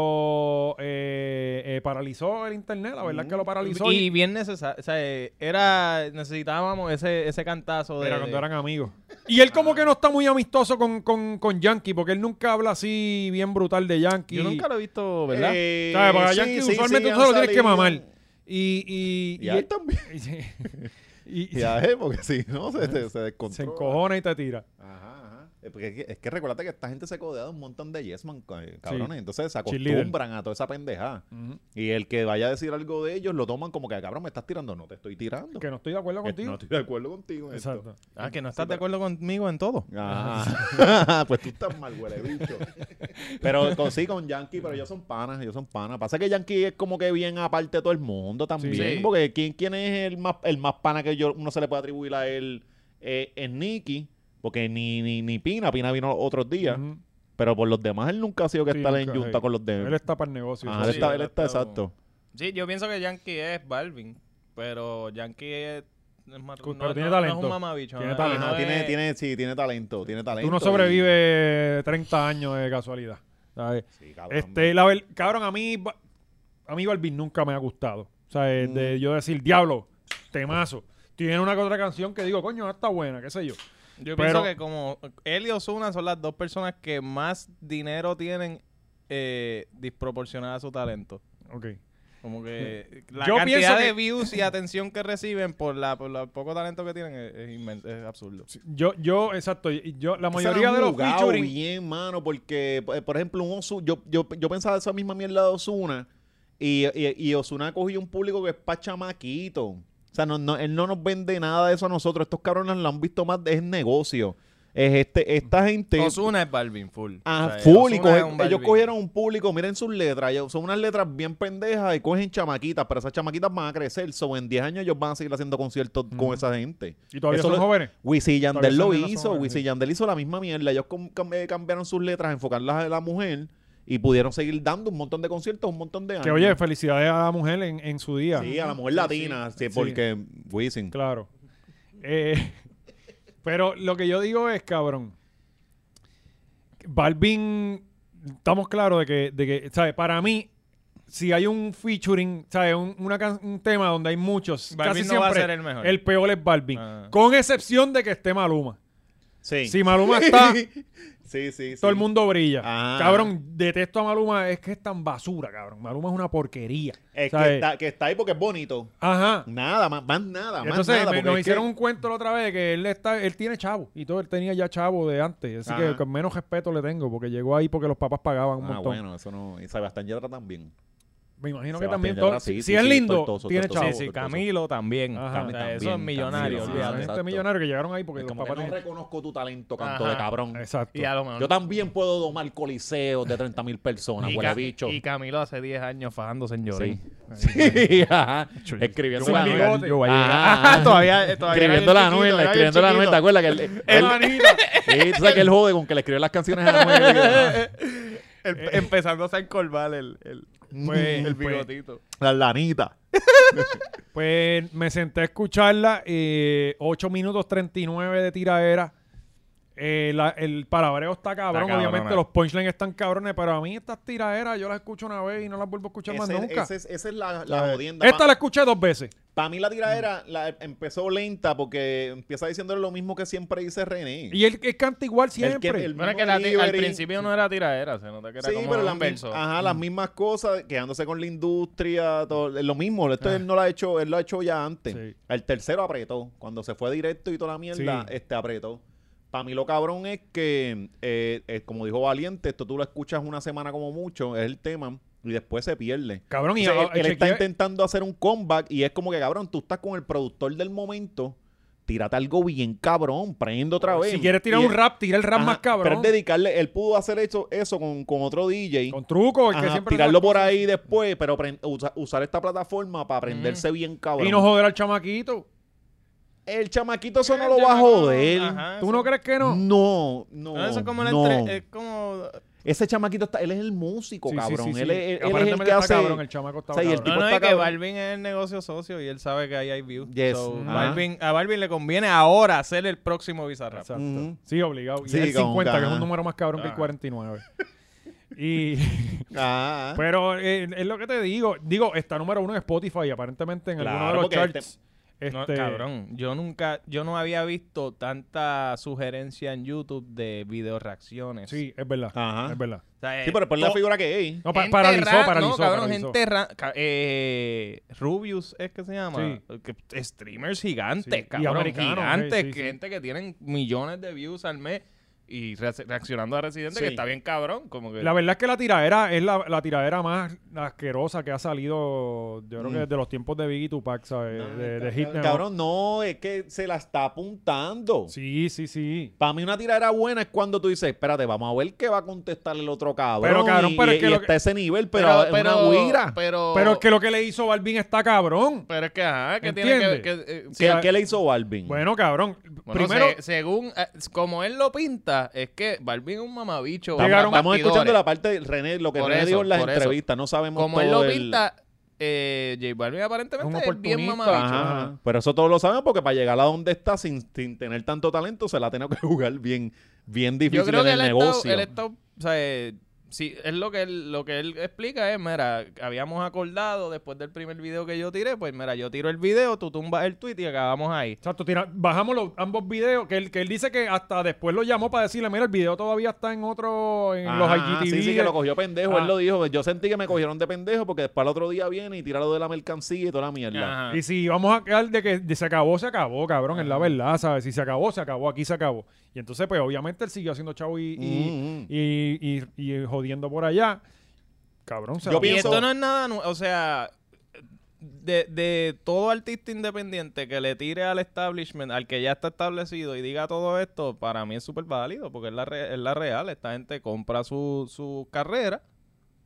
Speaker 2: Pero eh, eh, paralizó el internet, la verdad es que
Speaker 3: Mm.
Speaker 2: lo paralizó.
Speaker 4: Y bien necesario. O sea, eh, era, necesitábamos ese, ese cantazo de.
Speaker 2: Era cuando
Speaker 4: de-
Speaker 2: eran amigos. Y él como que no está muy amistoso con, con, con Yankee, porque él nunca habla así bien brutal de Yankee.
Speaker 4: Yo nunca lo he visto, ¿verdad?
Speaker 3: Eh,
Speaker 2: ¿Sabes? Para
Speaker 3: sí,
Speaker 2: Yankee
Speaker 3: sí,
Speaker 2: usualmente
Speaker 3: sí,
Speaker 2: tú solo
Speaker 3: han
Speaker 2: tienes que
Speaker 3: salido.
Speaker 2: mamar. Y, y,
Speaker 3: Y a él también.
Speaker 2: y-
Speaker 3: Y a él, porque si no, se, se, se
Speaker 2: se
Speaker 3: descontrola.
Speaker 2: encojona y te tira.
Speaker 3: Ajá, ajá. Eh, porque Es que, es que recuérdate que esta gente se codea de un montón de yes man, ca- cabrones.
Speaker 2: Sí.
Speaker 3: Entonces se
Speaker 2: Cheerleader.
Speaker 3: acostumbran a toda esa pendejada. Y el que vaya a decir algo de ellos lo toman como que, "Ah, cabrón, me estás tirando. No te estoy tirando.
Speaker 2: Que no estoy de acuerdo
Speaker 3: Eh,
Speaker 2: contigo.
Speaker 3: No estoy de acuerdo contigo. en esto.
Speaker 2: Exacto.
Speaker 4: Ah, que no estás de acuerdo conmigo en todo.
Speaker 2: Ah,
Speaker 3: Ajá. pues tú estás mal, huele bicho. Pero con, sí, con Yankee, pero ellos son panas, ellos son panas. Pasa que Yankee es como que bien aparte de todo el mundo también.
Speaker 4: Sí.
Speaker 3: Porque ¿quién, quién es el más, el más pana que yo, uno se le puede atribuir a él? Eh, es Nicky, porque ni, ni, ni Pina, Pina vino otros días.
Speaker 2: Ujú.
Speaker 3: Pero por los demás, él nunca ha sido que
Speaker 2: Sí,
Speaker 3: está en
Speaker 2: nunca,
Speaker 3: junta
Speaker 2: sí.
Speaker 3: con los
Speaker 2: Él
Speaker 3: demás.
Speaker 2: está para el negocio.
Speaker 3: Ajá,
Speaker 2: eso
Speaker 3: Ah, él
Speaker 2: sí.
Speaker 3: está, él
Speaker 4: él
Speaker 3: está
Speaker 4: está
Speaker 3: exacto.
Speaker 4: Sí, yo pienso que Yankee es Balvin, pero Yankee es, es más-
Speaker 2: Pero
Speaker 4: no- no-
Speaker 2: tiene
Speaker 4: no
Speaker 2: talento.
Speaker 4: es un mamabicho.
Speaker 2: Tiene
Speaker 4: ¿no?
Speaker 2: talento.
Speaker 4: No
Speaker 3: Ajá,
Speaker 4: es-
Speaker 3: tiene, tiene, sí, tiene talento, tiene talento.
Speaker 2: Tú no
Speaker 3: y-
Speaker 2: sobrevives 30 años de casualidad. ¿sabes?
Speaker 3: Sí, cabrón.
Speaker 2: Este, la ver- cabrón, a mí, Ba- a mí Balvin nunca me ha gustado. O sea, eh,
Speaker 3: Mm.
Speaker 2: de yo decir, diablo, temazo. Tiene una que otra canción que digo, coño, está buena, qué sé yo. Pero-
Speaker 4: Yo pienso que como él y Osuna son las dos personas que más dinero tienen eh, disproporcionada a su talento.
Speaker 2: Ok.
Speaker 4: Como que la
Speaker 2: Yo pienso
Speaker 4: cantidad de
Speaker 2: que-
Speaker 4: views y atención que reciben por la por la poco talento que tienen es, es inmen- es absurdo.
Speaker 2: Yo, yo, exacto, y- yo, la
Speaker 3: Esa la
Speaker 2: mayoría
Speaker 3: han
Speaker 2: de los
Speaker 3: jugado
Speaker 2: featuring...
Speaker 3: bien, mano, porque, eh, por ejemplo, un Ozu- yo, yo, yo pensaba esa misma mierda de Osuna y, y, y Osuna ha cogido un público que es pa' chamaquito. O sea, no, no- él no nos vende nada de eso a nosotros. Estos cabrones lo han visto más de es negocio. Es este, esta gente...
Speaker 4: Osuna es Balvin full.
Speaker 3: Ah,
Speaker 4: O sea,
Speaker 3: full, y
Speaker 4: Ozuna
Speaker 3: coge-
Speaker 4: es un Balvin.
Speaker 3: ellos cogieron un público, miren sus letras, ellos- son unas letras bien pendejas y cogen chamaquitas, pero esas chamaquitas van a crecer, so en 10 años ellos van a seguir haciendo conciertos con esa gente.
Speaker 2: Y todavía
Speaker 3: Eso
Speaker 2: son
Speaker 3: lo-
Speaker 2: jóvenes.
Speaker 3: Wisin y
Speaker 2: Todavía
Speaker 3: Yandel lo
Speaker 2: son de la
Speaker 3: hizo,
Speaker 2: zona,
Speaker 3: Wisin
Speaker 2: sí.
Speaker 3: y Yandel hizo la misma mierda. Ellos com- cam- eh, cambiaron sus letras, enfocarlas a la mujer y pudieron seguir dando un montón de conciertos, un montón de años.
Speaker 2: Que oye, felicidades a la mujer en, en su día.
Speaker 3: Sí, a la mujer latina, sí, porque Wisin.
Speaker 2: Claro. Eh, pero lo que yo digo es, cabrón, Balvin, estamos claros de que, de que ¿sabes? Para mí, si hay un featuring, ¿sabes? Un, una can- un tema donde hay muchos,
Speaker 4: Balvin
Speaker 2: casi
Speaker 4: no
Speaker 2: siempre
Speaker 4: va a ser el mejor.
Speaker 2: peor es Balvin.
Speaker 4: Ah.
Speaker 2: Con excepción de que esté Maluma.
Speaker 3: Sí.
Speaker 2: Si Maluma está,
Speaker 3: sí, sí,
Speaker 2: todo
Speaker 3: sí.
Speaker 2: el mundo brilla.
Speaker 3: Ah.
Speaker 2: Cabrón, detesto a Maluma, es que es tan basura, cabrón. Maluma es una porquería.
Speaker 3: Es que
Speaker 2: ¿sabes?
Speaker 3: está, que está ahí porque es bonito.
Speaker 2: Ajá.
Speaker 3: Nada, más, más nada, más
Speaker 2: Entonces
Speaker 3: nada.
Speaker 2: me-
Speaker 3: porque
Speaker 2: nos
Speaker 3: es que-
Speaker 2: hicieron un cuento la otra vez de que él está, él tiene chavo y todo, él tenía ya chavo de antes, así
Speaker 3: Ajá.
Speaker 2: que con menos respeto le tengo porque llegó ahí porque los papás pagaban un
Speaker 3: Ah,
Speaker 2: montón.
Speaker 3: bueno, eso no... Y Sebastián Yatra también.
Speaker 2: Me imagino que
Speaker 3: Sebastián
Speaker 2: también
Speaker 3: Yatra,
Speaker 2: todo-
Speaker 3: sí,
Speaker 2: si,
Speaker 3: sí,
Speaker 2: si es
Speaker 3: sí,
Speaker 2: lindo
Speaker 3: tortoso,
Speaker 2: tiene
Speaker 3: tortoso.
Speaker 2: chavo.
Speaker 4: Sí,
Speaker 2: Sí,
Speaker 4: sí,
Speaker 3: Tortoso.
Speaker 4: Camilo también.
Speaker 2: Ajá.
Speaker 4: También,
Speaker 3: También,
Speaker 4: esos
Speaker 3: también,
Speaker 4: millonarios.
Speaker 3: Camilo,
Speaker 4: olvídate.
Speaker 3: sí,
Speaker 2: gente
Speaker 3: exacto.
Speaker 2: millonaria que llegaron ahí porque
Speaker 3: Es
Speaker 2: los
Speaker 3: como que
Speaker 2: papás
Speaker 3: no
Speaker 2: tenían
Speaker 3: reconozco tu talento, canto
Speaker 4: Ajá.
Speaker 3: de cabrón.
Speaker 2: Exacto.
Speaker 4: Y a lo mejor.
Speaker 3: Yo también puedo domar coliseos de 30 mil personas,
Speaker 4: y,
Speaker 3: huele
Speaker 4: Ca-
Speaker 3: bicho.
Speaker 4: y Camilo hace 10 años fajándose en Llorín.
Speaker 3: Sí, ajá. Escribiendo
Speaker 2: Yo
Speaker 3: la
Speaker 2: voy a
Speaker 3: novela.
Speaker 2: llegar, yo voy
Speaker 4: a llegar.
Speaker 3: Ah,
Speaker 4: Ah, todavía- todavía
Speaker 3: Escribiendo
Speaker 4: era
Speaker 3: la
Speaker 4: bien chiquito,
Speaker 3: novela,
Speaker 4: era bien
Speaker 3: escribiendo la novela. ¿Te
Speaker 4: chiquito.
Speaker 3: acuerdas que él. él- Sí, tú sabes que él jode con que le escribe las canciones a la novela.
Speaker 4: El- Empezándose a encorvar el, el,
Speaker 3: Mm,
Speaker 2: Pues,
Speaker 4: el
Speaker 2: pues,
Speaker 4: bigotito.
Speaker 3: Las lanitas.
Speaker 2: Pues me senté a escucharla, eh, 8 minutos 39 de tiradera. Eh, la- el palabreo está cabrón,
Speaker 4: cabrona.
Speaker 2: obviamente los punchlines están cabrones, pero a mí estas tiraderas yo las escucho una vez y no las vuelvo a escuchar más
Speaker 3: Ese-
Speaker 2: nunca.
Speaker 3: ese es- Esa es la, la jodienda.
Speaker 2: Esta la escuché dos veces.
Speaker 3: Para mí la tiradera la, empezó lenta porque empieza diciéndole lo mismo que siempre dice René.
Speaker 2: Y él, él canta igual
Speaker 3: El
Speaker 2: siempre.
Speaker 3: que- el
Speaker 4: Bueno, es que
Speaker 3: mismo
Speaker 4: la ti- al
Speaker 3: delivery.
Speaker 4: principio no era tiradera, se nota que era
Speaker 3: sí,
Speaker 4: como
Speaker 3: pero ah,
Speaker 4: un
Speaker 3: las, mi-
Speaker 4: verso.
Speaker 3: ajá,
Speaker 2: Mm.
Speaker 3: las mismas cosas, quedándose con la industria, todo, es lo mismo. Esto él no lo ha hecho, él lo ha hecho ya antes.
Speaker 2: Ah. Sí.
Speaker 3: El tercero apretó. Cuando se fue directo y toda la mierda,
Speaker 2: Sí.
Speaker 3: este apretó. Para mí lo cabrón es que, eh, eh, como dijo Valiente, esto tú lo escuchas una semana como mucho, es el tema, y después se pierde.
Speaker 2: Cabrón, y
Speaker 3: Entonces,
Speaker 2: a-
Speaker 3: él, él está
Speaker 2: chequeé-
Speaker 3: intentando hacer un comeback y es como que, cabrón, tú estás con el productor del momento, tírate algo bien cabrón, prende otra vez.
Speaker 2: Si quieres tirar
Speaker 3: Y
Speaker 2: un
Speaker 3: él-
Speaker 2: rap, tira el rap
Speaker 3: Ajá,
Speaker 2: más
Speaker 3: Pero
Speaker 2: cabrón.
Speaker 3: él dedicarle, él pudo hacer eso, eso con, con otro DJ.
Speaker 2: Con truco, el que
Speaker 3: Ajá,
Speaker 2: siempre.
Speaker 3: tirarlo por ahí después, pero pren- usa- usar esta plataforma para aprenderse bien cabrón.
Speaker 2: Y no joder al chamaquito.
Speaker 3: el chamaquito eso no lo va a joder.
Speaker 4: Ajá,
Speaker 2: ¿Tú
Speaker 4: eso-
Speaker 2: no crees que no? Ah,
Speaker 3: No, no.
Speaker 4: No, Ah, eso es como, la
Speaker 3: no.
Speaker 4: entre- es como
Speaker 3: Ese chamaquito está, él es el músico,
Speaker 2: eh, Sí, sí,
Speaker 3: cabrón.
Speaker 2: sí, sí.
Speaker 3: Él, es, él- él es el
Speaker 2: Aparentemente
Speaker 3: que
Speaker 2: está
Speaker 3: hace.
Speaker 2: cabrón, el chamaco está
Speaker 3: o sea, y el
Speaker 2: cabrón.
Speaker 4: No,
Speaker 3: tipo
Speaker 4: no,
Speaker 3: está
Speaker 4: y pues que
Speaker 3: cabrón.
Speaker 4: Balvin es el negocio socio y él sabe que ahí hay views.
Speaker 3: Yes.
Speaker 4: So,
Speaker 3: Ajá.
Speaker 4: Balvin- a Balvin le conviene ahora ser el próximo Bizarrap.
Speaker 2: Exacto.
Speaker 3: Ujú.
Speaker 2: Sí, obligado. Y
Speaker 3: Sí,
Speaker 2: el
Speaker 3: con
Speaker 2: 50, que es
Speaker 3: ganas.
Speaker 4: Ah.
Speaker 2: un número más cabrón que el
Speaker 4: Ajá.
Speaker 2: 49. Y,
Speaker 3: Ah,
Speaker 2: pero eh, es lo que te digo. Digo, está número uno en Spotify, aparentemente en alguno de
Speaker 3: Claro,
Speaker 2: los
Speaker 3: porque este-
Speaker 2: charts. Este,
Speaker 4: No, cabrón, yo nunca, yo no había visto tanta sugerencia en YouTube de video reacciones.
Speaker 2: Sí, es verdad.
Speaker 3: Ajá.
Speaker 2: Es verdad.
Speaker 4: O sea,
Speaker 3: sí,
Speaker 4: eh,
Speaker 3: pero por la
Speaker 4: to-
Speaker 3: figura que es.
Speaker 2: No, pa-
Speaker 4: gente
Speaker 2: paralizó,
Speaker 4: ra-
Speaker 2: paralizó.
Speaker 4: No, cabrón,
Speaker 2: paralizó.
Speaker 4: gente ra- ca- eh, Rubius es que se llama. Que- Streamers gigantes,
Speaker 2: Sí, y
Speaker 4: cabrón.
Speaker 2: americanos, eh,
Speaker 4: Gigantes,
Speaker 2: sí, sí, sí.
Speaker 4: gente que tienen millones de views al mes y re- reaccionando a Residente,
Speaker 3: Sí.
Speaker 4: que está bien cabrón. Como que
Speaker 2: La verdad es que la tiradera es la, la tiradera más asquerosa que ha salido, yo creo que
Speaker 3: Mm.
Speaker 2: desde los tiempos de Biggie Tupac, ¿sabes?
Speaker 3: No,
Speaker 2: de, de
Speaker 3: ca-
Speaker 2: Hitman.
Speaker 3: Cabrón, no, es que se la está apuntando.
Speaker 2: Sí, sí, sí.
Speaker 3: Para mí una tiradera buena es cuando tú dices, espérate, vamos a ver qué va a contestar el otro cabrón.
Speaker 2: Pero, cabrón,
Speaker 3: y,
Speaker 2: pero es
Speaker 3: y-
Speaker 2: que
Speaker 3: y
Speaker 2: lo que-
Speaker 3: está a ese nivel, pero, es una guira.
Speaker 4: Pero,
Speaker 2: Pero es que lo que le hizo Balvin está cabrón.
Speaker 4: pero es que, ajá, que tiene que,
Speaker 2: ¿Entiendes?
Speaker 4: que- eh,
Speaker 3: ¿Qué,
Speaker 2: sea-
Speaker 3: qué le hizo Balvin?
Speaker 2: Bueno, cabrón.
Speaker 4: Bueno,
Speaker 2: primero,
Speaker 4: se- según eh, como él lo pinta, es que Balvin es un mamabicho.
Speaker 3: estamos,
Speaker 2: llegaron
Speaker 3: estamos
Speaker 4: bastidores.
Speaker 3: escuchando la parte de René, lo que
Speaker 4: Por
Speaker 3: René
Speaker 4: eso,
Speaker 3: dijo en las
Speaker 4: por eso.
Speaker 3: entrevistas, no sabemos
Speaker 4: Como
Speaker 3: todo
Speaker 4: él lo
Speaker 3: el-
Speaker 4: pinta, eh, J Balvin
Speaker 2: Es
Speaker 4: aparentemente
Speaker 2: un
Speaker 4: es bien
Speaker 2: oportunista.
Speaker 4: mamabicho.
Speaker 3: Ajá,
Speaker 2: Ajá.
Speaker 3: Pero eso todos lo saben porque para llegar a donde está sin, sin tener tanto talento se la ha tenido que jugar bien, bien difícil
Speaker 4: Yo creo
Speaker 3: en
Speaker 4: que
Speaker 3: el
Speaker 4: él está,
Speaker 3: negocio.
Speaker 4: él está, o sea, eh, sí, es lo que él, lo que él explica es, mira, habíamos acordado después del primer video que yo tiré, pues mira, yo tiro el video, tú tumbas el tweet y acabamos ahí.
Speaker 2: exacto, tira- bajamos los, ambos videos, que él, que él dice que hasta después lo llamó para decirle, mira, el video todavía está en otro, en los
Speaker 3: Ajá,
Speaker 2: IGTV.
Speaker 3: sí, sí, que lo cogió pendejo.
Speaker 2: Ah.
Speaker 3: Él lo dijo. Yo sentí que me cogieron de pendejo porque después al otro día viene y tira lo de la mercancía y toda la mierda.
Speaker 4: Ajá.
Speaker 2: Y si vamos a quedar de que de se acabó, se acabó, cabrón, es la verdad, ¿sabes? Si se acabó, se acabó, aquí se acabó. Y entonces, pues obviamente él siguió haciendo chavo y, y,
Speaker 3: Mm, mm.
Speaker 2: y- y- y jodiendo por allá. Cabrón, se
Speaker 3: Yo
Speaker 2: acabó.
Speaker 4: Y
Speaker 3: pienso-
Speaker 4: esto no es nada, nu- o sea, de, de todo artista independiente que le tire al establishment, al que ya está establecido y diga todo esto, para mí es súper válido, porque es la, re- es la real, esta gente compra su, su carrera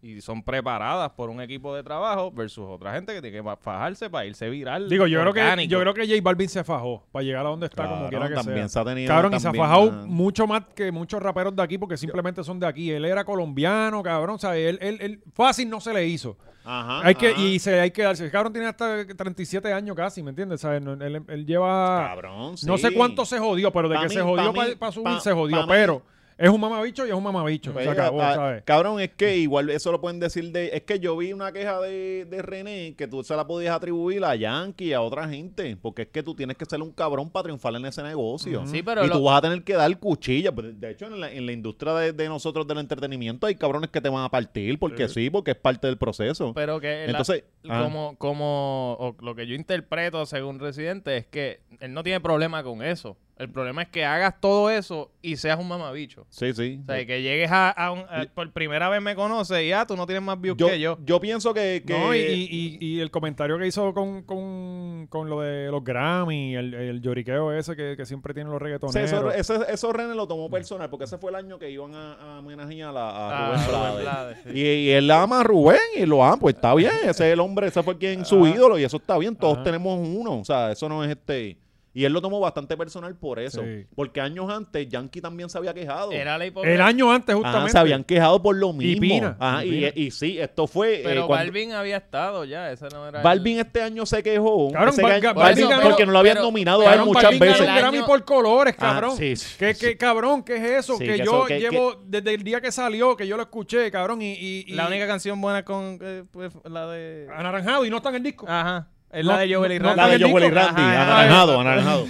Speaker 4: y son preparadas por un equipo de trabajo versus otra gente que tiene que fa- fajarse para irse viral.
Speaker 2: Digo, yo creo, que,
Speaker 4: orgánico.
Speaker 2: yo creo que J Balvin se fajó para llegar a donde está, como
Speaker 3: Cabrón,
Speaker 2: quiera que sea.
Speaker 3: también se ha tenido.
Speaker 2: Cabrón, y se ha
Speaker 3: también,
Speaker 2: fajado
Speaker 3: ah.
Speaker 2: mucho más que muchos raperos de aquí porque simplemente son de aquí. Él era colombiano, cabrón, ¿sabes? Él, él, él- fácil no se le hizo.
Speaker 3: Ajá,
Speaker 2: hay que,
Speaker 3: ajá.
Speaker 2: Y se hay que darse. El cabrón tiene hasta 37 años casi, ¿me entiendes? ¿Sabes? No, Él, él lleva...
Speaker 3: Cabrón,
Speaker 2: No sé
Speaker 3: sí.
Speaker 2: cuánto se jodió, pero de
Speaker 3: Pa'
Speaker 2: que
Speaker 3: mí-
Speaker 2: se jodió
Speaker 3: pa'
Speaker 2: para
Speaker 3: mí-
Speaker 2: subir,
Speaker 3: pa-
Speaker 2: se jodió.
Speaker 3: pa' mí-
Speaker 2: pero es un mamabicho y es un mamabicho.
Speaker 3: Pues,
Speaker 2: se acabó,
Speaker 3: ah,
Speaker 2: ¿sabes?
Speaker 3: Cabrón, es que igual eso lo pueden decir de. Es que yo vi una queja de, de René que tú se la podías atribuir a Yankee y a otra gente. Porque es que tú tienes que ser un cabrón para triunfar en ese negocio.
Speaker 4: Sí, pero
Speaker 3: y tú
Speaker 4: lo-
Speaker 3: vas a tener que dar cuchilla. Pues, De hecho, en la, en la industria de, de nosotros del entretenimiento hay cabrones que te van a partir porque sí, porque es parte del proceso.
Speaker 4: Pero que la-
Speaker 3: Entonces, ah.
Speaker 4: como, como o lo que yo interpreto según Residente es que él no tiene problema con eso. El problema es que hagas todo eso y seas un mamabicho.
Speaker 3: sí, sí.
Speaker 4: O sea, que llegues a, a un- a- por primera vez me conoces y ah, tú no tienes más views
Speaker 3: yo,
Speaker 4: que yo.
Speaker 3: yo pienso que. que-
Speaker 2: No, y, y- y- y el comentario que hizo con, con, con lo de los Grammy, el, el lloriqueo ese que, que siempre tienen los
Speaker 3: o sea,
Speaker 2: reggaetoneros.
Speaker 3: eso, eso- eso René lo tomó personal porque ese fue el año que iban a, a homenajear a, a
Speaker 4: Ah,
Speaker 3: Rubén
Speaker 4: Rubén
Speaker 3: Blades.
Speaker 4: Blades, sí.
Speaker 3: Y, y él ama a Rubén y lo ama, pues está bien. Ese es el hombre, ese fue quien su ídolo y eso está bien. Todos
Speaker 2: Ajá.
Speaker 3: tenemos uno, o sea, eso no es este. Y él lo tomó bastante personal por eso.
Speaker 2: Sí.
Speaker 3: Porque años antes, Yankee también se había quejado.
Speaker 4: Era la hipocresía.
Speaker 2: el año antes,
Speaker 3: Ajá,
Speaker 2: justamente.
Speaker 3: se habían quejado por lo mismo.
Speaker 2: Pina,
Speaker 3: Ajá,
Speaker 2: y
Speaker 3: y,
Speaker 2: Pina.
Speaker 3: y sí, esto fue. eh,
Speaker 4: Pero
Speaker 3: cuando-
Speaker 4: Balvin había estado ya, esa no era el-
Speaker 3: Balvin este año se quejó.
Speaker 2: Cabrón,
Speaker 3: Ese
Speaker 2: Bal-
Speaker 3: año-
Speaker 2: Bal-
Speaker 3: Balvin
Speaker 2: Bal-
Speaker 3: porque
Speaker 4: pero-
Speaker 3: no lo habían
Speaker 4: pero-
Speaker 3: nominado a él
Speaker 2: Cabrón,
Speaker 4: Balvin
Speaker 3: muchas
Speaker 2: Balvin ganó
Speaker 3: veces.
Speaker 2: un
Speaker 4: el año-
Speaker 2: Grammy por colores,
Speaker 3: Ah,
Speaker 2: cabrón.
Speaker 3: sí, sí,
Speaker 2: ¿Qué,
Speaker 3: sí.
Speaker 2: qué- cabrón, ¿qué es eso?
Speaker 3: Sí,
Speaker 2: que,
Speaker 3: que
Speaker 2: yo
Speaker 3: eso, que-
Speaker 2: llevo desde el día que salió, que yo lo escuché, cabrón, y... y- y-
Speaker 4: La única canción buena con Ah. eh, pues, la de...
Speaker 2: Anaranjado y Ah, no está en el disco.
Speaker 4: Ajá. Es
Speaker 2: No,
Speaker 4: la de Joel y
Speaker 2: no,
Speaker 4: Randy.
Speaker 3: La de
Speaker 2: Bal-
Speaker 3: Joel y
Speaker 2: Bal-
Speaker 3: Randy,
Speaker 4: Ajá,
Speaker 3: anaranjado, anaranjado.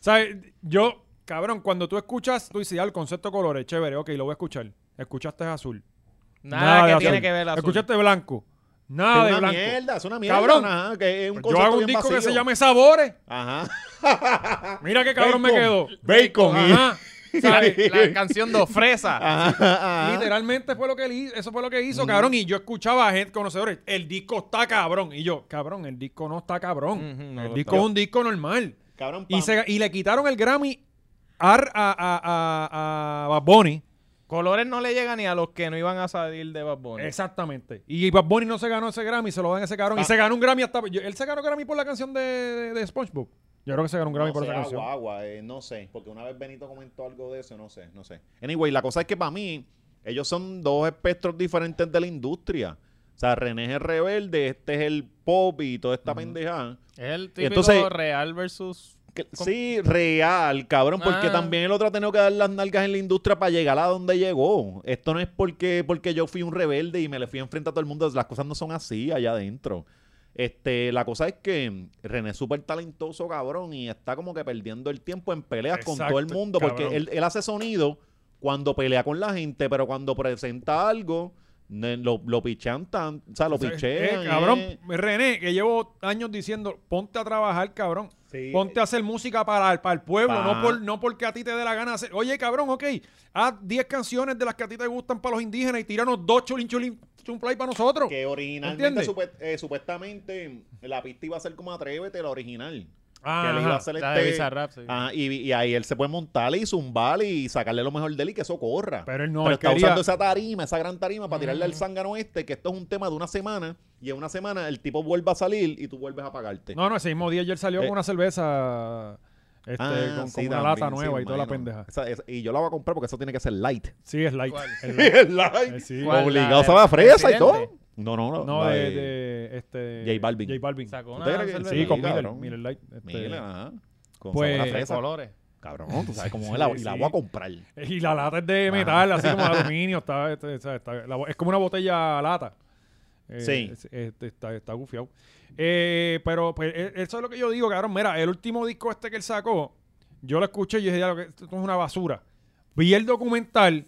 Speaker 2: ¿Sabes? Yo, cabrón, cuando tú escuchas, tú dices, ah, el concepto de colores, chévere, ok, lo voy a escuchar. Escuchaste azul.
Speaker 4: Nada,
Speaker 2: de
Speaker 4: que
Speaker 2: azul.
Speaker 4: tiene que ver la azul.
Speaker 2: Escuchaste blanco. Nada Ah, de
Speaker 3: Es una
Speaker 2: blanco.
Speaker 3: mierda, es una mierda.
Speaker 2: Cabrón,
Speaker 3: ajá, que es un
Speaker 2: Yo
Speaker 3: concepto
Speaker 2: hago un
Speaker 3: bien
Speaker 2: disco que
Speaker 3: vacío.
Speaker 2: se llame Sabores.
Speaker 3: Ajá.
Speaker 2: Mira qué cabrón me quedó.
Speaker 3: Bacon. y-
Speaker 2: Ajá. ¿Sabes?
Speaker 4: La canción de Fresa.
Speaker 3: Ah,
Speaker 4: Ah.
Speaker 3: Ajá, ajá.
Speaker 2: Literalmente fue lo que él hizo, eso fue lo que
Speaker 4: Mm.
Speaker 2: hizo, cabrón. Y yo escuchaba a gente conocedores, el disco está cabrón. Y yo, cabrón, el disco no está cabrón.
Speaker 4: Ujú, no
Speaker 2: el
Speaker 4: lo
Speaker 2: disco
Speaker 4: está.
Speaker 2: es un disco normal.
Speaker 3: Cabrón,
Speaker 2: Y,
Speaker 3: pam.
Speaker 2: se- y le quitaron el Grammy ar- a, a, a, a Bad Bunny.
Speaker 4: Colores no le llega ni a los que no iban a salir de Bad Bunny.
Speaker 2: Exactamente. Y Bad Bunny no se ganó ese Grammy, se lo dan a ese cabrón. Y
Speaker 3: Ah.
Speaker 2: se ganó un Grammy hasta. yo- él se ganó Grammy por la canción de, de, de SpongeBob. Yo creo que se ganó un Grammy
Speaker 3: no
Speaker 2: por
Speaker 3: sé,
Speaker 2: esa canción.
Speaker 3: agua, agua, eh, no sé, porque una vez Benito comentó algo de eso, no sé, no sé. Anyway, la cosa es que para mí, ellos son dos espectros diferentes de la industria. O sea, René es el rebelde, este es el pop y toda esta pendejada.
Speaker 4: Es el
Speaker 3: Y
Speaker 4: típico
Speaker 3: entonces-
Speaker 4: real versus
Speaker 3: Que- Sí, real, cabrón, porque
Speaker 4: Ah.
Speaker 3: también el otro ha tenido que dar las nalgas en la industria para llegar a donde llegó. Esto no es porque, porque yo fui un rebelde y me le fui enfrente a todo el mundo. Las cosas no son así allá adentro. Este, la cosa es que René es súper talentoso, cabrón, y está como que perdiendo el tiempo en peleas con
Speaker 2: Exacto,
Speaker 3: todo el mundo, porque
Speaker 2: cabrón.
Speaker 3: él, él hace sonido cuando pelea con la gente, pero cuando presenta algo, ne- lo, lo pichan tan, o sea, lo
Speaker 2: O sea,
Speaker 3: pichean.
Speaker 2: eh, cabrón,
Speaker 3: eh.
Speaker 2: René, que llevo años diciendo, ponte a trabajar, cabrón.
Speaker 1: Sí.
Speaker 2: Ponte a hacer música para, el- para el pueblo,
Speaker 3: Pa.
Speaker 2: no, por, no porque a ti te dé la gana hacer. Oye, cabrón, ok, haz 10 canciones de las que a ti te gustan para los indígenas y tíranos dos chulín, chulín, chumplay para nosotros.
Speaker 3: Que originalmente,
Speaker 2: ¿Entiendes?
Speaker 3: supe- eh, supuestamente, la pista iba a ser como Atrévete, la original.
Speaker 2: Ah,
Speaker 3: que le iba a
Speaker 2: ajá.
Speaker 3: hacer
Speaker 4: la
Speaker 3: este-
Speaker 4: de Bizarrap, sí.
Speaker 3: Ah, y, y ahí él se puede montar y zumbar y sacarle lo mejor de él y que eso corra.
Speaker 2: Pero él no, él
Speaker 3: está
Speaker 2: quería-
Speaker 3: usando esa tarima, esa gran tarima, para tirarle al zángano este, que esto es un tema de una semana. Y en una semana el tipo vuelve a salir y tú vuelves a pagarte.
Speaker 2: No, no, ese mismo día ayer salió
Speaker 3: Eh.
Speaker 2: con una cerveza este,
Speaker 3: Ah,
Speaker 2: con,
Speaker 3: sí,
Speaker 2: con una
Speaker 3: también,
Speaker 2: lata
Speaker 3: sí,
Speaker 2: nueva y toda la
Speaker 3: imagino.
Speaker 2: pendeja.
Speaker 3: Esa- esa- y yo la voy a comprar porque eso tiene que ser light.
Speaker 2: Sí, es light.
Speaker 4: ¿Cuál?
Speaker 2: Es light.
Speaker 3: El light.
Speaker 2: Eh, sí.
Speaker 4: ¿Cuál?
Speaker 3: Obligado,
Speaker 4: ¿La
Speaker 3: se va
Speaker 4: del
Speaker 3: fresa y todo.
Speaker 4: presidente?
Speaker 3: No, no, no.
Speaker 2: No,
Speaker 3: la
Speaker 2: de,
Speaker 3: de-
Speaker 2: de, este,
Speaker 3: J Balvin.
Speaker 2: J Balvin.
Speaker 4: Sacó
Speaker 3: ¿Usted
Speaker 4: una
Speaker 3: cree que-
Speaker 4: cerveza
Speaker 2: Sí, con Miller,
Speaker 3: cabrón.
Speaker 2: Miller Light. este,
Speaker 3: Mira, ajá. Con
Speaker 2: Pues-
Speaker 3: sabor a
Speaker 4: de
Speaker 3: fresa.
Speaker 4: colores.
Speaker 3: Cabrón, tú sabes cómo es la, y la voy a comprar.
Speaker 2: Y la lata es de metal, así como de aluminio. Está, este, o sea, está- la bo- es como una botella lata. Eh,
Speaker 3: Sí.
Speaker 2: es- este, está, está gufiado. Eh, pero pues, e- eso es lo que yo digo, cabrón. Mira, el último disco este que él sacó, yo lo escuché y dije, ya, lo que, esto es una basura. Vi el documental.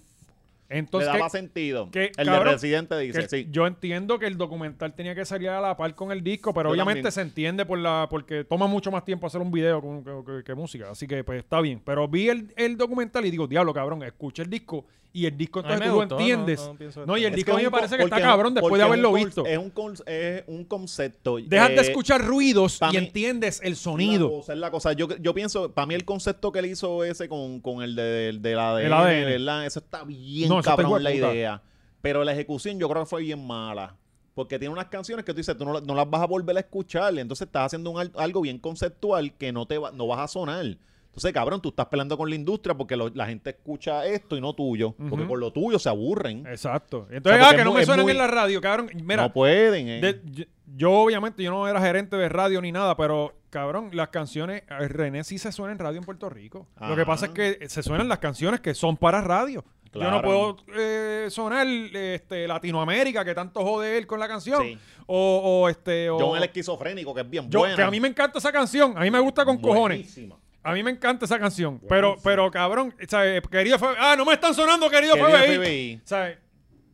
Speaker 2: Entonces,
Speaker 3: Le
Speaker 2: ¿qué-
Speaker 3: daba sentido.
Speaker 2: que,
Speaker 3: el de
Speaker 2: cabrón,
Speaker 3: Residente
Speaker 2: que
Speaker 3: dice,
Speaker 2: el-
Speaker 3: sí.
Speaker 2: Yo entiendo que el documental tenía que salir a la par con el disco, pero
Speaker 3: Yo
Speaker 2: obviamente
Speaker 3: también.
Speaker 2: se entiende por la porque toma mucho más tiempo hacer un video con- que, que- que música, así que pues está bien. Pero vi el, el documental y digo, diablo, cabrón, escucha el disco y el disco
Speaker 4: A mí
Speaker 2: entonces
Speaker 4: me
Speaker 2: tú
Speaker 4: gustó,
Speaker 2: lo entiendes.
Speaker 4: no-
Speaker 2: No,
Speaker 4: no pienso
Speaker 2: y el
Speaker 3: Es
Speaker 2: disco a mí
Speaker 3: es
Speaker 2: me
Speaker 3: un co-
Speaker 2: parece que está
Speaker 3: porque es un-
Speaker 2: cabrón después
Speaker 3: porque
Speaker 2: de
Speaker 3: es un
Speaker 2: haberlo
Speaker 3: cons-
Speaker 2: visto.
Speaker 3: Es un, cons- es un concepto.
Speaker 2: Dejas de
Speaker 3: eh,
Speaker 2: escuchar ruidos
Speaker 3: pa'
Speaker 2: y
Speaker 3: mí-
Speaker 2: entiendes el
Speaker 3: La
Speaker 2: sonido.
Speaker 3: cosa, es la cosa. Yo, yo pienso, para mí el concepto que él hizo ese con, con el de, del- del ADN,
Speaker 2: El ADN.
Speaker 3: ¿verdad? Eso está bien
Speaker 2: No, eso está hijo
Speaker 3: cabrón
Speaker 2: de
Speaker 3: la
Speaker 2: puta.
Speaker 3: idea. Pero la ejecución yo creo que fue bien mala. Porque tiene unas canciones que tú dices, tú no, la- no las vas a volver a escuchar. Entonces estás haciendo un al- algo bien conceptual que no te va- no vas a sonar. Entonces, cabrón, tú estás peleando con la industria porque lo- la gente escucha esto y no tuyo. Porque
Speaker 2: Ujú.
Speaker 3: con lo tuyo se aburren.
Speaker 2: Exacto. Entonces,
Speaker 3: porque
Speaker 2: ah,
Speaker 3: es
Speaker 2: que no
Speaker 3: muy-
Speaker 2: me
Speaker 3: es
Speaker 2: suenan
Speaker 3: muy-
Speaker 2: en la radio, cabrón. Mira,
Speaker 3: no pueden, eh.
Speaker 2: De- yo, yo, obviamente yo no era gerente de radio ni nada, pero cabrón, las canciones, eh, René sí se suena en radio en Puerto Rico. Lo que
Speaker 3: Ajá.
Speaker 2: pasa es que eh, se suenan las canciones que son para radio. Yo no
Speaker 3: Ah. Claro.
Speaker 2: puedo eh, sonar este, Latinoamérica, que tanto jode él con la canción.
Speaker 3: Sí.
Speaker 2: O, o, este... o-
Speaker 3: John el esquizofrénico, que es bien
Speaker 2: yo-
Speaker 3: bueno.
Speaker 2: que a mí me encanta esa canción, a mí me gusta con cojones. A mí me encanta esa canción. Pero, pero cabrón, o sea, eh, querido FBI, ah, no me están sonando, querido,
Speaker 3: Querido
Speaker 2: FBI.
Speaker 3: FBI.
Speaker 2: O sea, eh,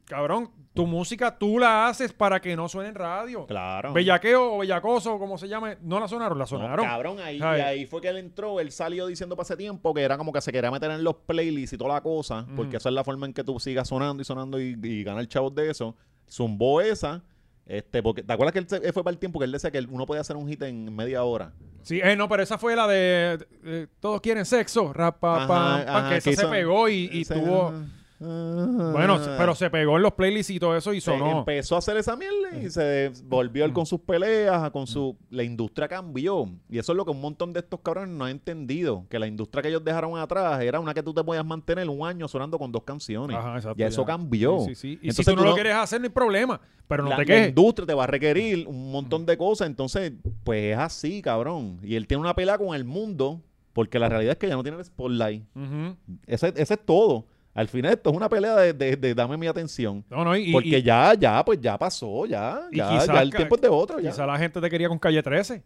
Speaker 2: cabrón, tu música tú la haces para que no suene en radio.
Speaker 3: Claro.
Speaker 2: Bellaqueo o bellacoso, o como se llame, no la sonaron, la
Speaker 3: No,
Speaker 2: sonaron.
Speaker 3: cabrón, ahí, y
Speaker 2: Ay.
Speaker 3: ahí fue que él entró, él salió diciendo para ese tiempo que era como que se quería meter en los playlists y toda la cosa, porque esa es la forma en que tú sigas sonando y sonando y, y ganar chavos de eso. Zumbó esa, este, porque, ¿te acuerdas que él, se- él fue para el tiempo que él decía que él- uno podía hacer un hit en media hora?
Speaker 2: Sí, eh, no, pero esa fue la de eh, Todos quieren sexo, rapa,
Speaker 3: Ajá,
Speaker 2: pam, pam,
Speaker 3: ajá,
Speaker 2: que esa
Speaker 3: que
Speaker 2: se
Speaker 3: hizo-
Speaker 2: pegó y, y
Speaker 3: Ese-
Speaker 2: tuvo.
Speaker 3: Ah.
Speaker 2: Bueno, pero se pegó en los playlists y todo eso y
Speaker 3: Se
Speaker 2: sonó.
Speaker 3: empezó a hacer esa mierda y se volvió él con sus peleas, con su... La industria cambió. Y eso es lo que un montón de estos cabrones no han entendido. Que la industria que ellos dejaron atrás era una que tú te podías mantener un año sonando con dos canciones.
Speaker 2: Ajá, exacto,
Speaker 3: ya eso
Speaker 2: ya.
Speaker 3: cambió.
Speaker 2: Sí, sí, sí. Y si
Speaker 3: Entonces
Speaker 2: tú, no lo quieres hacer, no hay problema. Pero no
Speaker 3: la,
Speaker 2: te
Speaker 3: la
Speaker 2: quejes.
Speaker 3: industria te va a requerir un montón de cosas. Entonces, pues es así, cabrón. Y él tiene una pelea con el mundo porque la realidad es que ya no tiene el spotlight.
Speaker 2: Ujú.
Speaker 3: Ese, ese es todo. Al final esto es una pelea de, de- de dame mi atención.
Speaker 2: No, no, y, y-
Speaker 3: Porque
Speaker 2: y
Speaker 3: ya, ya, pues ya pasó, ya.
Speaker 2: Y
Speaker 3: ya,
Speaker 2: quizás
Speaker 3: ya el
Speaker 2: ca-
Speaker 3: tiempo es de otro. ya.
Speaker 2: quizá la gente te quería con calle 13.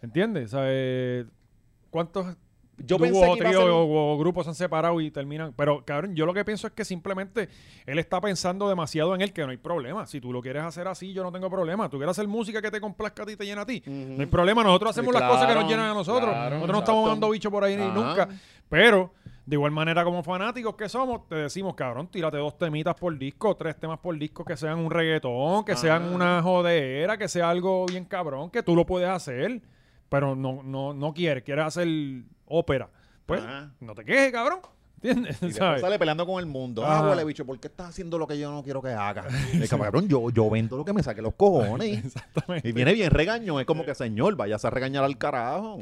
Speaker 2: ¿Entiendes? O sea, eh, ¿Cuántos
Speaker 3: Yo
Speaker 2: dúos
Speaker 3: pensé
Speaker 2: o
Speaker 3: que iba a
Speaker 2: tríos
Speaker 3: ser-
Speaker 2: o, o grupos se han separado y terminan? Pero, cabrón, yo lo que pienso es que simplemente él está pensando demasiado en él, que no hay problema. Si tú lo quieres hacer así, yo no tengo problema. Tú quieres hacer música que te complazca a ti y te llena a ti. No hay problema. Nosotros hacemos las cosas que
Speaker 3: claro,
Speaker 2: nos llenan a nosotros.
Speaker 3: claro,
Speaker 2: nosotros no
Speaker 3: exacto.
Speaker 2: estamos dando bichos por ahí ni
Speaker 3: Ajá.
Speaker 2: nunca. Pero, de igual manera, como fanáticos que somos, te decimos, cabrón, tírate dos temitas por disco, tres temas por disco, que sean un reggaetón,
Speaker 3: Ah.
Speaker 2: que sean una jodera, que sea algo bien cabrón, que tú lo puedes hacer, pero no, no, no quieres, quieres hacer ópera. Pues,
Speaker 3: Ajá.
Speaker 2: no te quejes, cabrón. ¿Entiendes?
Speaker 3: Ah. Y después
Speaker 2: ¿Sabes?
Speaker 3: sale peleando con el mundo.
Speaker 2: Ajá.
Speaker 3: Ah, huele bicho, ¿por qué estás haciendo lo que yo no quiero que haga? El cabrón, yo, yo vendo lo que me saque los cojones.
Speaker 2: Exactamente.
Speaker 3: y viene bien regaño. Es como que, señor, vayas a regañar al carajo.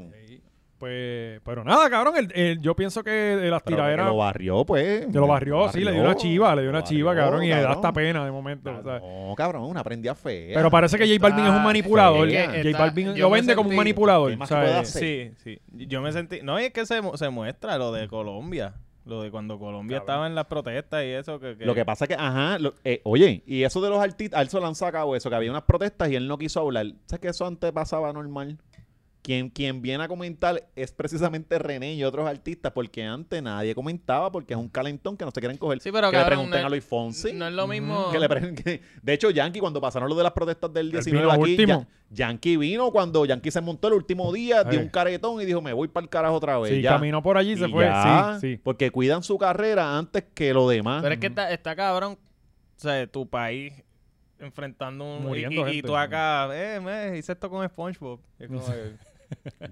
Speaker 2: Pues, pero nada, cabrón, el- el- yo pienso que de las
Speaker 3: Pero que
Speaker 2: tiraderas...
Speaker 3: lo barrió, pues.
Speaker 2: Que lo barrió, sí, le dio una chiva, le dio una
Speaker 3: Lo
Speaker 2: chiva,
Speaker 3: barrió,
Speaker 2: cabrón, y le da hasta pena de momento. o sea.
Speaker 3: No, cabrón, una prendida fea.
Speaker 2: Pero parece que J Balvin es un
Speaker 4: Está-
Speaker 2: manipulador.
Speaker 3: está-
Speaker 2: J Balvin
Speaker 4: yo
Speaker 2: lo
Speaker 4: me
Speaker 2: vende como un
Speaker 4: sentí-
Speaker 2: manipulador.
Speaker 3: ¿Qué más
Speaker 2: o sea,
Speaker 3: puede
Speaker 2: eh,
Speaker 3: hacer?
Speaker 4: Sí, sí. Yo me sentí. No, y es que se, mu- se muestra lo de Colombia. Lo de cuando Colombia
Speaker 2: Cabrón.
Speaker 4: estaba en las protestas y eso. Que,
Speaker 3: Lo que pasa es que, ajá, lo- eh, oye, y eso de los artistas, Alzo han sacado eso, que había unas protestas y él no quiso hablar. ¿Sabes que eso antes pasaba normal? Quien, quien viene a comentar es precisamente René y otros artistas, porque antes nadie comentaba porque es un calentón que no se quieren coger.
Speaker 4: Sí, pero
Speaker 3: que le
Speaker 4: cabrón,
Speaker 3: pregunten
Speaker 4: no-
Speaker 3: a Luis Fonsi.
Speaker 4: No es lo mismo.
Speaker 3: que le pre- que- de hecho, Yankee, cuando pasaron lo de las protestas del 19
Speaker 2: vino
Speaker 3: aquí, ya-
Speaker 2: último.
Speaker 3: Yankee vino cuando Yankee se montó el último día, dio
Speaker 2: Sí.
Speaker 3: un caretón y dijo, me voy para el carajo otra vez.
Speaker 2: sí,
Speaker 3: pues, ya.
Speaker 2: caminó por allí y se
Speaker 3: Y
Speaker 2: fue.
Speaker 3: ya,
Speaker 2: Sí, sí.
Speaker 3: Porque cuidan su carrera antes que lo demás.
Speaker 4: Pero es que está, está cabrón. O sea, tu país enfrentando un.
Speaker 2: Muriendo
Speaker 4: y, y- y
Speaker 2: gente,
Speaker 4: tú acá, eh, me hice esto con SpongeBob. Y es como, eh,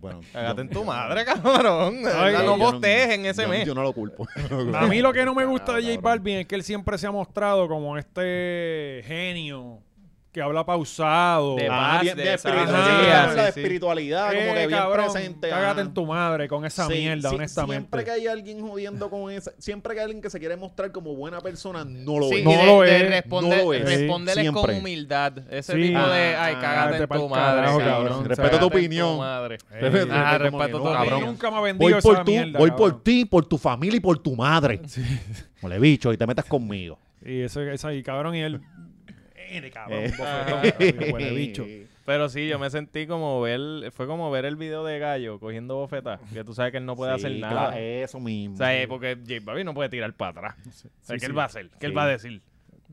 Speaker 3: Bueno,
Speaker 4: cágate
Speaker 3: yo-
Speaker 4: en tu madre, cabrón. De
Speaker 2: Ay,
Speaker 4: verdad,
Speaker 2: yo
Speaker 4: no
Speaker 3: no-
Speaker 4: postees en ese
Speaker 3: yo-
Speaker 4: mes.
Speaker 3: Yo no lo culpo.
Speaker 2: A mí lo que no me gusta de J
Speaker 3: Cabrón.
Speaker 2: Balvin es que él siempre se ha mostrado como este genio que habla pausado.
Speaker 4: De-
Speaker 3: Ah,
Speaker 4: paz,
Speaker 3: bien, bien
Speaker 4: desarrollo,
Speaker 3: espiritualidad,
Speaker 4: sí,
Speaker 3: la
Speaker 4: sí.
Speaker 3: espiritualidad,
Speaker 2: Eh,
Speaker 3: como que bien
Speaker 2: cabrón,
Speaker 3: presente.
Speaker 2: Cágate
Speaker 3: ah.
Speaker 2: en tu madre con esa
Speaker 3: Sí,
Speaker 2: mierda,
Speaker 3: sí,
Speaker 2: honestamente.
Speaker 3: Siempre que hay alguien jodiendo con esa, siempre que hay alguien que se quiere mostrar como buena persona, no lo
Speaker 4: Sí,
Speaker 3: es.
Speaker 4: y
Speaker 2: No
Speaker 4: de-
Speaker 2: lo
Speaker 4: de
Speaker 2: es,
Speaker 4: responder-
Speaker 3: no lo es.
Speaker 4: responderles
Speaker 3: Sí,
Speaker 4: con
Speaker 3: siempre.
Speaker 4: humildad. Ese
Speaker 2: Sí.
Speaker 4: tipo
Speaker 3: Ah,
Speaker 4: de, ay, cágate en
Speaker 2: cágate
Speaker 4: tu
Speaker 2: pa'l
Speaker 4: madre,
Speaker 2: carajo,
Speaker 4: cabrón.
Speaker 2: cabrón.
Speaker 3: Respeto tu
Speaker 4: Cágate en
Speaker 3: opinión.
Speaker 4: madre.
Speaker 2: Ey,
Speaker 4: Ah,
Speaker 3: Como que
Speaker 4: respeto
Speaker 3: no,
Speaker 4: todo.
Speaker 2: a mí
Speaker 3: cabrón.
Speaker 2: nunca me ha vendido
Speaker 3: Voy
Speaker 2: esa
Speaker 3: por, tú,
Speaker 2: mierda,
Speaker 3: voy por
Speaker 2: cabrón.
Speaker 3: ti, por tu familia y por tu madre. Como le bicho y te metas conmigo.
Speaker 2: Y ese, ese ahí, cabrón, y él. Ere, cabrón,
Speaker 3: Eh.
Speaker 2: bofetón, cabrón, huele bicho.
Speaker 4: Pero sí, yo me sentí como ver, fue como ver el video de Gallo cogiendo bofetas, que tú sabes que él no puede
Speaker 3: Sí,
Speaker 4: hacer nada.
Speaker 3: claro, eso mismo.
Speaker 4: O sea, eh, porque J Balvin no puede tirar para atrás. O sea,
Speaker 2: Sí,
Speaker 4: ¿qué
Speaker 2: sí.
Speaker 4: él va a hacer? ¿Qué
Speaker 3: Sí.
Speaker 4: él va a decir?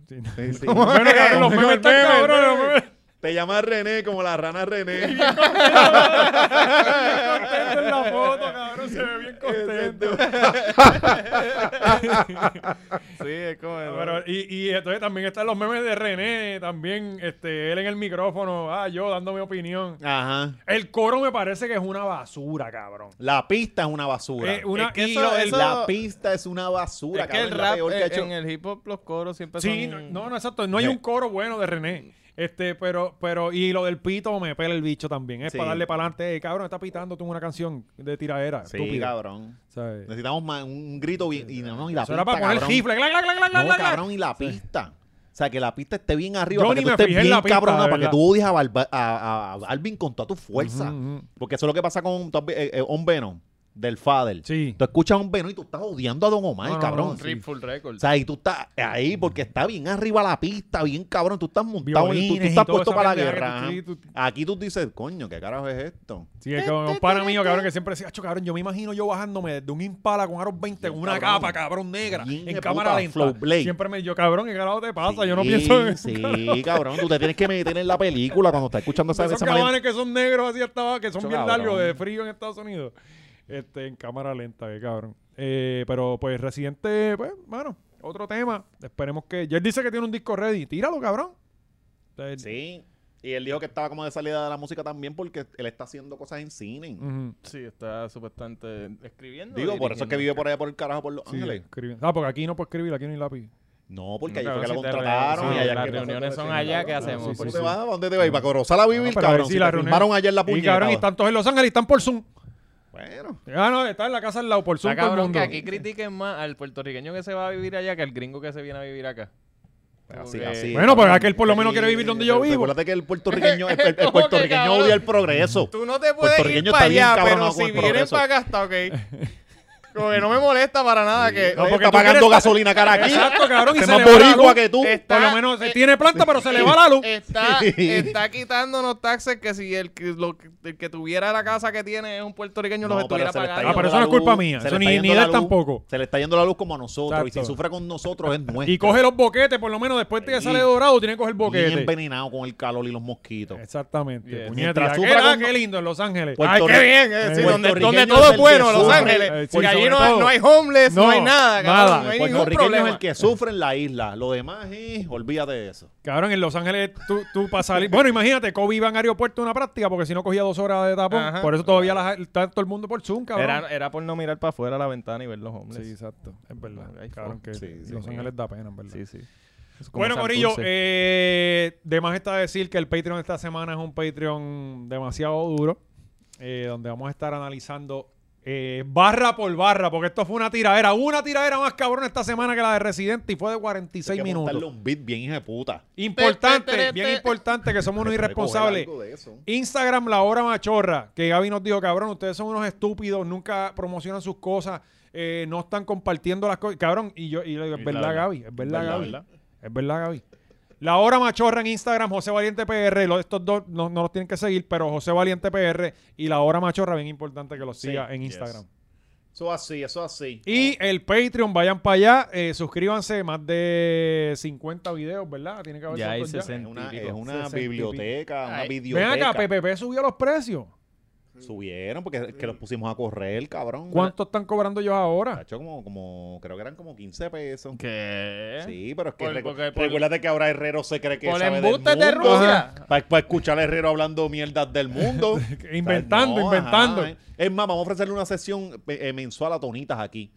Speaker 2: Sí, no.
Speaker 3: Sí, sí.
Speaker 2: Bueno, cabrón, los memes están cabrones, los memes.
Speaker 3: Te llamas René como la rana René.
Speaker 2: contento en la foto, cabrón, se ve bien contento.
Speaker 4: Sí, es como...
Speaker 2: Pero, y, y entonces también están los memes de René, también este, él en el micrófono, ah, yo dando mi opinión.
Speaker 3: Ajá.
Speaker 2: El coro me parece que es una basura, cabrón.
Speaker 3: La pista es una basura.
Speaker 2: Eh, una-
Speaker 4: Es que
Speaker 2: y
Speaker 4: eso-
Speaker 2: lo- el-
Speaker 4: eso-
Speaker 3: La pista es una basura.
Speaker 4: es que el
Speaker 3: cabrón, la
Speaker 4: rap,
Speaker 3: peor que ha
Speaker 4: eh,
Speaker 3: hecho.
Speaker 4: en el hip hop, los coros siempre
Speaker 3: Pues
Speaker 2: sí,
Speaker 4: son...
Speaker 2: no, no, exacto. No hay
Speaker 3: Sí.
Speaker 2: un coro bueno de René. Este, pero, pero, y lo del pito me pela el bicho también. Es
Speaker 3: Sí.
Speaker 2: para darle para adelante. cabrón, está pitando tú una canción de tiradera.
Speaker 3: Sí,
Speaker 2: estúpido.
Speaker 3: cabrón.
Speaker 2: ¿Sabes?
Speaker 3: Necesitamos más, un grito bien. Y, no, no, y la
Speaker 2: Eso era
Speaker 3: pista,
Speaker 2: para poner
Speaker 3: cabrón.
Speaker 2: gifle. ¡Gla, gla, gla, gla, gla,
Speaker 3: No,
Speaker 2: gla!
Speaker 3: cabrón, y la pista. O sea, que la pista esté bien arriba
Speaker 2: Yo
Speaker 3: para que
Speaker 2: ni
Speaker 3: tú
Speaker 2: me
Speaker 3: estés
Speaker 2: fijé en
Speaker 3: bien
Speaker 2: la pista,
Speaker 3: cabrona,
Speaker 2: de
Speaker 3: para que
Speaker 2: verdad. Mm.
Speaker 3: tú odies a, Balba- a, a- a Balvin con toda tu fuerza.
Speaker 2: Ujú, ujú.
Speaker 3: Porque eso es lo que pasa con tú has vi- eh, eh, On Venom, del Fader.
Speaker 2: Sí.
Speaker 3: Tú escuchas a Un Venom y tú estás odiando a Don Omar,
Speaker 2: No, no,
Speaker 3: cabrón.
Speaker 2: no, sí.
Speaker 4: Ripful Records.
Speaker 3: O sea, y tú estás ahí porque está bien arriba la pista, bien cabrón. Tú estás montado, en- tú, tú
Speaker 2: Violines y
Speaker 3: estás
Speaker 2: toda
Speaker 3: puesto
Speaker 2: esa
Speaker 3: para la
Speaker 2: pendeja que
Speaker 3: guerra.
Speaker 2: tú-
Speaker 3: ajá.
Speaker 2: tú- tú-
Speaker 3: Aquí tú dices, coño, ¿qué carajo es esto?
Speaker 2: Sí, es como un pana mío, cabrón, que siempre decía, "Acho, cabrón, yo me imagino yo bajándome desde un Impala con aros 20 con
Speaker 3: Bien,
Speaker 2: una
Speaker 3: cabrón.
Speaker 2: capa, cabrón, negra,
Speaker 3: Bien
Speaker 2: en
Speaker 3: de
Speaker 2: cámara
Speaker 3: puta,
Speaker 2: lenta.
Speaker 3: Flow Blade.
Speaker 2: Siempre me yo, cabrón, ¿qué carajo te pasa? yo no
Speaker 3: Sí,
Speaker 2: pienso en
Speaker 3: Sí, cabrón, tú te tienes que meter en la película cuando estás escuchando esa,
Speaker 2: esos
Speaker 3: esa mala-
Speaker 2: cabanes que son negros así hasta abajo, que son
Speaker 3: Acho,
Speaker 2: bien
Speaker 3: cabrón.
Speaker 2: largos de frío en Estados Unidos. Este, en cámara lenta, qué cabrón. Eh, pero pues Residente, pues, mano, otro tema. Esperemos que... Y él dice que tiene un disco ready. Tíralo, cabrón. O sea, él-
Speaker 3: Sí, y él dijo que estaba como de salida de la música también porque él está haciendo cosas en cine.
Speaker 2: Ujú.
Speaker 4: Sí, está supuestamente escribiendo.
Speaker 3: Digo, por eso es que vive por allá por el carajo, por Los
Speaker 2: Sí,
Speaker 3: Ángeles.
Speaker 2: escribe- Ah, porque aquí no puedo escribir, aquí no hay lápiz.
Speaker 3: No, porque ahí
Speaker 4: Claro,
Speaker 3: fue que lo
Speaker 4: si te
Speaker 3: contrataron.
Speaker 4: reúnes,
Speaker 3: y allá
Speaker 4: las
Speaker 3: es que pasó
Speaker 4: reuniones
Speaker 3: todo
Speaker 4: son
Speaker 3: ese
Speaker 4: allá,
Speaker 3: cabrón.
Speaker 4: ¿qué hacemos?
Speaker 3: Sí, sí,
Speaker 2: Por
Speaker 3: ¿Dónde
Speaker 2: sí.
Speaker 3: vas? ¿A ¿Dónde te vas? ¿Para Corozal a
Speaker 2: No,
Speaker 3: vivir,
Speaker 2: pero a ver
Speaker 3: cabrón?
Speaker 2: si
Speaker 3: Si
Speaker 2: la
Speaker 3: te
Speaker 2: reunión-
Speaker 3: firmaron ayer la
Speaker 2: Y
Speaker 3: puñeta.
Speaker 2: cabrón, y están todos en Los Ángeles y están por Zoom.
Speaker 3: Bueno.
Speaker 2: Ah, no, está en la casa al lado, por Zoom
Speaker 4: Está
Speaker 2: todo el
Speaker 4: cabrón
Speaker 2: mundo.
Speaker 4: que aquí critiquen más al puertorriqueño que se va a vivir allá que al gringo que se viene a vivir acá.
Speaker 3: pues Así,
Speaker 4: Porque-
Speaker 3: así.
Speaker 2: Bueno, pero aquel por lo menos quiere vivir donde yo vivo.
Speaker 3: Recuerda que el puertorriqueño, el, el- el
Speaker 4: ¿Cómo que,
Speaker 3: puertorriqueño
Speaker 4: cabrón?
Speaker 3: odia el progreso.
Speaker 4: Tú no te
Speaker 3: puedes
Speaker 4: puedes
Speaker 3: ir Puertorriqueño
Speaker 4: ir
Speaker 3: está pa'
Speaker 4: para
Speaker 3: bien allá,
Speaker 4: allá,
Speaker 3: cabronado pero con
Speaker 4: pero si
Speaker 3: el si vienen progreso.
Speaker 4: vienen
Speaker 3: pa'
Speaker 4: para acá está ok. Como que no me molesta para nada que...
Speaker 3: No,
Speaker 2: porque
Speaker 3: está
Speaker 2: tú
Speaker 3: pagando
Speaker 2: quieres-
Speaker 3: gasolina cara aquí.
Speaker 2: Exacto, cabrón. Y
Speaker 3: Es
Speaker 2: se
Speaker 3: más
Speaker 2: le va la
Speaker 3: boricua
Speaker 2: luz.
Speaker 3: que tú.
Speaker 4: Está-
Speaker 2: Por lo menos se
Speaker 4: eh,
Speaker 2: tiene planta, pero se le va la luz.
Speaker 4: Está, está quitándonos taxes que si el que, lo que- el que tuviera la casa que tiene es un puertorriqueño
Speaker 3: No,
Speaker 4: los estuviera
Speaker 3: se le está
Speaker 4: pagando.
Speaker 2: Ah, pero
Speaker 3: yendo
Speaker 2: eso no es
Speaker 3: la
Speaker 2: culpa
Speaker 3: luz,
Speaker 2: mía,
Speaker 3: se le
Speaker 2: eso
Speaker 3: está
Speaker 2: ni-
Speaker 3: yendo
Speaker 2: ni
Speaker 3: la
Speaker 2: de él
Speaker 3: luz,
Speaker 2: tampoco.
Speaker 3: Se le está yendo la luz como a nosotros. Y si
Speaker 2: Exacto.
Speaker 3: sufre con nosotros es nuestro.
Speaker 4: eh,
Speaker 2: Y coge los boquetes, por lo menos después de que
Speaker 3: Sí.
Speaker 2: sale dorado, tiene que coger
Speaker 3: Bien
Speaker 2: boquete.
Speaker 3: envenenado con el calor y los mosquitos.
Speaker 2: Exactamente.
Speaker 4: Yes.
Speaker 2: puñeta.
Speaker 3: Mientras
Speaker 2: Y
Speaker 3: sufra
Speaker 2: aquel, ah,
Speaker 3: con-
Speaker 2: qué lindo en Los Ángeles.
Speaker 3: Puerto
Speaker 4: Ay, qué
Speaker 3: Rico-
Speaker 4: bien, eh, sí,
Speaker 3: Eh,
Speaker 4: donde,
Speaker 3: puertorriqueño
Speaker 4: donde todo
Speaker 3: es
Speaker 4: es
Speaker 3: el
Speaker 4: bueno,
Speaker 3: que
Speaker 4: Los
Speaker 3: sufre.
Speaker 2: Eh,
Speaker 4: Ángeles.
Speaker 2: sí,
Speaker 4: Porque allí
Speaker 2: sobre
Speaker 4: no,
Speaker 2: todo.
Speaker 4: no hay homeless, no,
Speaker 2: No,
Speaker 4: hay nada,
Speaker 2: nada.
Speaker 4: cabrón, no hay
Speaker 3: El
Speaker 4: ningún
Speaker 3: puertorriqueño es
Speaker 4: problema.
Speaker 3: el que sufre en la isla. Lo demás, eh, olvídate de eso.
Speaker 2: Cabrón, en Los Ángeles tú, tú para salir. Bueno, imagínate, Kobe iba en aeropuerto a una práctica porque si no cogía dos horas de tapón.
Speaker 4: Ajá.
Speaker 2: Por eso todavía las- está todo el mundo por Zoom, cabrón.
Speaker 4: Era, eh, era por no mirar para afuera la ventana y ver los homeless.
Speaker 2: Sí, exacto. Es verdad.
Speaker 4: Ay,
Speaker 2: Cabrón, que
Speaker 3: Sí, sí,
Speaker 2: Los
Speaker 3: sí.
Speaker 2: Ángeles da pena, en verdad.
Speaker 4: Sí, sí.
Speaker 2: Bueno, Corillo, eh, de más está decir que el Patreon esta semana es un Patreon demasiado duro. eh, donde vamos a estar analizando eh, barra por barra, porque esto fue una tiradera, una tiradera más cabrón esta semana que la de Residente y fue de 46
Speaker 3: Hay que montarle
Speaker 2: minutos.
Speaker 3: un beat bien hija de puta.
Speaker 2: Importante, bien importante que somos unos irresponsables. Instagram, la hora machorra, que Gaby nos dijo, cabrón, ustedes son unos estúpidos, nunca promocionan sus cosas, eh, no están compartiendo las cosas. Cabrón, y yo y le digo, es
Speaker 4: Y
Speaker 2: verdad,
Speaker 4: la verdad.
Speaker 2: Gaby, es verdad,
Speaker 4: Verdad,
Speaker 2: Gaby.
Speaker 4: verdad.
Speaker 2: Es verdad, Gaby. La hora machorra en Instagram, José Valiente PR, lo- estos dos no, no los tienen que seguir, pero José Valiente PR y la hora machorra, bien importante que los
Speaker 5: Sí,
Speaker 2: siga en
Speaker 5: yes.
Speaker 2: Instagram.
Speaker 5: Eso así, eso así.
Speaker 2: Y el Patreon, vayan para allá, eh, suscríbanse, más de 50 videos, ¿verdad? Tiene que haber
Speaker 4: Ya hay
Speaker 2: tantos
Speaker 3: Es
Speaker 4: 60.
Speaker 3: una,
Speaker 4: Típico.
Speaker 3: es una
Speaker 2: Sesenta y pico.
Speaker 3: biblioteca, una
Speaker 4: Ay,
Speaker 2: Ven
Speaker 3: videoteca.
Speaker 2: acá, PPP subió los precios.
Speaker 3: Subieron porque es que los pusimos a correr, cabrón.
Speaker 2: ¿Cuánto están cobrando ellos ahora?
Speaker 3: Tacho, como, como, creo que eran como 15 pesos.
Speaker 4: ¿Qué?
Speaker 3: Sí, pero es que
Speaker 4: Por-
Speaker 3: recu-
Speaker 4: porque- por-
Speaker 3: recuérdate que ahora Herrero se cree que
Speaker 4: por
Speaker 3: sabe del
Speaker 4: embustes de
Speaker 3: mundo.
Speaker 4: Rusia.
Speaker 3: Para escuchar a Herrero hablando mierdas del mundo. O sea,
Speaker 2: Inventando,
Speaker 3: no,
Speaker 2: inventando.
Speaker 3: ajá, eh. Es más, vamos a ofrecerle una sesión eh, eh, mensual a Tonitas aquí.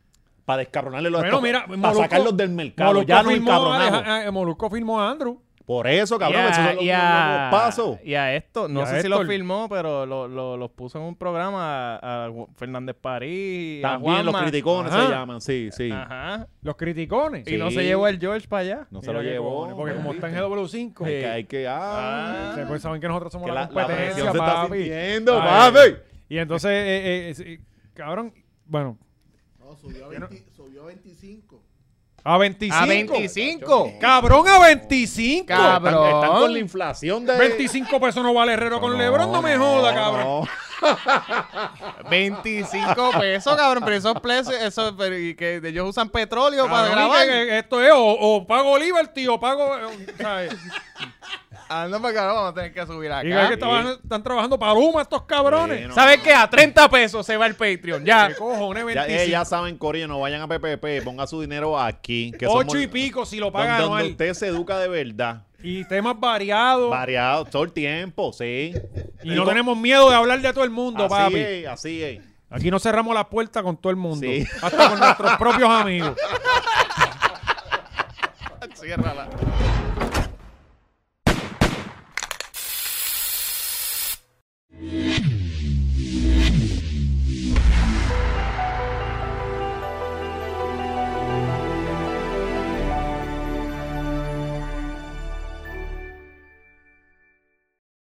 Speaker 3: Para descabronarle los
Speaker 2: Bueno,
Speaker 3: estos-
Speaker 2: mira,
Speaker 3: Para
Speaker 2: Molusco-
Speaker 3: sacarlos del mercado. eh, ya no
Speaker 2: firmó a,
Speaker 3: encabronados.
Speaker 2: Aleja- a- Molusco firmó a Andrew.
Speaker 3: Por eso, cabrón,
Speaker 4: Y a-
Speaker 3: esos son los,
Speaker 4: y a-
Speaker 3: los pasos.
Speaker 4: Y a esto, no
Speaker 2: Y a
Speaker 4: sé si
Speaker 2: Héctor.
Speaker 4: lo filmó, pero lo- lo- los puso en un programa a, a Ju- Fernández París. a
Speaker 3: También los
Speaker 4: Juanma.
Speaker 3: criticones
Speaker 2: Ajá.
Speaker 3: se llaman, sí, sí.
Speaker 4: Ajá.
Speaker 2: Los criticones.
Speaker 4: Y no
Speaker 3: Sí.
Speaker 4: se llevó el George para allá.
Speaker 3: No se
Speaker 2: Mira
Speaker 3: lo
Speaker 2: qué
Speaker 3: llevó.
Speaker 2: cojones, Porque como está en GW5,
Speaker 3: Hay que, hay que- ah,
Speaker 4: Ah.
Speaker 2: se- pues saben que nosotros somos
Speaker 3: que
Speaker 2: la,
Speaker 3: la, la presión
Speaker 2: competencia,
Speaker 3: se está
Speaker 2: papi.
Speaker 3: sintiendo,
Speaker 2: Ay.
Speaker 3: papi.
Speaker 2: Y entonces, eh, eh, eh, sí, cabrón, bueno,
Speaker 6: No, subió a, 20 subió a 25.
Speaker 2: a 25.
Speaker 4: A 25.
Speaker 2: Cabrón, a 25.
Speaker 4: Cab-
Speaker 3: Están, están
Speaker 4: Cabrón.
Speaker 3: con la inflación de...
Speaker 2: 25 pesos no vale Herrero con Lebron, no me joda, cabrón.
Speaker 3: no.
Speaker 4: 25 pesos, cabrón. Pero esos precios, esos, pero, y que ellos usan petróleo para
Speaker 2: Cabrón,
Speaker 4: grabar.
Speaker 2: y que- que esto es o, o pago Liberty o pago. eh, ¿sabes?
Speaker 4: Ah, no, porque ahora vamos a tener que subir
Speaker 2: Y que
Speaker 4: acá.
Speaker 2: estaban- están trabajando para Luma estos cabrones.
Speaker 3: Sí, no.
Speaker 4: ¿Sabes qué? A 30 pesos se va el Patreon. Ya.
Speaker 2: ¿Qué cojones?
Speaker 3: Ya,
Speaker 2: 25.
Speaker 3: eh, ya saben, Corillo, no vayan a PPP, ponga su dinero aquí. Que
Speaker 2: Ocho
Speaker 3: somos-
Speaker 2: y pico si lo
Speaker 3: Donde,
Speaker 2: paga
Speaker 3: donde
Speaker 2: anual.
Speaker 3: usted se educa de verdad.
Speaker 2: Y temas variados.
Speaker 3: Variado, todo el tiempo, sí.
Speaker 2: y no tenemos miedo de hablarle a todo el mundo,
Speaker 3: Así
Speaker 2: papi.
Speaker 3: es, así es.
Speaker 2: Aquí no cerramos la puerta con todo el mundo.
Speaker 3: Sí.
Speaker 2: Hasta con nuestros propios amigos.
Speaker 4: Ciérrala.